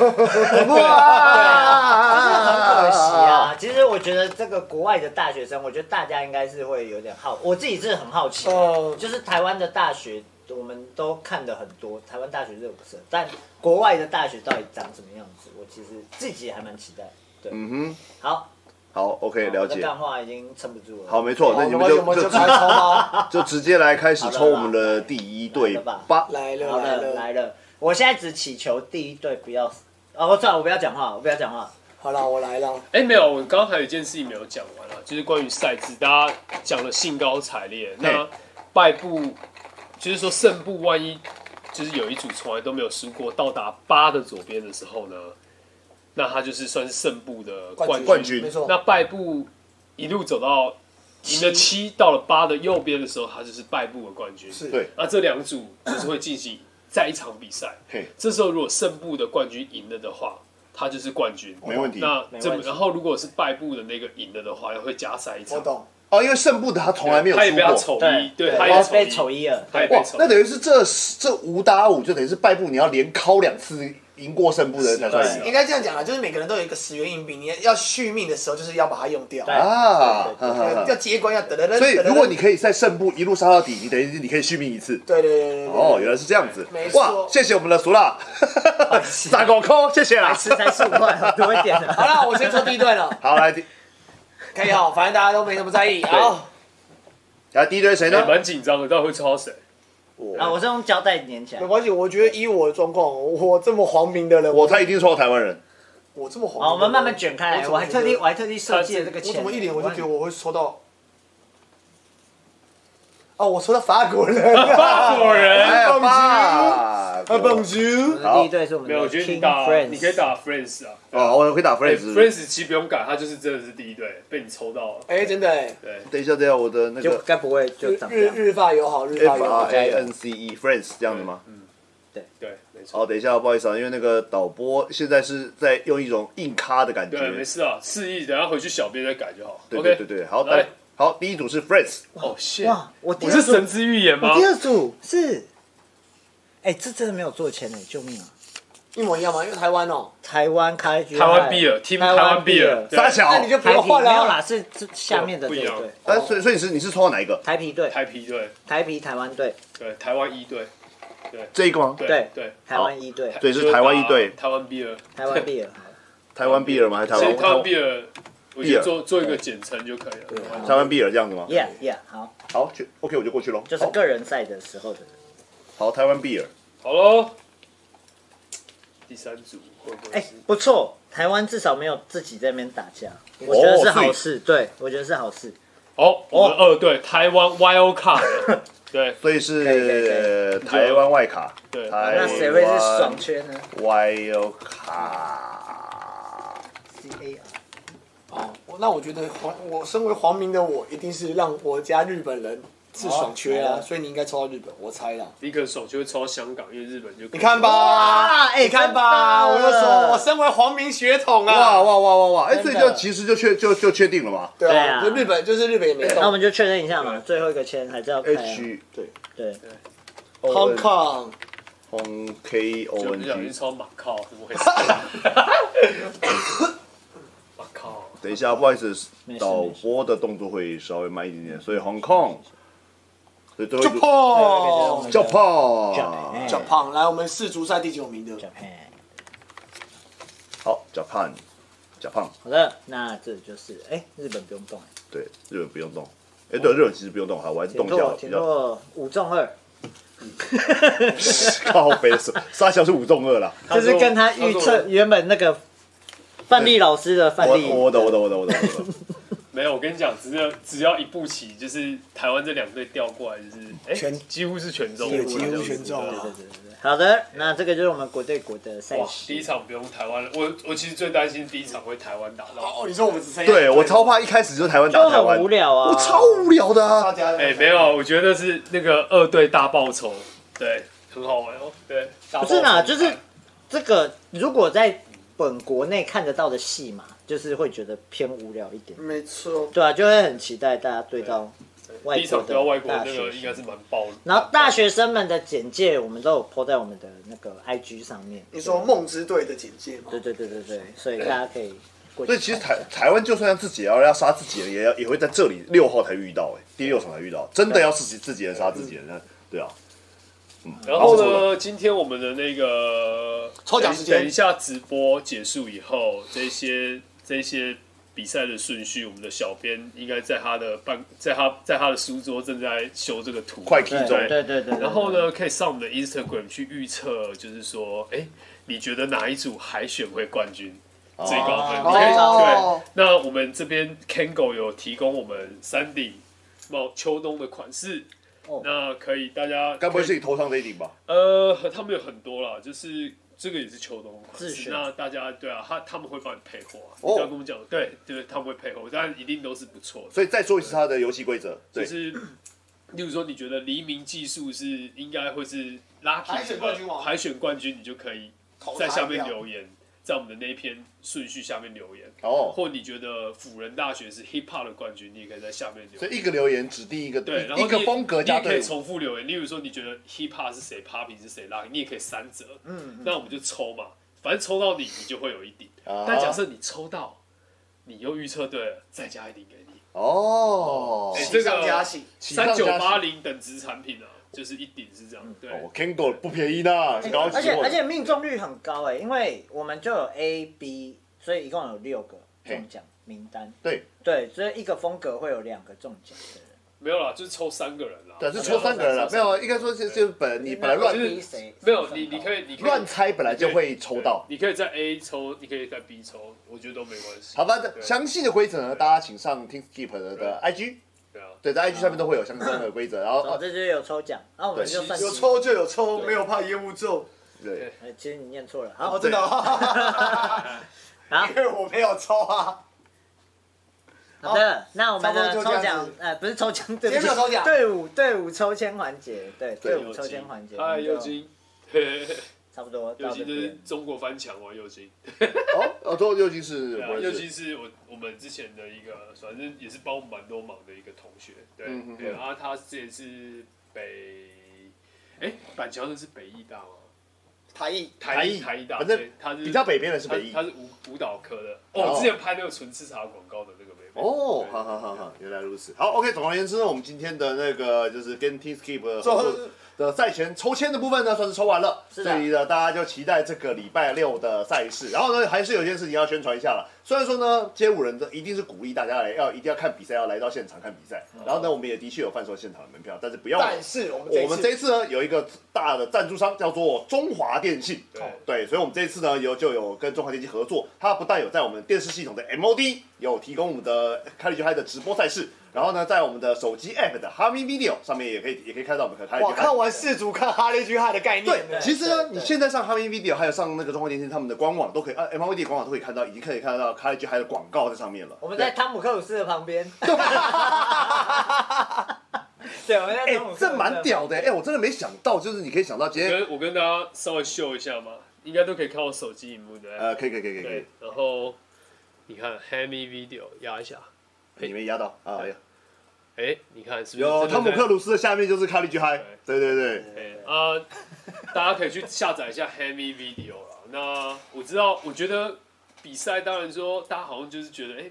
Speaker 2: 吗啊
Speaker 3: 啦。
Speaker 2: 哇，
Speaker 3: 可惜 啊！其实我觉得这个国外的大学生，我觉得大家应该是会有点好，我自己是很好奇，
Speaker 2: 哦
Speaker 3: 就是台湾的大学我们都看的很多，台湾大学热不是，但国外的大学到底长什么样子，我其实自己还蛮期待。对，
Speaker 1: 嗯哼，
Speaker 3: 好，
Speaker 1: 好，OK，了
Speaker 3: 我的
Speaker 1: 解。
Speaker 3: 干话已经撑不住了。
Speaker 1: 好，没错，那你
Speaker 2: 我
Speaker 1: 们
Speaker 2: 们
Speaker 1: 就
Speaker 2: 就我们
Speaker 1: 就
Speaker 2: 就开抽 吗？
Speaker 1: 就直接来开始抽我们的第一队
Speaker 3: 来吧
Speaker 1: 八。
Speaker 2: 来
Speaker 3: 好
Speaker 2: 了来
Speaker 3: 了
Speaker 2: 了，
Speaker 3: 来了，我现在只祈求第一队不要死。哦，我算了，我不要讲话，我不要讲话。
Speaker 2: 好了，我来了。
Speaker 4: 哎，没有，我刚刚还有一件事情没有讲完啊，就是关于赛制，大家讲的兴高采烈。那败部就是说胜部，万一就是有一组从来都没有输过，到达八的左边的时候呢，那他就是算是胜部的冠
Speaker 1: 冠军
Speaker 2: 没错。
Speaker 4: 那败部一路走到赢了七，到了八的右边的时候，他就是败部的冠军。
Speaker 2: 是
Speaker 1: 对，
Speaker 4: 那啊这两组就是会进行在一场比赛。
Speaker 1: 嘿，
Speaker 4: 这时候如果胜部的冠军赢了的话，他就是冠军，
Speaker 1: 哦没问题
Speaker 4: 那这
Speaker 3: 没问题
Speaker 4: 然后如果是败部的那个赢了的话，会加赛一场。
Speaker 2: 我懂，
Speaker 1: 哦，因为胜部的他从来没有
Speaker 4: 他也
Speaker 1: 输
Speaker 4: 被他
Speaker 1: 过。
Speaker 4: 丑一，对，他
Speaker 3: 我
Speaker 4: 也
Speaker 3: 被
Speaker 4: 丑
Speaker 3: 丑
Speaker 4: 一，
Speaker 3: 一了。
Speaker 4: 他也
Speaker 1: 哇
Speaker 4: 被，丑
Speaker 1: 那
Speaker 4: 一。
Speaker 1: 等于是这这五打五，就等于是败部，你要连敲两次赢过胜部的人才算
Speaker 3: 是
Speaker 4: 啊
Speaker 1: 赢
Speaker 2: 应该这样讲啦，就是每个人都有一个十元硬币，你要续命的时候就是要把它用掉，
Speaker 3: 对
Speaker 1: 啊
Speaker 3: 对。
Speaker 1: 哈
Speaker 3: 对
Speaker 1: 哈
Speaker 2: 要
Speaker 1: 哈
Speaker 2: 接关要等等等。
Speaker 1: 所以如果你可以在胜部一路杀到底，你等于是你可以续命一次。
Speaker 2: 对对对对对
Speaker 1: 哦，原来是这样子
Speaker 2: 没。错
Speaker 1: 哇，谢谢我们的苏辣，傻狗抠，谢谢啦
Speaker 3: 白。痴才十五块，多一 点的。
Speaker 2: 好了，我先抽第一队了，
Speaker 1: 好，来第
Speaker 2: 可以啊哈，反正大家都没什么在意。好，
Speaker 1: 来第一队谁
Speaker 4: 也
Speaker 1: 呢？
Speaker 4: 哎蛮紧张的，到底会抽 到谁？
Speaker 3: 啊，我是用胶带粘起来
Speaker 2: 没。关系，我觉得以我的状况，我这么皇民的人，
Speaker 1: 我
Speaker 2: 我
Speaker 1: 他一定是我台湾人。
Speaker 2: 我这么皇民的人，
Speaker 3: 好，我们慢慢卷开来。
Speaker 2: 怎
Speaker 3: 我
Speaker 2: 么
Speaker 3: 还
Speaker 2: 觉
Speaker 3: 特地
Speaker 2: 得
Speaker 3: 我还特地设计了这个
Speaker 2: 我
Speaker 3: 签。
Speaker 2: 怎么一脸我就觉得我会抽到？哦，我抽到法国人，
Speaker 6: 啊
Speaker 4: 法国人，
Speaker 1: 哎呀，爸打
Speaker 2: 啊
Speaker 1: 过。
Speaker 2: ，Bonjour。
Speaker 3: 我们第一队是我们
Speaker 4: 没有，我
Speaker 3: 的
Speaker 4: 觉得
Speaker 3: King
Speaker 4: 你打，
Speaker 3: Friends，
Speaker 4: 你可以打 Friends 啊
Speaker 1: 哦，我会打
Speaker 4: 对
Speaker 1: Friends。
Speaker 4: ，Friends 其实不用改，他就是真的是第一队，被你抽到了。
Speaker 6: 哎，真的哎，
Speaker 4: 对，
Speaker 1: 等一下，等一下，我的那
Speaker 3: 就
Speaker 1: 个
Speaker 3: 该不会就
Speaker 6: 日
Speaker 3: 长这
Speaker 6: 日
Speaker 3: 样？
Speaker 6: 日发友好，哎嗯日发
Speaker 1: F
Speaker 6: 友好，
Speaker 1: R
Speaker 6: 加
Speaker 1: A
Speaker 6: 油！
Speaker 1: N C E Friends 这样的吗？
Speaker 4: 对，没错。
Speaker 1: 哦，等一下，不好意思啊，因为那个导播现在是在用一种硬咖的感觉。
Speaker 4: 对，没事啊，示意，等下回去小编再改就好。
Speaker 1: 对
Speaker 4: OK，
Speaker 1: 对对对，好，
Speaker 4: 来
Speaker 1: 来，好，第一组是 Friends，
Speaker 4: 哦，谢。
Speaker 3: 哇，我第
Speaker 4: 我
Speaker 3: 二
Speaker 4: 是
Speaker 3: 组，
Speaker 4: 神之预言吗
Speaker 3: 我？第二组是，哎，这真的没有做签呢，救命啊！
Speaker 6: 一模一样吗？因为台湾哦，
Speaker 3: 台湾开局，
Speaker 4: 台湾 B 了，Team 台湾 B 了，对
Speaker 1: 傻小
Speaker 6: 那。你就不
Speaker 3: 台
Speaker 6: 要
Speaker 3: 啤没
Speaker 6: 换
Speaker 3: 有
Speaker 6: 了啊。
Speaker 3: 啦，是是下面的
Speaker 4: 不
Speaker 3: 这
Speaker 4: 一
Speaker 3: 一
Speaker 4: 样
Speaker 3: 队，
Speaker 1: 哎，所以所以是你是抽到哪一个？
Speaker 3: 台啤队，
Speaker 4: 台皮队，
Speaker 3: 台啤台湾队，
Speaker 4: 对，台湾一队，
Speaker 1: 这一个吗？
Speaker 4: 对
Speaker 3: 对
Speaker 4: 对，
Speaker 3: 台湾一队，
Speaker 1: 对，是台湾一队，
Speaker 4: 台湾 B 了，
Speaker 3: 台湾 B 了，
Speaker 1: 台湾 B 尔吗？还是
Speaker 4: 其实
Speaker 1: 台
Speaker 4: 台
Speaker 1: 湾
Speaker 4: 湾 B 了，我觉得做做一个简称就可以了。
Speaker 1: 台湾 B 尔这样子吗？
Speaker 3: ，Yeah Yeah，好，
Speaker 1: 好，去 OK，我就过去喽。
Speaker 3: 就是
Speaker 1: 好
Speaker 3: 个人赛的时候的，
Speaker 1: 好，台湾 B 尔，
Speaker 4: 好喽，第三组会不会
Speaker 3: 哎
Speaker 4: 是？，
Speaker 3: 不错，台湾至少没有自己在那边打架，我觉得是好事，对我觉得是好事，
Speaker 4: 哦，我们二队台湾 Wild Card，对
Speaker 1: 所以
Speaker 3: 可以可以可
Speaker 1: 是台湾外卡，
Speaker 4: 对，
Speaker 1: 台
Speaker 3: 那谁会是爽圈呢
Speaker 1: 外有卡。
Speaker 3: ？C A R，
Speaker 6: 哦，那我觉得黄，我身为皇民的我，一定是让我家日本人是爽缺
Speaker 3: 好
Speaker 6: 啊，所以你应该抽到日本，我猜啦。
Speaker 4: 你可能爽就会抽到香港，因为日本就
Speaker 6: 你看吧，
Speaker 3: 哎
Speaker 6: 你啊看吧，我
Speaker 3: 真的
Speaker 6: 就说我身为皇民血统
Speaker 1: 哇
Speaker 6: 啊，
Speaker 1: 哇哇哇哇！哎，所
Speaker 3: 真
Speaker 1: 以
Speaker 3: 的
Speaker 1: 就其实就确就就确定了嘛。
Speaker 6: 对
Speaker 3: 对
Speaker 6: 啊，
Speaker 3: 啊
Speaker 6: 就日本就是日本也没
Speaker 3: 那我
Speaker 6: 动
Speaker 3: 们就确认一下嘛，最后一个签还是要看啊
Speaker 1: H
Speaker 3: 对，
Speaker 1: O
Speaker 6: ，Hong
Speaker 1: N
Speaker 6: Kong，
Speaker 1: Hong K O
Speaker 4: 就
Speaker 1: N
Speaker 4: 不小心
Speaker 1: G。
Speaker 4: 抽马靠，怎么回事？马靠，
Speaker 1: 等一下，不好意思
Speaker 3: 没，事
Speaker 1: 导播的动作会稍微慢一点点，所以 Hong Kong，所以最后一组
Speaker 6: Japan，
Speaker 3: 叫
Speaker 1: Japan，
Speaker 3: Japan
Speaker 6: Japan，来我们世足赛第九名的，
Speaker 3: Japan。
Speaker 1: 好 Japan，Japan，
Speaker 3: 好的，那这就是哎、日本不用动哎、
Speaker 1: 对，日本不用动。哎，对，日本其实不用动，好，我还是
Speaker 3: 挺
Speaker 1: 动一
Speaker 3: 弱
Speaker 1: 下
Speaker 3: 挺
Speaker 1: 比较。
Speaker 3: 弱，五中二，
Speaker 1: 靠背的时候，沙小是五中二啦。
Speaker 3: 就是跟他预测原本那个范例老师的范
Speaker 1: 我
Speaker 3: 例，
Speaker 1: 我的我的我的我的我 的，
Speaker 4: 没有，我跟你讲，只要只要一步棋，就是台湾这两队调过来，就是哎，几乎是全中，
Speaker 6: 对几乎全中哎
Speaker 4: 对。
Speaker 6: 啊。
Speaker 3: 好的，那这个就是我们国对国的赛
Speaker 4: 哇，第一
Speaker 3: 事。
Speaker 4: 场不用台湾了，我我其实最担心第一场会台湾打到。
Speaker 6: 哦，你说我们只剩一
Speaker 1: 对我超怕一开始就台湾打
Speaker 3: 就
Speaker 1: 台湾
Speaker 3: 很无，聊啊！
Speaker 1: 我超无聊的
Speaker 2: 大
Speaker 1: 啊。
Speaker 2: 家
Speaker 4: 哎，没有，我觉得是那个二队大报仇，对，很好玩哦，对。
Speaker 3: 不是啦，就是
Speaker 4: 哎
Speaker 3: 这个，如果在本国内看得到的戏嘛，就是会觉得偏无聊一点。
Speaker 6: 没错，
Speaker 3: 对啊，就会很期待大家对到外
Speaker 4: 第一
Speaker 3: 国
Speaker 4: 场对到
Speaker 3: 的
Speaker 4: 外国
Speaker 3: 大
Speaker 4: 那
Speaker 3: 学
Speaker 4: 个
Speaker 3: 生
Speaker 4: 应该是蛮爆的。
Speaker 3: 然后大学生们的简介，我们都有 po 在我们的那个 IG 上面。
Speaker 6: 你说梦之队的简介吗
Speaker 3: 对？对对对对，所以大家可以过去
Speaker 1: 所以
Speaker 3: 看一下。
Speaker 1: 其实台台湾就算要自己要要杀自己人，也要也会在这里六号才遇到，哎，第六场才遇到，真的要自己自己人杀自己人，那对啊。
Speaker 4: 然后呢，今天我们的那个
Speaker 6: 抽奖时间
Speaker 4: 等一下直播结束以后，这些这些比赛的顺序，我们的小编应该在他的办，在他在他的书桌正在修这个图，
Speaker 1: 快 key 中
Speaker 3: 对对对对。
Speaker 4: 然后？呢，可以上我们的 Instagram 去预测，就是说，哎，你觉得哪一组海选会冠军？最高分，你可以
Speaker 6: 哦
Speaker 4: 对。那我们这边 Kango 有提供我们三顶帽秋冬的款式，
Speaker 3: 哦
Speaker 4: 那可以大家
Speaker 1: 该不会
Speaker 4: 可以
Speaker 1: 是你头上这一顶吧？
Speaker 4: 呃，他们有很多啦，就是这个也是秋冬款式
Speaker 3: 自选
Speaker 4: 那大家对啊，他他们会帮你配货、啊，
Speaker 1: 哦
Speaker 4: 你不要跟我讲，对对，他们会配货，但一定都是不错的。
Speaker 1: 所以再说一次它的游戏规则，
Speaker 4: 就
Speaker 1: 对，
Speaker 4: 是，例如说，你觉得黎明技术是应该会是 lucky
Speaker 6: 海选冠军王
Speaker 4: 海选冠军，你就可以
Speaker 6: 投他
Speaker 4: 在
Speaker 6: 一票
Speaker 4: 下面留言，在我们的那一篇顺序下面留言。
Speaker 1: 哦，
Speaker 4: 或你觉得辅仁大学是 hip hop 的冠军，你也可以在下面留
Speaker 1: 所
Speaker 4: 言。
Speaker 1: 以一个留言指定一个
Speaker 4: 对，然
Speaker 1: 一
Speaker 4: 后
Speaker 1: 一个
Speaker 4: 你
Speaker 1: 风格加
Speaker 4: 你也可
Speaker 1: 队
Speaker 4: 以
Speaker 1: 伍，
Speaker 4: 重复留言。例如说，你觉得 hip hop 是谁，popping 是谁，lucky，你也可以三折。嗯，那我们就抽嘛，反正抽到你，你就会有一顶。
Speaker 1: 啊
Speaker 4: 但假设你抽到，你又预测对了，再加一顶给你。
Speaker 1: 哦
Speaker 4: 哎，
Speaker 6: 喜上加喜
Speaker 1: 喜上
Speaker 4: 三
Speaker 1: 加
Speaker 4: 九
Speaker 1: 喜
Speaker 4: 八零等值产品啊，就是一顶是这样。对，
Speaker 1: 哦，Kango 不便宜呢，高级货
Speaker 3: 哎而且而且命中率很高哎，因为我们就有 A、B，所以一共有六个中奖名单。
Speaker 1: 对，
Speaker 3: 对，所以一个风格会有两个中奖的人。
Speaker 4: 没有啦，就是抽三个人啦。
Speaker 1: 对，是抽三个人了，没有，应该说是就是本你本来乱
Speaker 3: 那你谁？
Speaker 4: 没有你，你可以你可以
Speaker 1: 乱猜，本来就会抽到。
Speaker 4: 对你可以在 A 抽，你可以在 B 抽，我觉得都没关系。
Speaker 1: 好吧，
Speaker 4: 对
Speaker 1: 详细的规则呢，大家请上 Team Skip 的 IG，
Speaker 4: 对啊，
Speaker 1: 对，在 IG 上面都会有相关的规则，然
Speaker 3: 哦，
Speaker 1: 后
Speaker 3: 这就是有抽奖，然后我们
Speaker 1: 对
Speaker 3: 就算
Speaker 2: 有
Speaker 3: 是
Speaker 2: 抽就有抽，没有怕烟雾咒。
Speaker 1: 对，
Speaker 3: 呃，其实你念错了，
Speaker 2: 哦，
Speaker 3: 好，
Speaker 2: 真的哦，
Speaker 3: 好
Speaker 2: 因为我没有抽啊。
Speaker 3: 好的，那我
Speaker 2: 差
Speaker 3: 们
Speaker 2: 不多
Speaker 3: 的
Speaker 2: 就
Speaker 3: 抽
Speaker 2: 这样
Speaker 3: 奖
Speaker 2: 子，
Speaker 3: 呃，不是抽奖，对
Speaker 2: 今
Speaker 3: 不
Speaker 2: 天没有
Speaker 3: 起，
Speaker 2: 抽奖
Speaker 3: 队伍队伍抽签环节，对，队
Speaker 4: 右
Speaker 3: 伍抽
Speaker 4: 京
Speaker 3: 签环节，我
Speaker 4: 哎，
Speaker 3: 们就
Speaker 4: 右京， 嘿嘿嘿
Speaker 3: 差不多到
Speaker 4: 右
Speaker 3: 这
Speaker 4: 京就是
Speaker 3: 边，
Speaker 4: 中国翻墙哦，右京。
Speaker 1: 哦，哦，最后右京是
Speaker 4: 对啊
Speaker 1: 我，
Speaker 4: 右
Speaker 1: 认
Speaker 4: 京
Speaker 1: 识，
Speaker 4: 是我我们之前的一个，反正也是帮我们蛮多忙的一个同学，对，
Speaker 1: 嗯嗯嗯
Speaker 4: 对，然后他之前是北，哎，板桥的是北艺大吗？
Speaker 2: 台艺，
Speaker 1: 台
Speaker 4: 台
Speaker 1: 艺
Speaker 4: 台艺大，
Speaker 1: 反正
Speaker 4: 对他是
Speaker 1: 比较北边的是
Speaker 4: 他
Speaker 1: 北艺
Speaker 4: 他，是舞舞蹈科的。
Speaker 1: 哦
Speaker 4: 哦，我之前拍那个纯吃茶广告的那个妹妹。
Speaker 1: 哦，
Speaker 4: 对
Speaker 1: 好好好好，原来如此。好，OK，总而言之呢，我们今天的那个就是跟 Team Skip 的合作的赛前抽签的部分呢，算是抽完了。
Speaker 3: 是的
Speaker 1: 所以呢，大家就期待这个礼拜六的赛事。然后呢，还是有件事情要宣传一下了。虽然说呢，街舞人的一定是鼓励大家来，要一定要看比赛，要来到现场看比赛。然后呢，我们也的确有贩售现场的门票，但是不要忘了
Speaker 2: 但是我们
Speaker 1: 我哦们这
Speaker 2: 这
Speaker 1: 一次呢有一个大的赞助商叫做中华电信，
Speaker 4: 对
Speaker 1: 对，所以我们这一次呢有就有跟中华电信合作，它不但有在我们电视系统的 MOD 有提供我们的开力球嗨的直播赛事，然后呢在我们的手机 App 的 h a m i Video 上面也可以也可以看到我们的开力
Speaker 2: 哇，
Speaker 1: 球嗨
Speaker 2: 看。完世足看哈利居汉的概念
Speaker 1: 对，
Speaker 2: 呢，
Speaker 1: 其实呢，
Speaker 3: 对
Speaker 1: 你现在上 h a m i Video 还有上那个中华电信他们的官网都可以，啊 MOD 的官网都可以看到，已经可以看到开力球嗨的广告在上面了。
Speaker 3: 我们在汤姆克鲁斯的旁边， 对，我们在
Speaker 1: 哎
Speaker 3: 汤姆，克鲁斯的
Speaker 1: 这
Speaker 3: 旁边
Speaker 1: 蛮，屌的，哎，我真的没想到，就是你可以想到今天，
Speaker 4: 跟我跟大家稍微秀一下嘛，应该都可以看我手机荧幕的。
Speaker 1: 呃，可以可以可以可以可
Speaker 4: 对
Speaker 1: 以，，
Speaker 4: 然后你看 Hammy Video 压一下，
Speaker 1: 你没压到啊，哎呀。
Speaker 4: 哎，你看是不是
Speaker 1: 有
Speaker 4: 真的
Speaker 1: 汤姆
Speaker 4: 在
Speaker 1: 克？鲁斯的下面就是卡利居嗨，对对对，
Speaker 4: 哎啊，大家可以去下载一下 Hammy Video 啦。那我知道，我觉得比赛当然说，大家好像就是觉得，哎，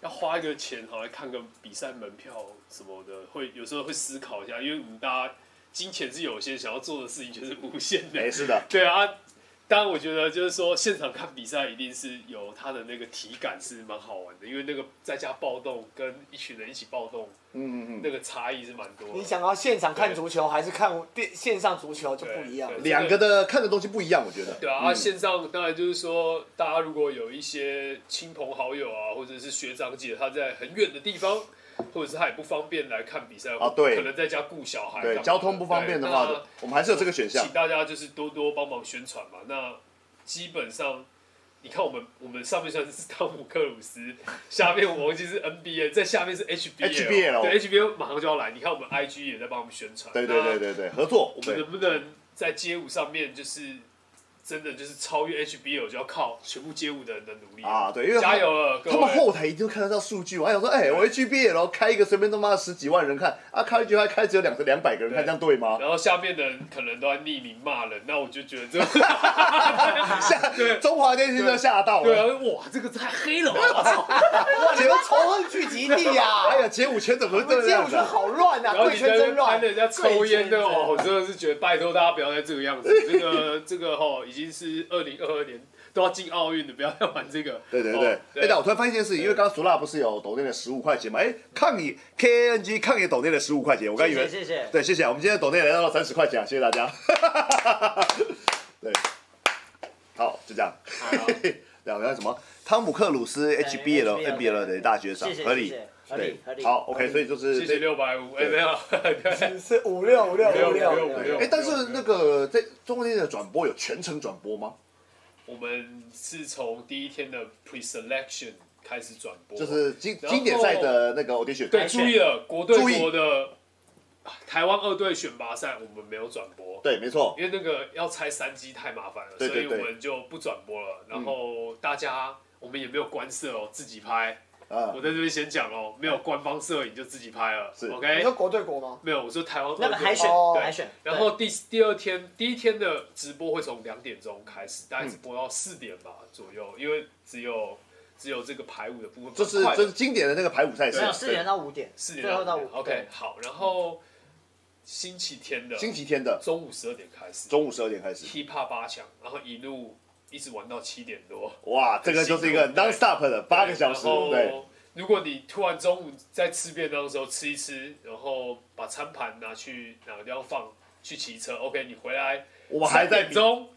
Speaker 4: 要花一个钱好像看个比赛门票什么的，会有时候会思考一下，因为我们大家金钱是有限，想要做的事情就是无限的
Speaker 1: 哎、。是的，
Speaker 4: 对啊，当然我觉得就是说现场看比赛一定是有他的那个体感是蛮好玩的，因为那个在家暴动跟一群人一起暴动，
Speaker 1: 嗯嗯
Speaker 4: 那个差异是蛮多的。
Speaker 2: 你想要现场看足球还是看电线上足球就不一样
Speaker 1: 嗯，
Speaker 4: 对对
Speaker 1: 两个的看的东西不一样，我觉得。
Speaker 4: 对啊，啊线上当然就是说，大家如果有一些亲朋好友啊，或者是学长姐，他在很远的地方，或者是他也不方便来看比赛，
Speaker 1: 啊对
Speaker 4: 可能在家顾小孩，干
Speaker 1: 对，
Speaker 4: 嘛
Speaker 1: 交通不方便的话
Speaker 4: 对啊那，
Speaker 1: 我们还是有这个选项
Speaker 4: 请。大家就是多多帮忙宣传嘛。那基本上，你看我们我们上面算是汤姆克鲁斯，下面我忘记是 NBA，在下面是 HBL，,
Speaker 1: HBL
Speaker 4: 哦对 HBL 马上就要来。你看我们 IG 也在帮我们宣传，
Speaker 1: 哦对对对对对，合作
Speaker 4: 那我们
Speaker 1: 对
Speaker 4: 能不能在街舞上面就是真的就是超越 HBL，就要靠全部街舞的人的努力
Speaker 1: 啊，对，因为他
Speaker 4: 加
Speaker 1: 们
Speaker 4: 油了，各
Speaker 1: 他
Speaker 4: 位！
Speaker 1: 们后台一定会看得到数据，我还想说，哎、我一去毕业，然后开一个随便他妈十几万人看，啊，开一局还开只有两两百个人看，
Speaker 4: 对
Speaker 1: 这样对吗？
Speaker 4: 然后下面的人可能都在匿名骂人，那我就觉得 这
Speaker 1: 吓， 中华电信都吓到
Speaker 4: 对啊
Speaker 1: 了。，
Speaker 4: 哇，这个太黑了吧！我操！
Speaker 2: 哇，你们仇恨聚集地
Speaker 3: 啊
Speaker 2: 呀！
Speaker 1: 哎呀，街舞圈怎么会这
Speaker 2: 街舞
Speaker 1: 样子
Speaker 2: 圈
Speaker 1: 啊？
Speaker 2: 好乱啊，
Speaker 4: 然后
Speaker 2: 贵
Speaker 4: 你
Speaker 2: 圈
Speaker 4: 在
Speaker 2: 真
Speaker 4: 那
Speaker 2: 乱
Speaker 4: 看，人家抽烟
Speaker 2: 贵圈
Speaker 4: 的
Speaker 2: 真
Speaker 4: 哦，
Speaker 2: 乱
Speaker 4: 我真的是觉得拜托大家不要再这个样子，这个 这个哈已经是二零二二年都要进奥运了，不要再玩这个。
Speaker 1: 对对
Speaker 4: 哦
Speaker 1: 对，哎、但我突然发现一件事情，因为刚刚苏拉不是有抖内的十五块钱嘛？哎、抗议 KNG 抗议抖内的十五块钱，我刚以为
Speaker 3: 谢谢谢谢
Speaker 1: 对，谢谢，我们今天的抖内来到了三十块钱、啊，谢谢大家。 对，好，就这样。 两个什么？汤姆克鲁斯 HBL
Speaker 3: HBL
Speaker 1: NBL 的大学长
Speaker 3: 谢，谢
Speaker 1: 合理
Speaker 3: 谢谢，合
Speaker 1: 对
Speaker 3: 理合，理
Speaker 1: 好，OK，所以就是
Speaker 4: 谢谢六百五，哎没有， 对
Speaker 2: 是五六五六
Speaker 4: 六
Speaker 2: 五
Speaker 4: 六
Speaker 2: 六
Speaker 4: 五。六。
Speaker 1: 哎、但是那个在中国电视的转播有全程转播吗？
Speaker 4: 我们是从第一天的 pre selection 开始转播，
Speaker 1: 就是经
Speaker 4: 然后
Speaker 1: 经典赛的那个 audition，
Speaker 4: 对，注意了，国对
Speaker 1: 注意
Speaker 4: 国的啊台湾二队选拔赛我们没有转播，
Speaker 1: 对，没错，
Speaker 4: 因为那个要拆三机太麻烦了，
Speaker 1: 对对嗯
Speaker 4: 所
Speaker 1: 对
Speaker 4: 以我们就不转播了。然后大家、我们也没有官摄哦，自己拍。
Speaker 1: 啊、
Speaker 4: 我在这边先讲哦，没有官方摄影就自己拍了
Speaker 1: 是
Speaker 2: 你
Speaker 4: ，OK
Speaker 2: 说。国对国吗？
Speaker 4: 没有，我说台湾
Speaker 3: 那个
Speaker 4: 二队
Speaker 3: 海选
Speaker 2: 哦
Speaker 3: 海选，
Speaker 4: 然后第第二天第一天的直播会从两点钟开始，
Speaker 1: 嗯
Speaker 4: 大概只播到四点吧左右，因为只有只有这个排舞的部分，
Speaker 1: 就是
Speaker 4: 蛮快的
Speaker 1: 就是经典的那个排舞赛事
Speaker 3: 没有，
Speaker 1: 对
Speaker 3: 四点到五点，
Speaker 4: 四点
Speaker 3: 最后到
Speaker 4: 五
Speaker 3: 五
Speaker 4: 点，OK 好。然后星期天的
Speaker 1: 星期天的
Speaker 4: 中午十二点开始
Speaker 1: 中午十二点开始。
Speaker 4: ，hiphop 八强，然后一路一直玩到七点多，
Speaker 1: 哇，这个就是一个 non stop 的八个小时，
Speaker 4: 然后
Speaker 1: 对，
Speaker 4: 如果你突然中午在吃便当的时候吃一吃，然后把餐盘拿去哪个地方放，去骑车，OK，你回来
Speaker 1: 我们还在
Speaker 4: 3点
Speaker 1: 比，
Speaker 4: 钟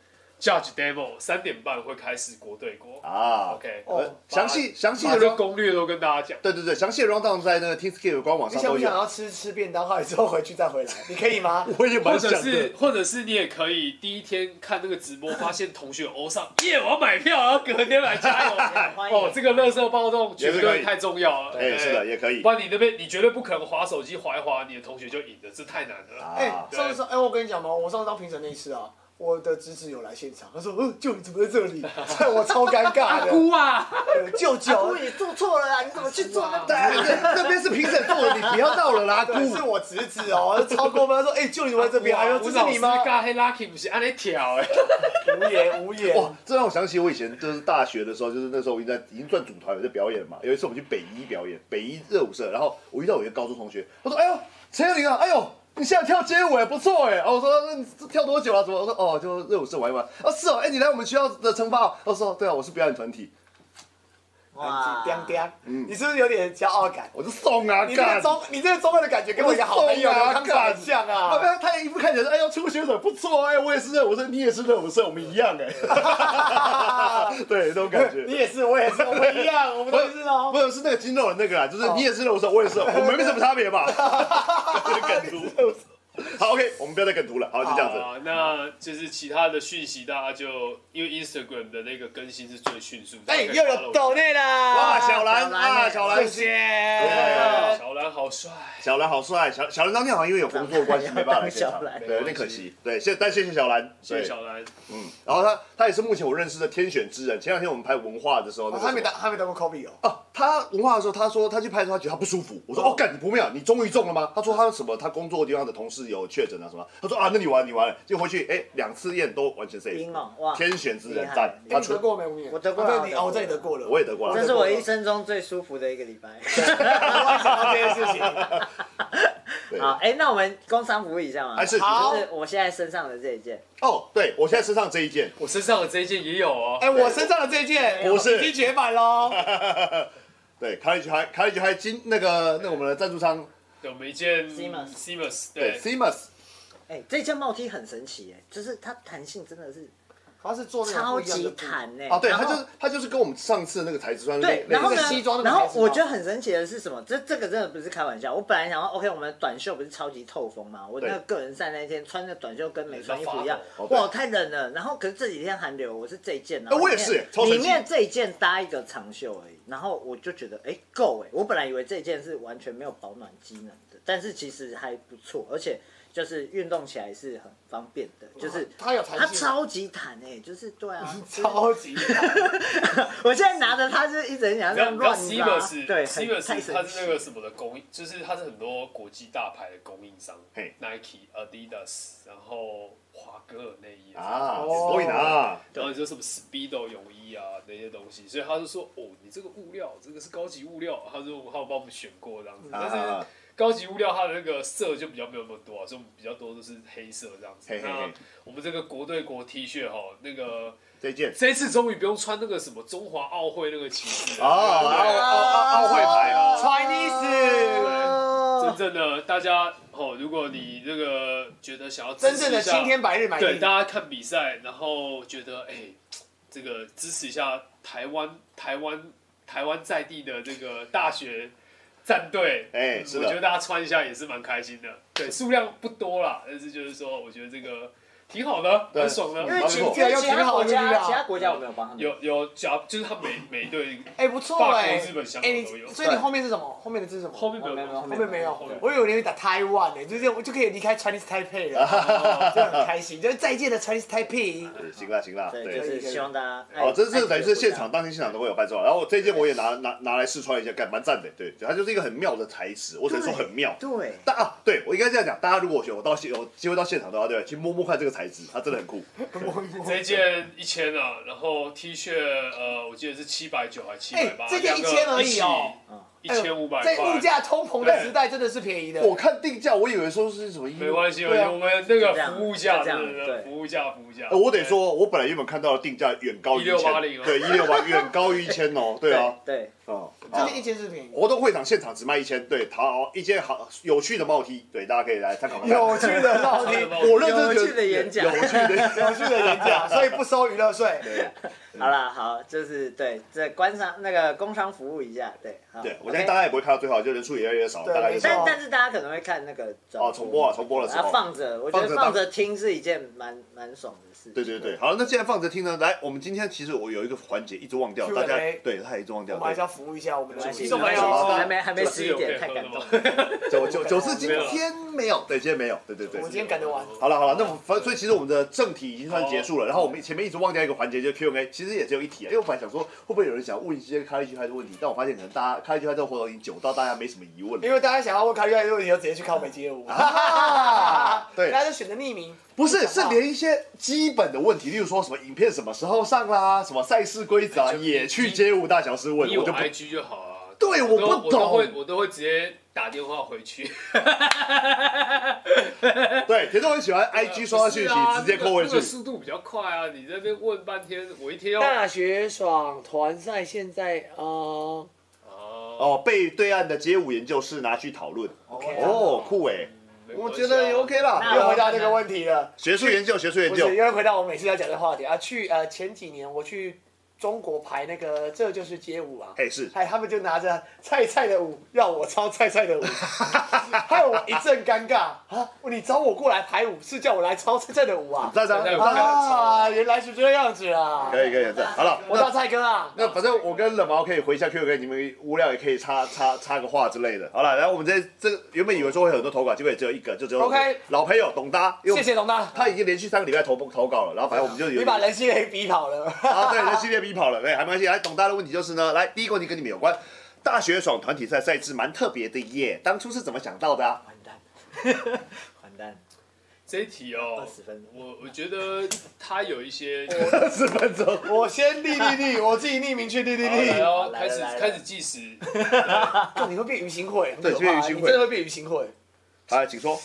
Speaker 4: Judge Devil 三点半会开始国对国。
Speaker 1: 啊
Speaker 4: OK，
Speaker 1: 呃详细详细
Speaker 4: 把
Speaker 1: 的
Speaker 4: 这
Speaker 1: round，
Speaker 4: 攻略都跟大家讲。
Speaker 1: 对对对，详细的 round down 在那个 Teamscape 官网
Speaker 2: 你
Speaker 1: 上
Speaker 2: 想
Speaker 1: 都
Speaker 2: 不想
Speaker 1: 有。
Speaker 2: 要吃吃便当，后来之后回去再回来？你可以吗？
Speaker 1: 我也
Speaker 4: 或
Speaker 1: 蛮想
Speaker 4: 者
Speaker 1: 的
Speaker 4: 是，，或者是你也可以第一天看那个直播，发现同学欧上，耶，我要买票，然后隔天来加油。
Speaker 3: 欢迎
Speaker 4: 哦，这个乐色暴动绝对太重要了。
Speaker 1: 哎，是的，也可以
Speaker 4: 不。然你那边你绝对不可能划手机划一划，你的同学就赢了，这太难了。
Speaker 2: 哎、
Speaker 1: 啊，
Speaker 2: 上次哎、我跟你讲嘛，我上次当评审那一次啊，我的侄子有来现场，他说：“嗯，舅你怎么在这里？”害我超尴尬的。
Speaker 4: 啊，
Speaker 2: 对舅
Speaker 3: 小
Speaker 2: 舅
Speaker 3: 姑，，你做错了啦！你怎么去做那
Speaker 1: 对
Speaker 3: 个？
Speaker 1: 啊那边是评审做的，你不要闹了啦，姑
Speaker 2: 对，是我侄子 哦，超过分。他说：“哎、舅你怎么在这边？”还有这是你吗？
Speaker 4: 尬黑 Lucky 不是按你跳哎。
Speaker 2: 无言无言。
Speaker 1: 哇，这让我想起我以前就是大学的时候，就是那时候我已经在已经转组团了，在表演嘛。有一次我们去北一表演，北一热舞社，然后我遇到我一个高中同学，他说：“哎呦，陈彦霖啊，哎呦。”你现在跳街舞也不错哎，哦，我说那你跳多久啊？怎么？我说哦，就热舞社玩一玩。哦，是哦，哎，你来我们学校的惩罚、哦。我说对啊，我是表演团体，
Speaker 2: 哇，叮叮，
Speaker 1: 嗯
Speaker 2: 你是不是有点骄傲感？
Speaker 1: 我就送啊，
Speaker 2: 你这个
Speaker 1: 干
Speaker 2: 中，你这个中二的感觉跟我一个好朋友
Speaker 1: 我是
Speaker 2: 刘
Speaker 1: 宋啊
Speaker 2: 康长很像
Speaker 1: 啊，不
Speaker 2: 啊。
Speaker 1: 要他一副看起来是哎呦，初学者不错哎，我也是热舞社，你也是热舞社，我们一样哎， 对，那种感觉。
Speaker 2: 你也是，我也是，我们一样，我们都是
Speaker 3: 啊
Speaker 2: 哦。
Speaker 1: 啊不是是那个筋肉的那个啦，就是你也是肉色，我也是，我们没什么差别吧？这个梗图。 好，OK，我们不要再梗图了，好，就 这样子。
Speaker 4: 啊，那就是其他的讯息，大家就因为 Instagram 的那个更新是最迅速。
Speaker 2: 哎、又有抖内啦！
Speaker 1: 哇，小兰
Speaker 3: 小兰
Speaker 1: 啊，小兰
Speaker 2: 谢，谢
Speaker 1: 对。
Speaker 4: 哎小兰好帅，
Speaker 1: 小兰好帅，小小兰当天好像因为有工作关系没办法来现场
Speaker 3: 小，兰
Speaker 1: 对，有点可惜。对，谢，但谢谢小兰，
Speaker 4: 谢谢
Speaker 1: 对
Speaker 4: 小兰。
Speaker 1: 嗯，然后他他也是目前我认识的天选之人。前两天我们拍文化的时候，那
Speaker 2: 哦
Speaker 1: 个
Speaker 2: 他没
Speaker 1: 什么
Speaker 2: 当，他没当过 Kobe 哦。
Speaker 1: 哦，他文化的时候，他说他去拍的时候，他觉得他不舒服。我说
Speaker 3: 嗯
Speaker 1: 哦，干你不妙，你终于中了吗？他说他什么，他工作的地方的同事有确诊啊什么。他说啊，那你完你完了，就回去哎，两次验都完全 safe，
Speaker 3: 赢了哇
Speaker 1: 天选之人
Speaker 3: 厉害
Speaker 1: 赞，
Speaker 2: 哎
Speaker 1: 他
Speaker 2: 你得
Speaker 1: 出
Speaker 2: 过没？吴念？
Speaker 3: 我得过
Speaker 2: 啊
Speaker 3: 啊
Speaker 2: 对你
Speaker 3: 我
Speaker 2: 哦，我
Speaker 3: 得过啊
Speaker 2: 这里得过了。
Speaker 1: 我也得过
Speaker 3: 这
Speaker 1: 了。
Speaker 3: 是我一生中最舒服的一个礼拜。
Speaker 2: 我想到这件事情。
Speaker 1: 对
Speaker 3: 好，哎，那我们工商服务一下嘛。
Speaker 1: 还是
Speaker 2: 好
Speaker 3: 就是我现在身上的这一件，
Speaker 1: 哦，对我现在身上这一件，
Speaker 4: 我身上的这一件也有哦。
Speaker 2: 哎，我身上的这件
Speaker 1: 不是
Speaker 2: 已经绝版喽。
Speaker 1: 对卡里奇还卡里奇还金那个那个我们的赞助商
Speaker 4: 对我们一件
Speaker 3: Simmons
Speaker 4: Simmons，
Speaker 1: 对
Speaker 4: 对，
Speaker 1: Simus，
Speaker 3: 哎，这件帽 T 很神奇，哎，就是它弹性真的是
Speaker 2: 他是做那种
Speaker 3: 超
Speaker 2: 不一样的
Speaker 3: 级
Speaker 2: 布
Speaker 3: 弹哎。
Speaker 1: 啊，对
Speaker 3: 然
Speaker 1: 他
Speaker 3: 后
Speaker 1: 就是他就是跟我们上次那个材质穿的
Speaker 3: 对，
Speaker 1: 那
Speaker 3: 然后
Speaker 1: 那个
Speaker 3: 呢
Speaker 2: 那个西装那？个
Speaker 3: 然后
Speaker 2: 牌子吗
Speaker 3: 我觉得很神奇的是什么？这这个真的不是开玩笑。我本来想说，OK，我们短袖不是超级透风嘛？我那个个人赛那天穿着短袖跟没穿衣服一样
Speaker 1: 发抖哦，对
Speaker 3: 哇，太冷了。然后可是这几天寒流，我是这一件，然
Speaker 1: 哎
Speaker 3: 后
Speaker 1: 我也
Speaker 3: 里面
Speaker 1: 是超神奇
Speaker 3: 里面这一件搭一个长袖而已。然后我就觉得，哎，够哎。我本来以为这一件是完全没有保暖机能的，但是其实还不错，而且就是运动起来是很方便的，就是
Speaker 2: 它有弹性
Speaker 1: 啊
Speaker 3: 它超级弹哎，就是对啊，
Speaker 2: 超级弹。
Speaker 3: 我现在拿着它是一直很想要这
Speaker 4: 你知道
Speaker 3: 样
Speaker 4: 你知道
Speaker 3: 乱拉，
Speaker 4: Simmons
Speaker 3: 对，很太
Speaker 4: Simmons 它
Speaker 3: 神
Speaker 4: 是
Speaker 3: 奇
Speaker 4: 那。个什么的供应，就是它是很多国际大牌的供应商
Speaker 1: 嘿
Speaker 4: ，Nike、Adidas，然后华歌尔内衣
Speaker 1: 啊，
Speaker 2: 哦
Speaker 1: 所以呢，
Speaker 4: 然后你说什么 Speedo 泳衣啊那些东西，所以他就说哦，你这个物料这个是高级物料，他说他有帮我们选过这样子，但
Speaker 1: 啊
Speaker 4: 是高级物料它的那个色就比较没有那么多啊，所以我们比较多都是黑色这样子
Speaker 1: 嘿。嘿嘿
Speaker 4: 那我们这个国对国 T 恤哈，那个
Speaker 1: 这一件
Speaker 4: 这一次终于不用穿那个什么中华奥会那个旗帜
Speaker 1: 啊，奥
Speaker 4: 了，
Speaker 1: 奥奥会牌啊。
Speaker 2: Chinese，
Speaker 4: 真正的大家哦，如果你这个觉得想要支持一
Speaker 2: 真
Speaker 4: 下
Speaker 2: 正的青天白日满
Speaker 4: 啊对，
Speaker 2: 地。
Speaker 4: 大家看比赛，然后觉得哎、这个支持一下台湾台湾台湾在地的这个大学战队，
Speaker 1: 哎
Speaker 4: 嗯
Speaker 1: 是的
Speaker 4: 我觉得大家穿一下也是蛮开心的。对，数量不多啦，但是就是说，我觉得这个挺好的，
Speaker 1: 对
Speaker 4: 很爽
Speaker 1: 因
Speaker 3: 因
Speaker 4: 的。
Speaker 3: 为其
Speaker 1: 没错
Speaker 3: 因为其
Speaker 2: 挺
Speaker 3: 他
Speaker 2: 好
Speaker 3: 国
Speaker 2: 的力
Speaker 3: 家
Speaker 2: 量
Speaker 3: 其他国家我没有帮他们，
Speaker 4: 有有，假就是他每每队
Speaker 2: 哎，不错
Speaker 4: 法国
Speaker 2: 哎。
Speaker 4: 日本香港
Speaker 2: 哎，
Speaker 4: 都有
Speaker 2: 你所以你后面是什么？后面的字是什么？
Speaker 4: 后面没有
Speaker 3: 没有没有
Speaker 4: 东
Speaker 2: 后
Speaker 4: 西
Speaker 2: 面没有
Speaker 4: 后面，
Speaker 2: 我以为你会打 Taiwan 呢，就是我就可以离开 Chinese Taipei 了，哦就很开心，就是再见的 Chinese Taipei。
Speaker 1: 对，行啦行啦，
Speaker 3: 对，就
Speaker 1: 对。
Speaker 3: 是希望大家爱
Speaker 1: 哦，这
Speaker 3: 爱自己
Speaker 1: 是
Speaker 3: 的
Speaker 1: 等于
Speaker 3: 国
Speaker 1: 是
Speaker 3: 家
Speaker 1: 现场当天现场都会有伴奏，然后这一件我也拿拿拿来试穿一下，感蛮赞的。对，它就是一个很妙的材质，我只能说很妙。
Speaker 3: 对，
Speaker 1: 大啊，对我应该这样讲，大家如果有到现有机会到现场的话，对，去摸摸看这个材质，它真的很酷。
Speaker 4: 这一件一千啊，然后 T 恤呃，我记得是七百九还七
Speaker 2: 哎
Speaker 4: 百八，，
Speaker 2: 这件
Speaker 4: 两
Speaker 2: 一
Speaker 4: 个
Speaker 2: 千而已哦
Speaker 4: 一起。一千五百
Speaker 2: 在物
Speaker 4: 块。
Speaker 2: 价通膨的时代，真的是便宜的。
Speaker 1: 我看定价，我以为说是什么衣服，
Speaker 4: 没关系，我
Speaker 1: 对啊
Speaker 4: 我们那个
Speaker 3: 这样
Speaker 4: 服务价，
Speaker 3: 就这
Speaker 4: 对
Speaker 3: 样
Speaker 4: 对对，
Speaker 3: 对
Speaker 4: 服务价，服务价。
Speaker 1: 呃我得说，我本来原本看到的定价远高于
Speaker 4: 1680哦
Speaker 1: 对，一六八远高于一千哦，对啊，
Speaker 3: 对，
Speaker 1: 哦，
Speaker 2: 这
Speaker 1: 好
Speaker 2: 件一千是便宜。
Speaker 1: 活动会场现场只卖一千，对，好，一件好有趣的帽 T，对，大家可以来参考看看。
Speaker 2: 有趣的
Speaker 4: 对
Speaker 2: 绕
Speaker 4: 对
Speaker 2: 题，
Speaker 4: 对
Speaker 1: 我认真
Speaker 3: 有
Speaker 1: 觉
Speaker 3: 趣
Speaker 1: 得
Speaker 3: 的演讲
Speaker 1: 有趣的，
Speaker 2: 有趣的演讲，所以不收娱乐税。
Speaker 1: 嗯
Speaker 3: 好啦，好，就是对，这官商那个工商服务一下，对，好
Speaker 1: 对，我
Speaker 3: OK
Speaker 1: 相信大家也不会看到最好，就人数也越来越少，
Speaker 2: 对
Speaker 1: 大概就
Speaker 2: 没
Speaker 1: 是
Speaker 2: 错
Speaker 3: 但但是大家可能会看那个
Speaker 1: 哦重播啊重播的时候
Speaker 3: 然后放着，我觉
Speaker 1: 放着
Speaker 3: 得
Speaker 1: 当
Speaker 3: 放着听是一件蛮蛮爽的事情。
Speaker 1: 对对对，好，那既然放着听呢，来，我们今天其实我有一个环节一直忘掉，
Speaker 2: Q&A
Speaker 1: 大家对，他也一直忘
Speaker 2: 我
Speaker 1: 掉，
Speaker 2: 们还是
Speaker 1: 对
Speaker 2: 要服务一下我们的
Speaker 3: 没关系，
Speaker 2: 听
Speaker 4: 这
Speaker 2: 众
Speaker 4: 么
Speaker 2: 朋
Speaker 4: 还
Speaker 2: 友
Speaker 4: 有
Speaker 2: 啊。
Speaker 3: 还没还没十一点，太感动了。
Speaker 1: 九九九四今
Speaker 4: 没有了
Speaker 1: 天没有，对，今天没有，对对
Speaker 2: 我
Speaker 1: 对
Speaker 2: 们，今天赶得完，
Speaker 1: 好了好了，那我们反所以其实我们的正题已经算结束了，然后我们前面一直忘掉一个环节，就是 Q&A，其实也只有一题啊，因为我本来想说会不会有人想问一些咖喱鸡块的问题，但我发现可能大家咖喱鸡块这个活动已经久到大家没什么疑问了。
Speaker 2: 因为大家想要问卡越的问题，就直接去看我们街舞。
Speaker 1: 对
Speaker 2: 大家就选择匿名。
Speaker 1: 不是，是连一些基本的问题，例如说什么影片什么时候上啦，什么赛事规则啊也去街舞大小师问，
Speaker 4: 你有
Speaker 1: 我就不
Speaker 4: IG 就好啊。
Speaker 1: 对
Speaker 4: 我都
Speaker 1: 我不
Speaker 4: 我都会
Speaker 1: 懂
Speaker 4: 我都会直接打电话回去。
Speaker 1: 对。田中很喜欢 IG 收到讯息
Speaker 4: 不是啊
Speaker 1: 直接扣回
Speaker 4: 这个
Speaker 1: 去，
Speaker 4: 速度比较快啊！你在那边问半天，我一天要
Speaker 6: 大学爽团赛现在呃，
Speaker 4: 哦，
Speaker 1: 哦，被对岸的街舞研究室拿去讨论，
Speaker 2: OK 啊
Speaker 1: 哦，酷哎，
Speaker 4: 没
Speaker 1: 我
Speaker 4: 关系啊
Speaker 1: 觉得也 OK 啦，
Speaker 3: 那
Speaker 2: 又回到这个问题了，
Speaker 1: 学术研究，学术研
Speaker 2: 不
Speaker 1: 究
Speaker 2: 是，又回到我们每次要讲的话题啊。去呃前几年我去中国排那个《这就是街舞》啊，
Speaker 1: 嘿是，
Speaker 2: 哎，他们就拿着菜菜的舞要我抄菜菜的舞， 害我一阵尴尬啊！你找我过来排舞是叫我来抄菜菜的舞啊？
Speaker 1: 赞赞
Speaker 4: 对
Speaker 1: 赞
Speaker 4: 对对
Speaker 1: 赞，
Speaker 2: 啊，原来是这样子啊！
Speaker 1: 可以可以赞，好了，
Speaker 2: 我
Speaker 1: 那
Speaker 2: 大菜哥啊，
Speaker 1: 那反正我跟冷毛可以回一下 Q 给你们无聊也可以插插插个话之类的。好了，然后我们这这个原本以为说会有很多投稿，结果也只有一个，就只有
Speaker 2: OK
Speaker 1: 老朋友董达，因为
Speaker 2: 谢谢董大，
Speaker 1: 他已经连续三个礼拜投投稿了，然后反正我们就有
Speaker 2: 你把人心给逼跑了。
Speaker 1: 啊，对，那系列逼跑了，对，还没关系。来，董大的问题就是呢，来第一个问题跟你们有关，大学爽团体赛赛制蛮特别的耶，当初是怎么想到的啊？
Speaker 3: 完蛋，完蛋，
Speaker 4: 这一题哦
Speaker 3: 20分，
Speaker 4: 我我觉得它有一些。
Speaker 1: 十分钟，
Speaker 2: 我先立立立，我自己匿名去立立立。
Speaker 4: 然后
Speaker 3: 来了
Speaker 4: 哦开始
Speaker 3: 来了
Speaker 4: 开始计时，
Speaker 2: 就你会变于心会，很
Speaker 1: 对
Speaker 2: 可怕
Speaker 1: 变于心
Speaker 2: 你
Speaker 1: 会
Speaker 2: 真的会变于心会。
Speaker 1: 好，请说。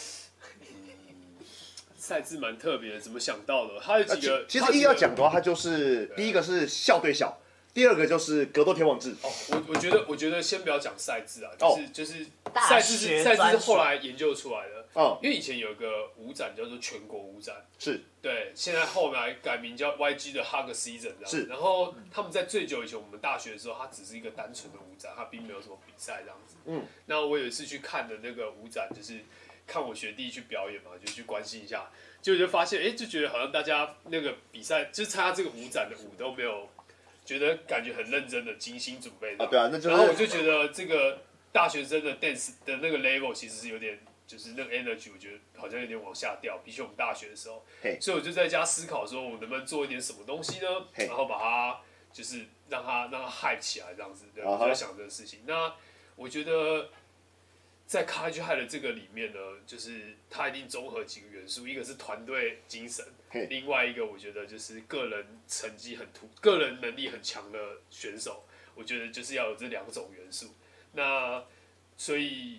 Speaker 4: 赛制蛮特别的，怎么想到的？它有
Speaker 1: 那
Speaker 4: 几
Speaker 1: 其
Speaker 4: 个，
Speaker 1: 啊其
Speaker 4: 它
Speaker 1: 实
Speaker 4: 有几
Speaker 1: 硬
Speaker 4: 个
Speaker 1: 要讲的话，它就是第一个是校对校，第二个就是格斗天王制。
Speaker 4: 哦，我我觉得我觉得先不要讲赛制啊，就
Speaker 1: 哦
Speaker 4: 是、就是
Speaker 3: 大
Speaker 4: 赛制是
Speaker 3: 学
Speaker 4: 赛制
Speaker 3: 专
Speaker 4: 是
Speaker 3: 属
Speaker 4: 后来研究出来的，
Speaker 1: 嗯，
Speaker 4: 因为以前有一个舞展叫做全国舞展，
Speaker 1: 是
Speaker 4: 对，现在后来改名叫 YG 的 Hug Season 这样。
Speaker 1: 是
Speaker 4: 然后他们在最久以前，我们大学的时候，它只是一个单纯的舞展，它并没有什么比赛这样子。
Speaker 1: 嗯。
Speaker 4: 那我有一次去看的那个舞展，就是看我学弟去表演嘛，就去关心一下，结果就发现，哎、就觉得好像大家那个比赛，就参加这个舞展的舞都没有，觉得感觉很认真的精心准备的。
Speaker 1: 啊，对啊，那就是
Speaker 4: 然后我就觉得这个大学生的 dance 的那个 level 其实是有点，就是那个 energy，我觉得好像有点往下掉，比起我们大学的时候
Speaker 1: 嘿。
Speaker 4: 所以我就在家思考说，我能不能做一点什么东西呢？
Speaker 1: 嘿
Speaker 4: 然后把它就是让它让它 hype 起来这样子。对，
Speaker 1: 啊哈
Speaker 4: 我就在想这个事情。那我觉得。在 College High 的这个里面呢，就是它一定综合几个元素，一个是团队精神
Speaker 1: 嘿，
Speaker 4: 另外一个我觉得就是个人成绩很突、个人能力很强的选手，我觉得就是要有这两种元素。那所以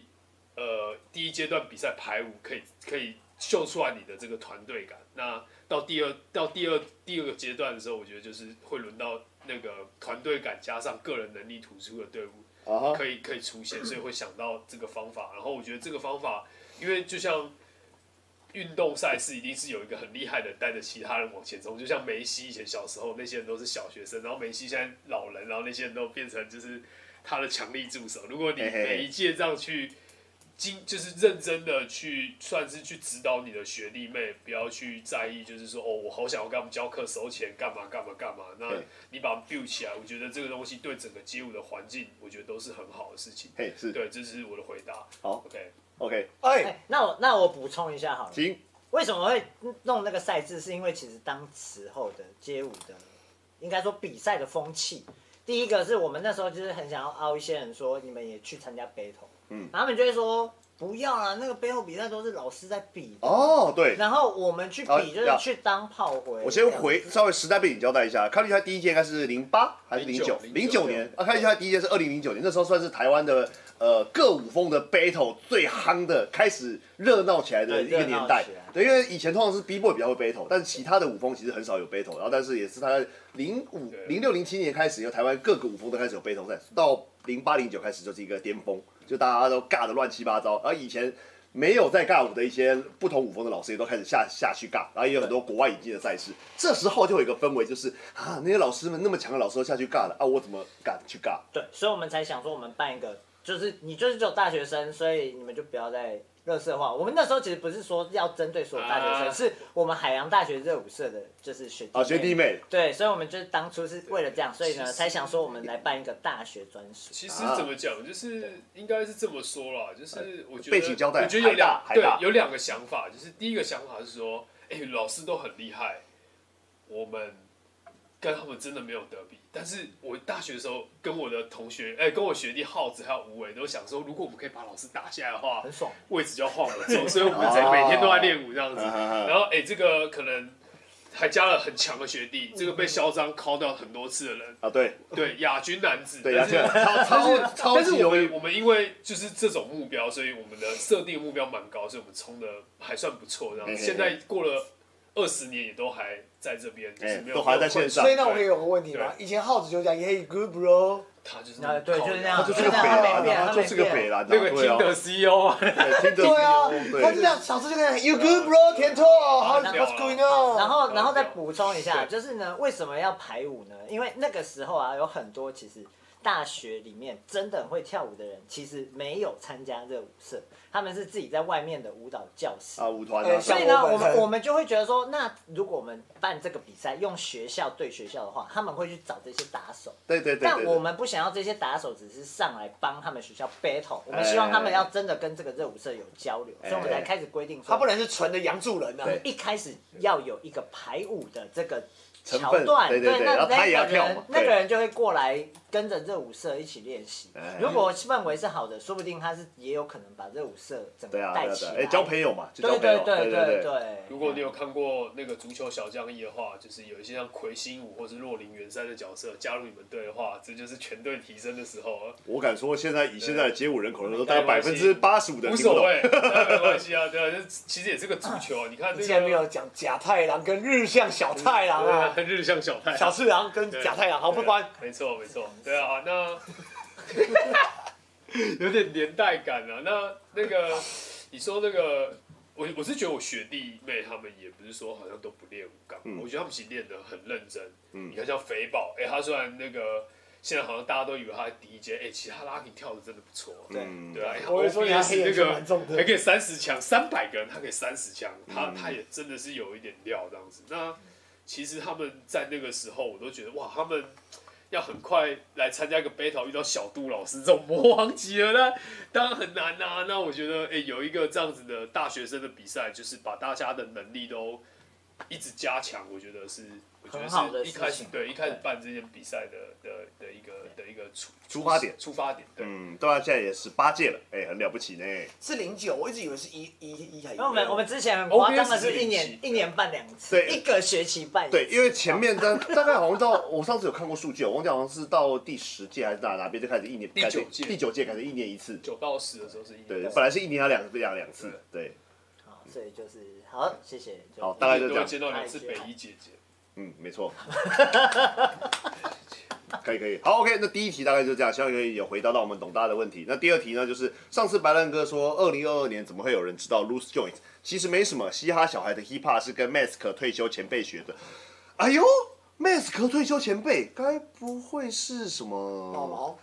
Speaker 4: 呃，第一阶段比赛排舞可以可以秀出来你的这个团队感。那到第二到第二第二个阶段的时候，我觉得就是会轮到那个团队感加上个人能力突出的队伍
Speaker 1: 啊哈，
Speaker 4: 可以可以出现，所以会想到这个方法。然后我觉得这个方法，因为就像运动赛事一定是有一个很厉害的带着其他人往前冲，就像梅西以前小时候那些人都是小学生，然后梅西现在老人，然后那些人都变成就是他的强力助手。如果你
Speaker 1: 嘿嘿嘿
Speaker 4: 每一届这样去。经就是认真的去，算是去指导你的学弟妹，不要去在意，就是说哦，我好想要跟他们教课收钱，干嘛干嘛干嘛。那
Speaker 1: 对
Speaker 4: 你把他们 build 起来，我觉得这个东西对整个街舞的环境，我觉得都是很好的事情。
Speaker 1: 嘿是
Speaker 4: 对，这是我的回答。
Speaker 1: 好
Speaker 4: ，OK，
Speaker 1: OK，
Speaker 2: 哎，
Speaker 3: 哎，那我那我补充一下好了，
Speaker 1: 行，
Speaker 3: 为什么会弄那个赛制？是因为其实当时候的街舞的，应该说比赛的风气，第一个是我们那时候就是很想要凹一些人说，你们也去参加 battle，嗯，然后他们就会说不要啦，那个背后比赛都是老师在比，
Speaker 1: 哦，对，
Speaker 3: 然后我们去
Speaker 1: 啊
Speaker 3: 比就是
Speaker 1: 要
Speaker 3: 去当炮灰。
Speaker 1: 我先回稍微时代背景交代一下，康利他第一届应该是零八还是零九
Speaker 4: 09
Speaker 1: 零九年啊？康利他第一届是二零零九年，那时候算是台湾的呃各舞风的 battle 最夯的，开始热闹起来的一个年代
Speaker 3: 对热闹起来。
Speaker 1: 对，因为以前通常是 B boy 比较会 battle，但是其他的舞风其实很少有 battle。然后，但是也是他在零五零六零七年开始，由台湾各个舞风都开始有 battle 赛，到零八零九开始就是一个巅峰，就大家都尬的乱七八糟。而以前没有在尬舞的一些不同舞风的老师也都开始下下去尬，然后也有很多国外引进的赛事。这时候就有一个氛围，就是啊，那些老师们那么强的老师都下去尬了啊，我怎么敢去尬？
Speaker 3: 对，所以我们才想说，我们办一个，就是你就是只有大学生，所以你们就不要再热色化。我们那时候其实不是说要针对所有大学生，
Speaker 4: 啊
Speaker 3: 是我们海洋大学热舞社的，就是学弟
Speaker 1: 啊，学弟。妹，
Speaker 3: 对，所以我们就是当初是为了这样，所以呢才想说我们来办一个大学专属。
Speaker 4: 其
Speaker 1: 啊
Speaker 4: 实怎么讲，就是应该是这么说啦，就是我觉得
Speaker 1: 呃背景交代
Speaker 4: 我觉得有两
Speaker 1: 海大海
Speaker 4: 对
Speaker 1: 大
Speaker 4: 有两个想法，就是第一个想法是说，哎、老师都很厉害，我们跟他们真的没有得比。但是我大学的时候跟我的同学，哎、跟我学弟耗子还有吴伟都想说，如果我们可以把老师打下来的话，
Speaker 3: 很爽
Speaker 4: 位置就要换我走，所以我们才每天都在练舞这样子。
Speaker 1: 哦
Speaker 4: 然后哎、这个可能还加了很强的学弟，这个被嚣张敲掉很多次的人，
Speaker 1: 啊，对
Speaker 4: 对亚军男子，
Speaker 1: 对，
Speaker 4: 但
Speaker 1: 而
Speaker 4: 是
Speaker 1: 且超超超
Speaker 4: 但是
Speaker 1: 级
Speaker 4: 我
Speaker 1: 容
Speaker 4: 们
Speaker 1: 易
Speaker 4: 我们因为就是这种目标，所以我们的设定目标蛮高，所以我们冲的还算不错。然后
Speaker 1: 嘿嘿嘿
Speaker 4: 现在过了二十年，也都还在这边，就是
Speaker 1: 哎
Speaker 4: 没有
Speaker 1: 都还在线上
Speaker 2: 所以那我可以有个问题吗？以前耗子就讲 Hey good bro，
Speaker 4: 他就是
Speaker 3: 啊，对，就是那样，
Speaker 1: 他就是个
Speaker 3: 这
Speaker 1: 北
Speaker 3: 样
Speaker 1: 蓝
Speaker 3: 没变
Speaker 1: 啊，他就是个北。蓝啊，
Speaker 4: 那个
Speaker 1: 对啊
Speaker 4: Tinder CEO 啊，
Speaker 1: 对听得
Speaker 2: 对啊
Speaker 1: 清幽，
Speaker 2: 他就这样，小时候就跟他 You good bro，甜兔，How
Speaker 3: 然
Speaker 2: what's
Speaker 4: 后
Speaker 2: going
Speaker 3: 他没变然
Speaker 2: on？
Speaker 3: 后，然后再
Speaker 4: 对
Speaker 3: 补充一下，
Speaker 4: 对
Speaker 3: 就是呢，为什么要排舞呢？因为那个时候啊，有很多其实大学里面真的很会跳舞的人，其实没有参加热舞社，他们是自己在外面的舞蹈教室
Speaker 1: 啊，舞团
Speaker 2: 哎
Speaker 1: 啊，
Speaker 3: 所
Speaker 2: 像
Speaker 3: 以呢，
Speaker 2: 我
Speaker 3: 哦我
Speaker 2: 本身
Speaker 3: 们我们就会觉得说，那如果我们办这个比赛，用学校对学校的话，他们会去找这些打手。
Speaker 1: 对对对
Speaker 3: 但
Speaker 1: 对
Speaker 3: 我
Speaker 1: 对，
Speaker 3: 们不想要这些打手只是上来帮他们学校
Speaker 1: 哎
Speaker 3: battle，我们希望他们要真的跟这个热舞社有交流，所以我们才开始规定说，
Speaker 2: 他不能是纯的杨柱人呐。啊
Speaker 1: 对
Speaker 3: 一开始要有一个排舞的这个
Speaker 1: 成
Speaker 3: 桥
Speaker 1: 分
Speaker 3: 段，
Speaker 1: 对对对
Speaker 3: 那
Speaker 1: 然后他
Speaker 3: 那
Speaker 1: 也要
Speaker 3: 个
Speaker 1: 跳
Speaker 3: 人
Speaker 1: 嘛
Speaker 3: 那个
Speaker 1: 对
Speaker 3: 人就会过来跟着热舞社一起练习
Speaker 1: 哎。
Speaker 3: 如果氛围是好的，说不定他是也有可能把热舞社整个
Speaker 1: 对啊
Speaker 3: 带
Speaker 1: 对啊
Speaker 3: 起
Speaker 1: 对啊，
Speaker 3: 来。
Speaker 1: 哎，交朋友嘛，就
Speaker 3: 对
Speaker 1: 交朋友，
Speaker 3: 对
Speaker 1: 对
Speaker 3: 对
Speaker 1: 对，
Speaker 4: 如果你有看过那个足球小将一的话，就是有一些像魁星舞或是若林元山的角色加入你们队的话，这就是全队提升的时候了。
Speaker 1: 我敢说现在以现在的街舞人口来说，大概
Speaker 4: 没
Speaker 1: 百
Speaker 4: 关
Speaker 1: 分
Speaker 4: 系
Speaker 1: 之八十五的人
Speaker 4: 无
Speaker 1: 听不
Speaker 4: 所
Speaker 1: 懂，
Speaker 4: 谓，那没关系啊，对啊，就是其实也是个足球啊。你看
Speaker 2: 你
Speaker 4: 这
Speaker 2: 竟然没
Speaker 4: 个
Speaker 2: 有讲假太郎跟日向小太郎 啊，
Speaker 4: 对啊日向小太
Speaker 2: 小次郎啊跟
Speaker 4: 对
Speaker 2: 假太郎，好不管。
Speaker 4: 对没错，没错，对 啊，那有点年代感啊。那那个你说那个，我我是觉得我学弟妹他们也不是说好像都不练武钢，
Speaker 2: 嗯
Speaker 4: 我觉得他们其实练得很认真。你看像肥宝，哎、他虽然那个现在好像大家都以为他是第一阶，哎、其实他拉丁跳的真的不错。对
Speaker 1: 嗯，
Speaker 4: 对啊，哎他
Speaker 2: 我会说
Speaker 4: OPS
Speaker 2: 他黑
Speaker 4: 那
Speaker 2: 眼圈蛮重
Speaker 4: 个
Speaker 2: 的嗯
Speaker 4: 还可以三十强，三百个人他可以三十强，他他也真的是有一点料这样子。那其实他们在那个时候，我都觉得哇，他们要很快来参加一个 battle，遇到小杜老师这种魔王级的，那当然很难啊。那我觉得，哎、有一个这样子的大学生的比赛，就是把大家的能力都一直加强，我觉得是。我觉
Speaker 3: 很好的
Speaker 4: 得是一
Speaker 3: 事
Speaker 4: 开始
Speaker 3: 情
Speaker 4: 对一开始办这件比赛的的的一个的一个出
Speaker 1: 出发点
Speaker 4: 出发点对，
Speaker 1: 嗯，对啊，现在也是八届了，哎，很了不起呢，
Speaker 2: 是零九，我一直以为是一一一还一
Speaker 3: 因为我们我们之前很夸张的
Speaker 4: OBS
Speaker 3: 是一
Speaker 4: 是
Speaker 3: 年
Speaker 4: 一期
Speaker 3: 一年办两次，
Speaker 1: 对
Speaker 3: 一个学期办一次。
Speaker 1: 对，因为前面大大概好像到我上次有看过数据，我忘记好像是到第十届还是哪哪边就开始一年
Speaker 4: 第
Speaker 1: 改成
Speaker 4: 九届
Speaker 1: 第九届开始一年一次，
Speaker 4: 九到十的时候是一年
Speaker 1: 对，
Speaker 4: 半
Speaker 1: 本来是一年要两两两次，对，
Speaker 3: 好所以就是好，谢谢。就
Speaker 1: 好大概就
Speaker 4: 都
Speaker 1: 这
Speaker 4: 会
Speaker 1: 样
Speaker 4: 见到两次北一姐姐。
Speaker 1: 嗯，没错。 可以可以，好 OK，那第一题大概就这样，希望可以有回答到我们董大的问题。那第二题呢，就是上次白兰哥说，二零二二年怎么会有人知道 Loose Joint？其实没什么，嘻哈小孩的 Hip Hop 是跟 Mask 退休前辈学的。哎呦，Mask 退休前辈，该不会是什么
Speaker 3: 哦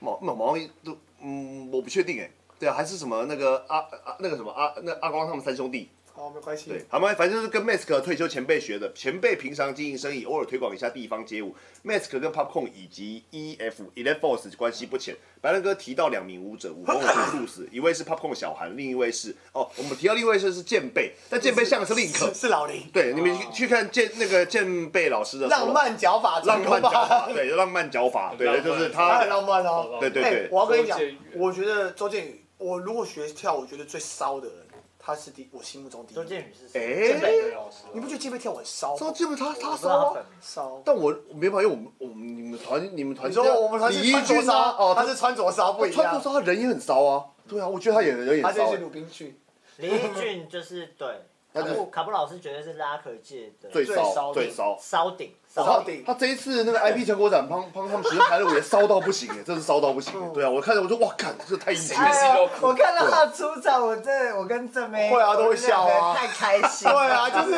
Speaker 2: 毛毛，
Speaker 1: 毛毛毛都嗯，我不确定哎。对啊，还是什么那个阿阿、那个什么阿、那阿光他们三兄弟，
Speaker 2: 好没关系
Speaker 1: 对。，好嘛，反正就是跟 Mask 退休前辈学的，前辈平常经营生意，偶尔推广一下地方街舞。Mask 跟 Popcorn 以及 EF Eleven Force 关系不浅。白人哥提到两名舞者，舞风
Speaker 2: 啊
Speaker 1: 有出猝死，一位是 Popcorn 小韩，另一位是哦，我们提到另一位是是剑贝，但剑贝像的是 Link
Speaker 2: 是。是老林，
Speaker 1: 对，你们去去看剑那个剑贝老师的
Speaker 2: 浪漫脚法，
Speaker 1: 浪漫脚
Speaker 2: 吧，
Speaker 1: 法，对，浪漫脚法，对，
Speaker 4: 浪漫
Speaker 1: 就是
Speaker 2: 他
Speaker 1: 他
Speaker 2: 很，浪漫哦。
Speaker 1: 对对
Speaker 2: 哎
Speaker 1: 对
Speaker 2: 我要跟你讲
Speaker 4: 周建宇，
Speaker 2: 我觉得周建宇我如果学跳，我觉得最骚的人，他是第我心目中第
Speaker 3: 周
Speaker 2: 一。
Speaker 3: 建宇是谁？
Speaker 1: 哎，
Speaker 4: 对老师，
Speaker 2: 你不觉得金飞跳舞很骚
Speaker 1: 周
Speaker 2: 吗？
Speaker 1: 基本他他
Speaker 3: 不知
Speaker 1: 骚
Speaker 3: 道他
Speaker 1: 啊
Speaker 3: 粉，
Speaker 2: 骚。
Speaker 1: 但我我没办法，因为我们我们你们团你们团
Speaker 2: 你说我们团
Speaker 1: 李
Speaker 2: 是
Speaker 1: 一
Speaker 2: 穿着
Speaker 1: 军啊
Speaker 2: 骚，，
Speaker 1: 哦，
Speaker 2: 他是穿着骚不一
Speaker 1: 穿着
Speaker 2: 样，
Speaker 1: 骚，他人也很骚啊。对啊，我觉得他演的人也
Speaker 2: 他
Speaker 1: 很
Speaker 2: 这
Speaker 1: 骚
Speaker 2: 是
Speaker 1: 欸，
Speaker 2: 鲁滨逊
Speaker 3: 李一俊就是对，
Speaker 1: 那
Speaker 3: 卡
Speaker 1: 就是
Speaker 3: 布卡布老师绝对是拉可界的
Speaker 1: 最骚
Speaker 2: 骚
Speaker 1: 最骚。
Speaker 3: 骚顶
Speaker 2: 到
Speaker 3: 骚顶。
Speaker 2: 底
Speaker 1: 他这一次那个 IP 全国展，帮帮他们学生排的舞也骚到不行哎，真是骚到不行欸。对啊，我看着我说哇，干，这太硬气
Speaker 4: 哎
Speaker 1: 了。
Speaker 4: 呀
Speaker 3: 我看到他出场，我真的，我跟郑梅
Speaker 2: 会啊都会笑啊
Speaker 3: 我们两个太开 心。
Speaker 2: 对啊，就是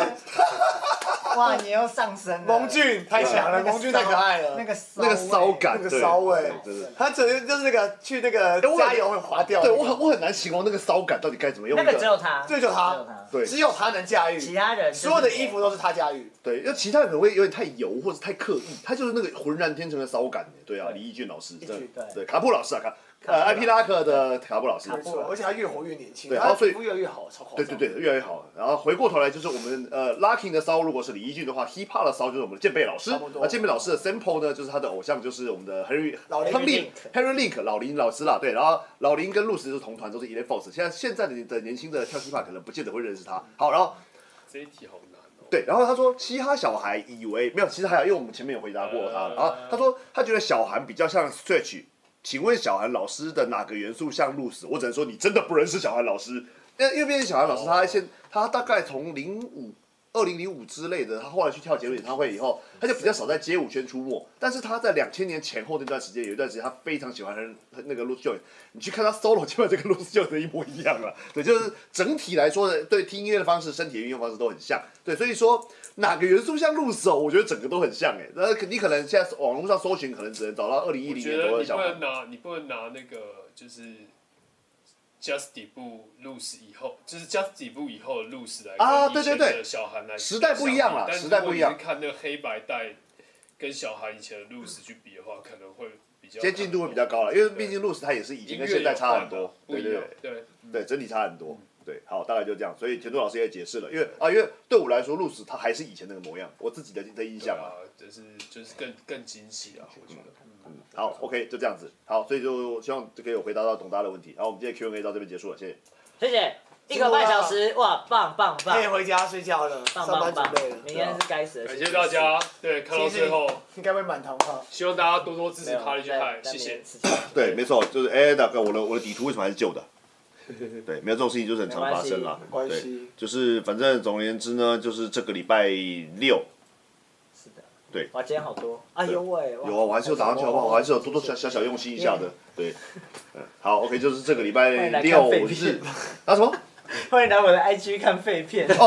Speaker 3: 哇，你又上升了。
Speaker 2: 蒙俊太强了，
Speaker 3: 那个
Speaker 2: 蒙俊太可爱了
Speaker 3: 啊那。个骚
Speaker 1: 那个骚
Speaker 3: 味，
Speaker 1: 感，
Speaker 2: 那个
Speaker 1: 对
Speaker 2: 骚味
Speaker 1: 对对
Speaker 2: 他整个就是那个去那个
Speaker 1: 哎我
Speaker 2: 加油会滑掉
Speaker 1: 对，
Speaker 2: 的
Speaker 1: 对
Speaker 2: 那个，
Speaker 1: 我很我很难形容那个骚感到底该怎么用
Speaker 3: 那
Speaker 1: 一
Speaker 3: 个只
Speaker 1: 个。
Speaker 3: 有他，
Speaker 2: 这就
Speaker 3: 只有
Speaker 2: 他
Speaker 3: 他，
Speaker 1: 对
Speaker 2: 只有他能驾驭，
Speaker 3: 其他人就是
Speaker 2: 所有的衣服都是他驾驭。
Speaker 1: 对，因为其他人可能会有点太油或者太刻意，他就是那个浑然天成的骚感欸对啊，
Speaker 3: 对
Speaker 1: 李易俊老师，
Speaker 3: 一
Speaker 1: 真
Speaker 3: 句
Speaker 1: 的
Speaker 3: 对
Speaker 1: 对卡布老师啊，卡呃
Speaker 3: 卡
Speaker 1: 艾
Speaker 3: 布老师
Speaker 1: 皮拉克的卡布老师，
Speaker 3: 卡
Speaker 2: 没
Speaker 3: 布
Speaker 2: 错而且他越活越年轻，
Speaker 1: 对
Speaker 2: 他
Speaker 1: 然后所以
Speaker 2: 皮肤越来越好，超夸
Speaker 1: 对
Speaker 2: 张。
Speaker 1: 对对，越来越好。然后回过头来，就是我们呃 locking 的骚，如果是李易俊的话，hip hop 的骚就是我们的健贝老师。
Speaker 2: 差不多
Speaker 1: 那健贝老师的 sample 呢，就是他的偶像，就是我们的 Henry
Speaker 2: 老林
Speaker 1: Henry Henry Link 老林老师啦。对，然后老林跟露丝是同团，都是 Eleven Force。现在现在的的年轻的跳 hip hop 可能不见得会认识他。好，然后
Speaker 4: 这一题好难哦。
Speaker 1: 对，然后他说嘻哈小孩以为没有，其实还有，因为我们前面有回答过他，然
Speaker 2: 嗯
Speaker 4: 呃
Speaker 1: 后他说他觉得小韩比较像 Stretch，请问小韩老师的哪个元素像露丝？我只能说你真的不认识小韩老师，因为因为毕竟小韩老师他现他大概从零五。二零零五之类的，他后来去跳街舞演唱会以后，他就比较少在街舞圈出没。但是他在两千年前后那段时间，有一段时间他非常喜欢那个 l u c e Jones，你去看他 solo，基本上就跟 l u c e Jones 一模一样了。 对，就是整体来说呢，对听音乐的方式、身体的运用方式都很像。对，所以说哪个元素像 l u c e 我觉得整个都很像哎、那你可能现在网络上搜寻，可能只能找到二零一
Speaker 4: 我
Speaker 1: 零
Speaker 4: 觉
Speaker 1: 年左右
Speaker 4: 得
Speaker 1: 的
Speaker 4: 你
Speaker 1: 小
Speaker 4: 不
Speaker 1: 孩
Speaker 4: 能。拿，你不能拿那个就是 Just 底部 Loose 以后，就是 Just 底部以后的 Loose 来跟
Speaker 1: 啊
Speaker 4: 以
Speaker 1: 对
Speaker 4: 前
Speaker 1: 对对
Speaker 4: 的小韩来
Speaker 1: 时代不一样啦
Speaker 4: 但
Speaker 1: 时代不一样
Speaker 4: 如果你是看那个黑白带跟小韩以前的 Loose 去比的话，可能会比较
Speaker 1: 接近度会比较高了，因为毕竟 l u c e 它也是以前
Speaker 4: 音
Speaker 1: 跟
Speaker 4: 乐
Speaker 1: 现在
Speaker 4: 有
Speaker 1: 差
Speaker 4: 换
Speaker 1: 很
Speaker 4: 的
Speaker 1: 多，
Speaker 4: 不
Speaker 1: 对
Speaker 4: 一
Speaker 1: 对
Speaker 4: 样
Speaker 1: 对。
Speaker 4: 对。
Speaker 1: 对，整体差很多。对，好，大概就这样。所以田中老师也解释了，因为啊，因为对我来说，露丝他还是以前那个模样，嗯我自己的的印象啊。
Speaker 4: 啊，就是就是更更精细啊，我觉得。
Speaker 1: 好，OK，就这样子。好，所以就希望就可以有回答到董大的问题。然后我们今天 Q&A 到这边结束了，谢谢。
Speaker 3: 谢谢，一个半小时，哇，棒棒棒
Speaker 2: 可，以回家睡觉了，上
Speaker 3: 棒
Speaker 2: 班准
Speaker 3: 棒棒
Speaker 2: 备了，，
Speaker 1: 啊
Speaker 2: 啊
Speaker 3: 明天是该死的
Speaker 4: 感
Speaker 3: 星
Speaker 4: 谢
Speaker 3: 期四，
Speaker 4: 大家，对，看到最后，
Speaker 2: 应该会满堂哈。
Speaker 4: 希望大家多多支
Speaker 3: 没
Speaker 4: 持
Speaker 3: 有，
Speaker 4: 卡利去
Speaker 3: 在
Speaker 4: 看，谢。
Speaker 3: 在明
Speaker 4: 谢
Speaker 3: 天。吃鸡
Speaker 1: 对，没错，就是哎，大哥，我的我的底图为什么还是旧的？对，没有这种事情就是很常发生了。
Speaker 2: 没关系
Speaker 1: 对，就是反正总而言之呢，就是这个礼拜六
Speaker 3: 是的，
Speaker 1: 对
Speaker 3: 哇，今天好多，哎呦喂，哇
Speaker 1: 有啊，我还是有打上去好不
Speaker 4: 哦
Speaker 1: 好？我还是有多多小小小用心一下的。对，嗯，好，OK，就是这个礼拜
Speaker 3: 欢迎来看
Speaker 1: 六
Speaker 3: 废
Speaker 1: 日
Speaker 3: 片
Speaker 1: 啊什 么？
Speaker 3: 欢迎来我的 IG 看废 片，
Speaker 1: 哦，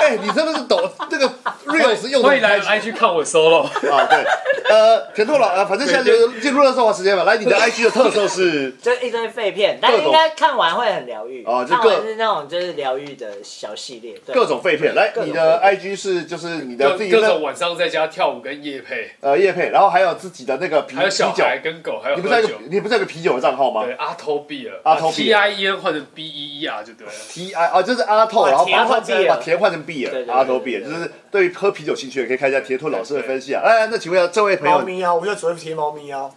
Speaker 1: 哎、你真的是抖这个 reels 用的很开心
Speaker 4: IG 看我 solo。
Speaker 1: 啊？对，呃，田拓老啊，反正现在就进入热搜的时间嘛，来，你的 IG 的特色是
Speaker 3: 就一堆废片，但应该看完会很疗愈，
Speaker 1: 哦就
Speaker 3: 看
Speaker 1: 各
Speaker 3: 完是那种就是疗愈的小系列，对
Speaker 1: 各种废片，来，
Speaker 3: 各
Speaker 1: 你
Speaker 3: 种
Speaker 1: 的 IG 是就是你的
Speaker 4: 各
Speaker 1: 自己
Speaker 4: 各种
Speaker 1: 的
Speaker 4: 晚上在家跳舞跟夜配，
Speaker 1: 呃叶配，然后还有自己的那个啤
Speaker 4: 还有
Speaker 1: 啤
Speaker 4: 小
Speaker 1: 酒，
Speaker 4: 孩跟狗，还有
Speaker 1: 你不是有
Speaker 4: 喝
Speaker 1: 一
Speaker 4: 酒
Speaker 1: 个。你不是有一个啤酒的账号吗
Speaker 4: 对，阿托币了，
Speaker 1: 阿托比
Speaker 4: T I E N 换成 B E E R 就对了。
Speaker 1: ？T I 啊，就是阿透，然后把它
Speaker 3: 铁换
Speaker 1: 换成
Speaker 3: 比
Speaker 1: 把
Speaker 3: 尔
Speaker 1: 甜换成碧
Speaker 3: 对
Speaker 1: 眼，
Speaker 3: 对
Speaker 1: 阿透碧眼，
Speaker 3: 对
Speaker 1: 就
Speaker 3: 对
Speaker 1: 是对于喝啤酒兴趣的可以看一下铁拓老师的分析啊。哎，那请问一下这位朋
Speaker 2: 猫
Speaker 1: 友，
Speaker 2: 咪啊，我就只会贴猫咪啊，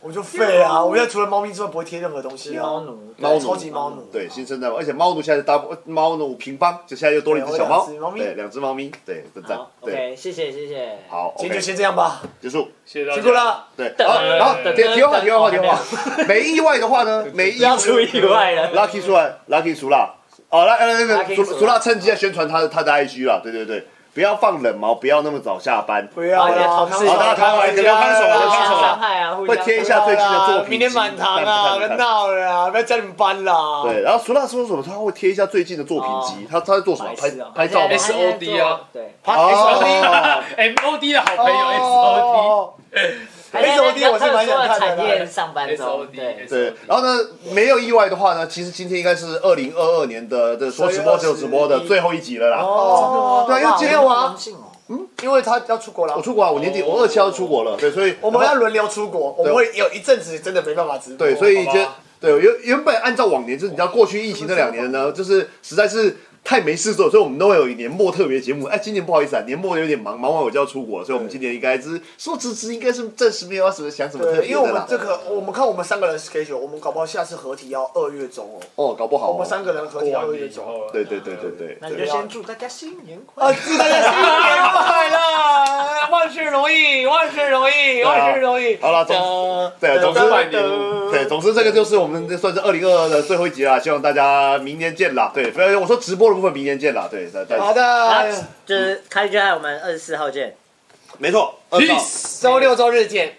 Speaker 2: 我就废啊，我就除了猫咪之外不会贴任何东西
Speaker 3: 是
Speaker 2: 啊。
Speaker 3: 猫奴，
Speaker 1: 猫奴
Speaker 2: 超级猫奴，
Speaker 1: 对，新生代，而且猫奴现在是 double 猫奴平方，就现在又多了一只小猫，
Speaker 2: 对我有两只猫咪
Speaker 1: 对，两只猫咪，对，真赞
Speaker 3: 好，
Speaker 1: 对，
Speaker 3: ，OK，谢谢谢谢，
Speaker 1: 好
Speaker 2: 今
Speaker 1: ，OK，
Speaker 2: 天就先这样吧，
Speaker 1: 结束，
Speaker 4: 谢谢大家。
Speaker 2: 辛苦了。
Speaker 1: 对，
Speaker 3: 等
Speaker 1: 好，然后
Speaker 4: 等
Speaker 1: 题题外话，
Speaker 3: 等
Speaker 1: 题外话，题
Speaker 3: 等
Speaker 1: 外话，没意外的话 呢，没意
Speaker 3: 不要出意外了。
Speaker 1: lucky 出来，lucky 熟啦，哦，那呃那个
Speaker 3: Lucky
Speaker 1: 熟
Speaker 3: 熟啦
Speaker 1: 熟啦，趁机在宣传他的他的 IG 啦，对对对，不要放冷毛，不要那么早下班，
Speaker 2: 不要
Speaker 3: 好大家
Speaker 2: 啦，
Speaker 3: 好
Speaker 1: 好大家开玩笑
Speaker 2: 开玩笑
Speaker 1: 开玩
Speaker 3: 互
Speaker 1: 笑
Speaker 3: 相
Speaker 1: 手
Speaker 3: 伤害啊，互
Speaker 1: 会
Speaker 3: 相
Speaker 1: 贴一下最近的作品，
Speaker 2: 明天满堂啊，
Speaker 1: 不
Speaker 2: 不
Speaker 1: 要
Speaker 2: 要闹了啊，不要叫你们班啦。
Speaker 1: 对，然后熟辣说什么？他会贴一下最近的作
Speaker 2: 哦
Speaker 1: 品集，他他在做什么？
Speaker 3: 白
Speaker 1: 拍
Speaker 3: 痴啊
Speaker 1: 拍照吗
Speaker 3: 现在
Speaker 4: S O D 啊，
Speaker 3: 对，
Speaker 1: 哦
Speaker 4: M O D 的好朋友 S O
Speaker 3: 还在
Speaker 2: SOD 我是蛮想看的
Speaker 3: 产业上班
Speaker 4: D
Speaker 3: 中，
Speaker 4: S O D
Speaker 3: 对，
Speaker 1: 哦对，然后呢，没有意外的话呢，其实今天应该是二零二二年的的说直播就直播的最后一集了啦。
Speaker 2: 哦，
Speaker 1: 对啊因为今天
Speaker 2: 我
Speaker 3: 荣
Speaker 2: 啊，
Speaker 3: 幸哦，
Speaker 2: 因为他要出国了
Speaker 1: 我，出国啊，我年底我二七要出国了，对，所以
Speaker 2: 哦我们要轮流出国，我
Speaker 1: 对
Speaker 2: 们会有一阵子真的没办法直播。
Speaker 1: 对，所以
Speaker 4: 好
Speaker 1: 就
Speaker 4: 吧
Speaker 1: 对原原本按照往年，就是你知道过去疫情这两年呢，就是实在是。太没事做，所以我们都会有年末特别节目。哎，今年不好意思啊，年末有点忙，忙完我就要出国，所以我们今年应该是说辞职，应该是暂时没有要什么想什么特
Speaker 2: 对，
Speaker 1: 别
Speaker 2: 因为我
Speaker 1: 的
Speaker 2: 们
Speaker 1: 啦。
Speaker 2: 这个，我们看我们三个人 schedule，我们搞不好下次合体要二月中哦。
Speaker 1: 哦，搞不好、哦、
Speaker 2: 我们三个人合体
Speaker 4: 过
Speaker 2: 要
Speaker 4: 完
Speaker 2: 二
Speaker 4: 年
Speaker 2: 月
Speaker 4: 以
Speaker 2: 中。
Speaker 4: 后啊，
Speaker 1: 对对对对对，
Speaker 3: 那你就先祝大家新年快乐。
Speaker 2: 啊，祝大家新年快乐！
Speaker 6: 万事如意，万事 如意，万事如意。
Speaker 1: 好了，总对啊，总之
Speaker 4: 总之拜年
Speaker 1: 对，总之这个就是我们这算是二零二二的最后一集啦，希望大家明年见啦。对，所以我说直播的部分明年见啦。对，大
Speaker 2: 好
Speaker 1: 家
Speaker 3: 好
Speaker 2: 的，，
Speaker 3: 就是开就在我们二十四号见。
Speaker 1: 没错。二十号
Speaker 4: Peace。
Speaker 6: 周六周日见，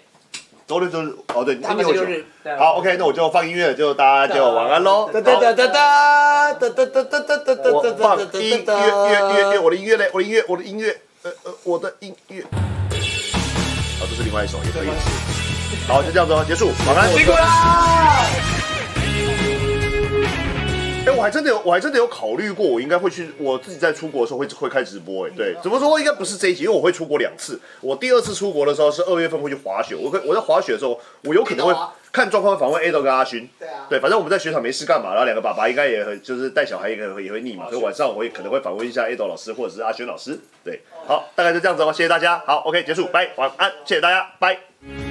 Speaker 1: 周六周日哦，对，
Speaker 6: 他们是
Speaker 1: 周
Speaker 6: 六日。。对
Speaker 1: 好，OK，那我就放音乐，就大家就晚安喽。
Speaker 2: 哒哒哒哒哒哒哒哒哒哒哒
Speaker 1: 我
Speaker 2: 哒
Speaker 1: 放
Speaker 2: 哒
Speaker 1: 音乐乐乐乐，我的音乐嘞，我的音乐，我的音乐，呃呃，我的音乐。哦，这是另外一首，也可以。好，就这样子哦，结束，晚安。
Speaker 2: 辛苦啦！
Speaker 1: 哎，我还真的有，我还真的有考虑过，我应该会去，我自己在出国的时候会会开直播，哎，对，怎么说应该不是这一集，因为我会出国两次，我第二次出国的时候是二月份会去滑雪，我可我在滑雪的时候，我有可能会
Speaker 2: Ado 啊
Speaker 1: 看状况访问 A 豆跟阿勋，
Speaker 2: 对啊
Speaker 1: 对，反正我们在雪场没事干嘛，然后两个爸爸应该也很就是带小孩应该也会也会腻嘛，
Speaker 2: 啊
Speaker 1: 所以晚上我会可能会访问一下 A 豆老师或者是阿轩老师，对，好，大概就这样子哦，谢谢大家，好，OK，结束，拜，晚安，谢谢大家，拜。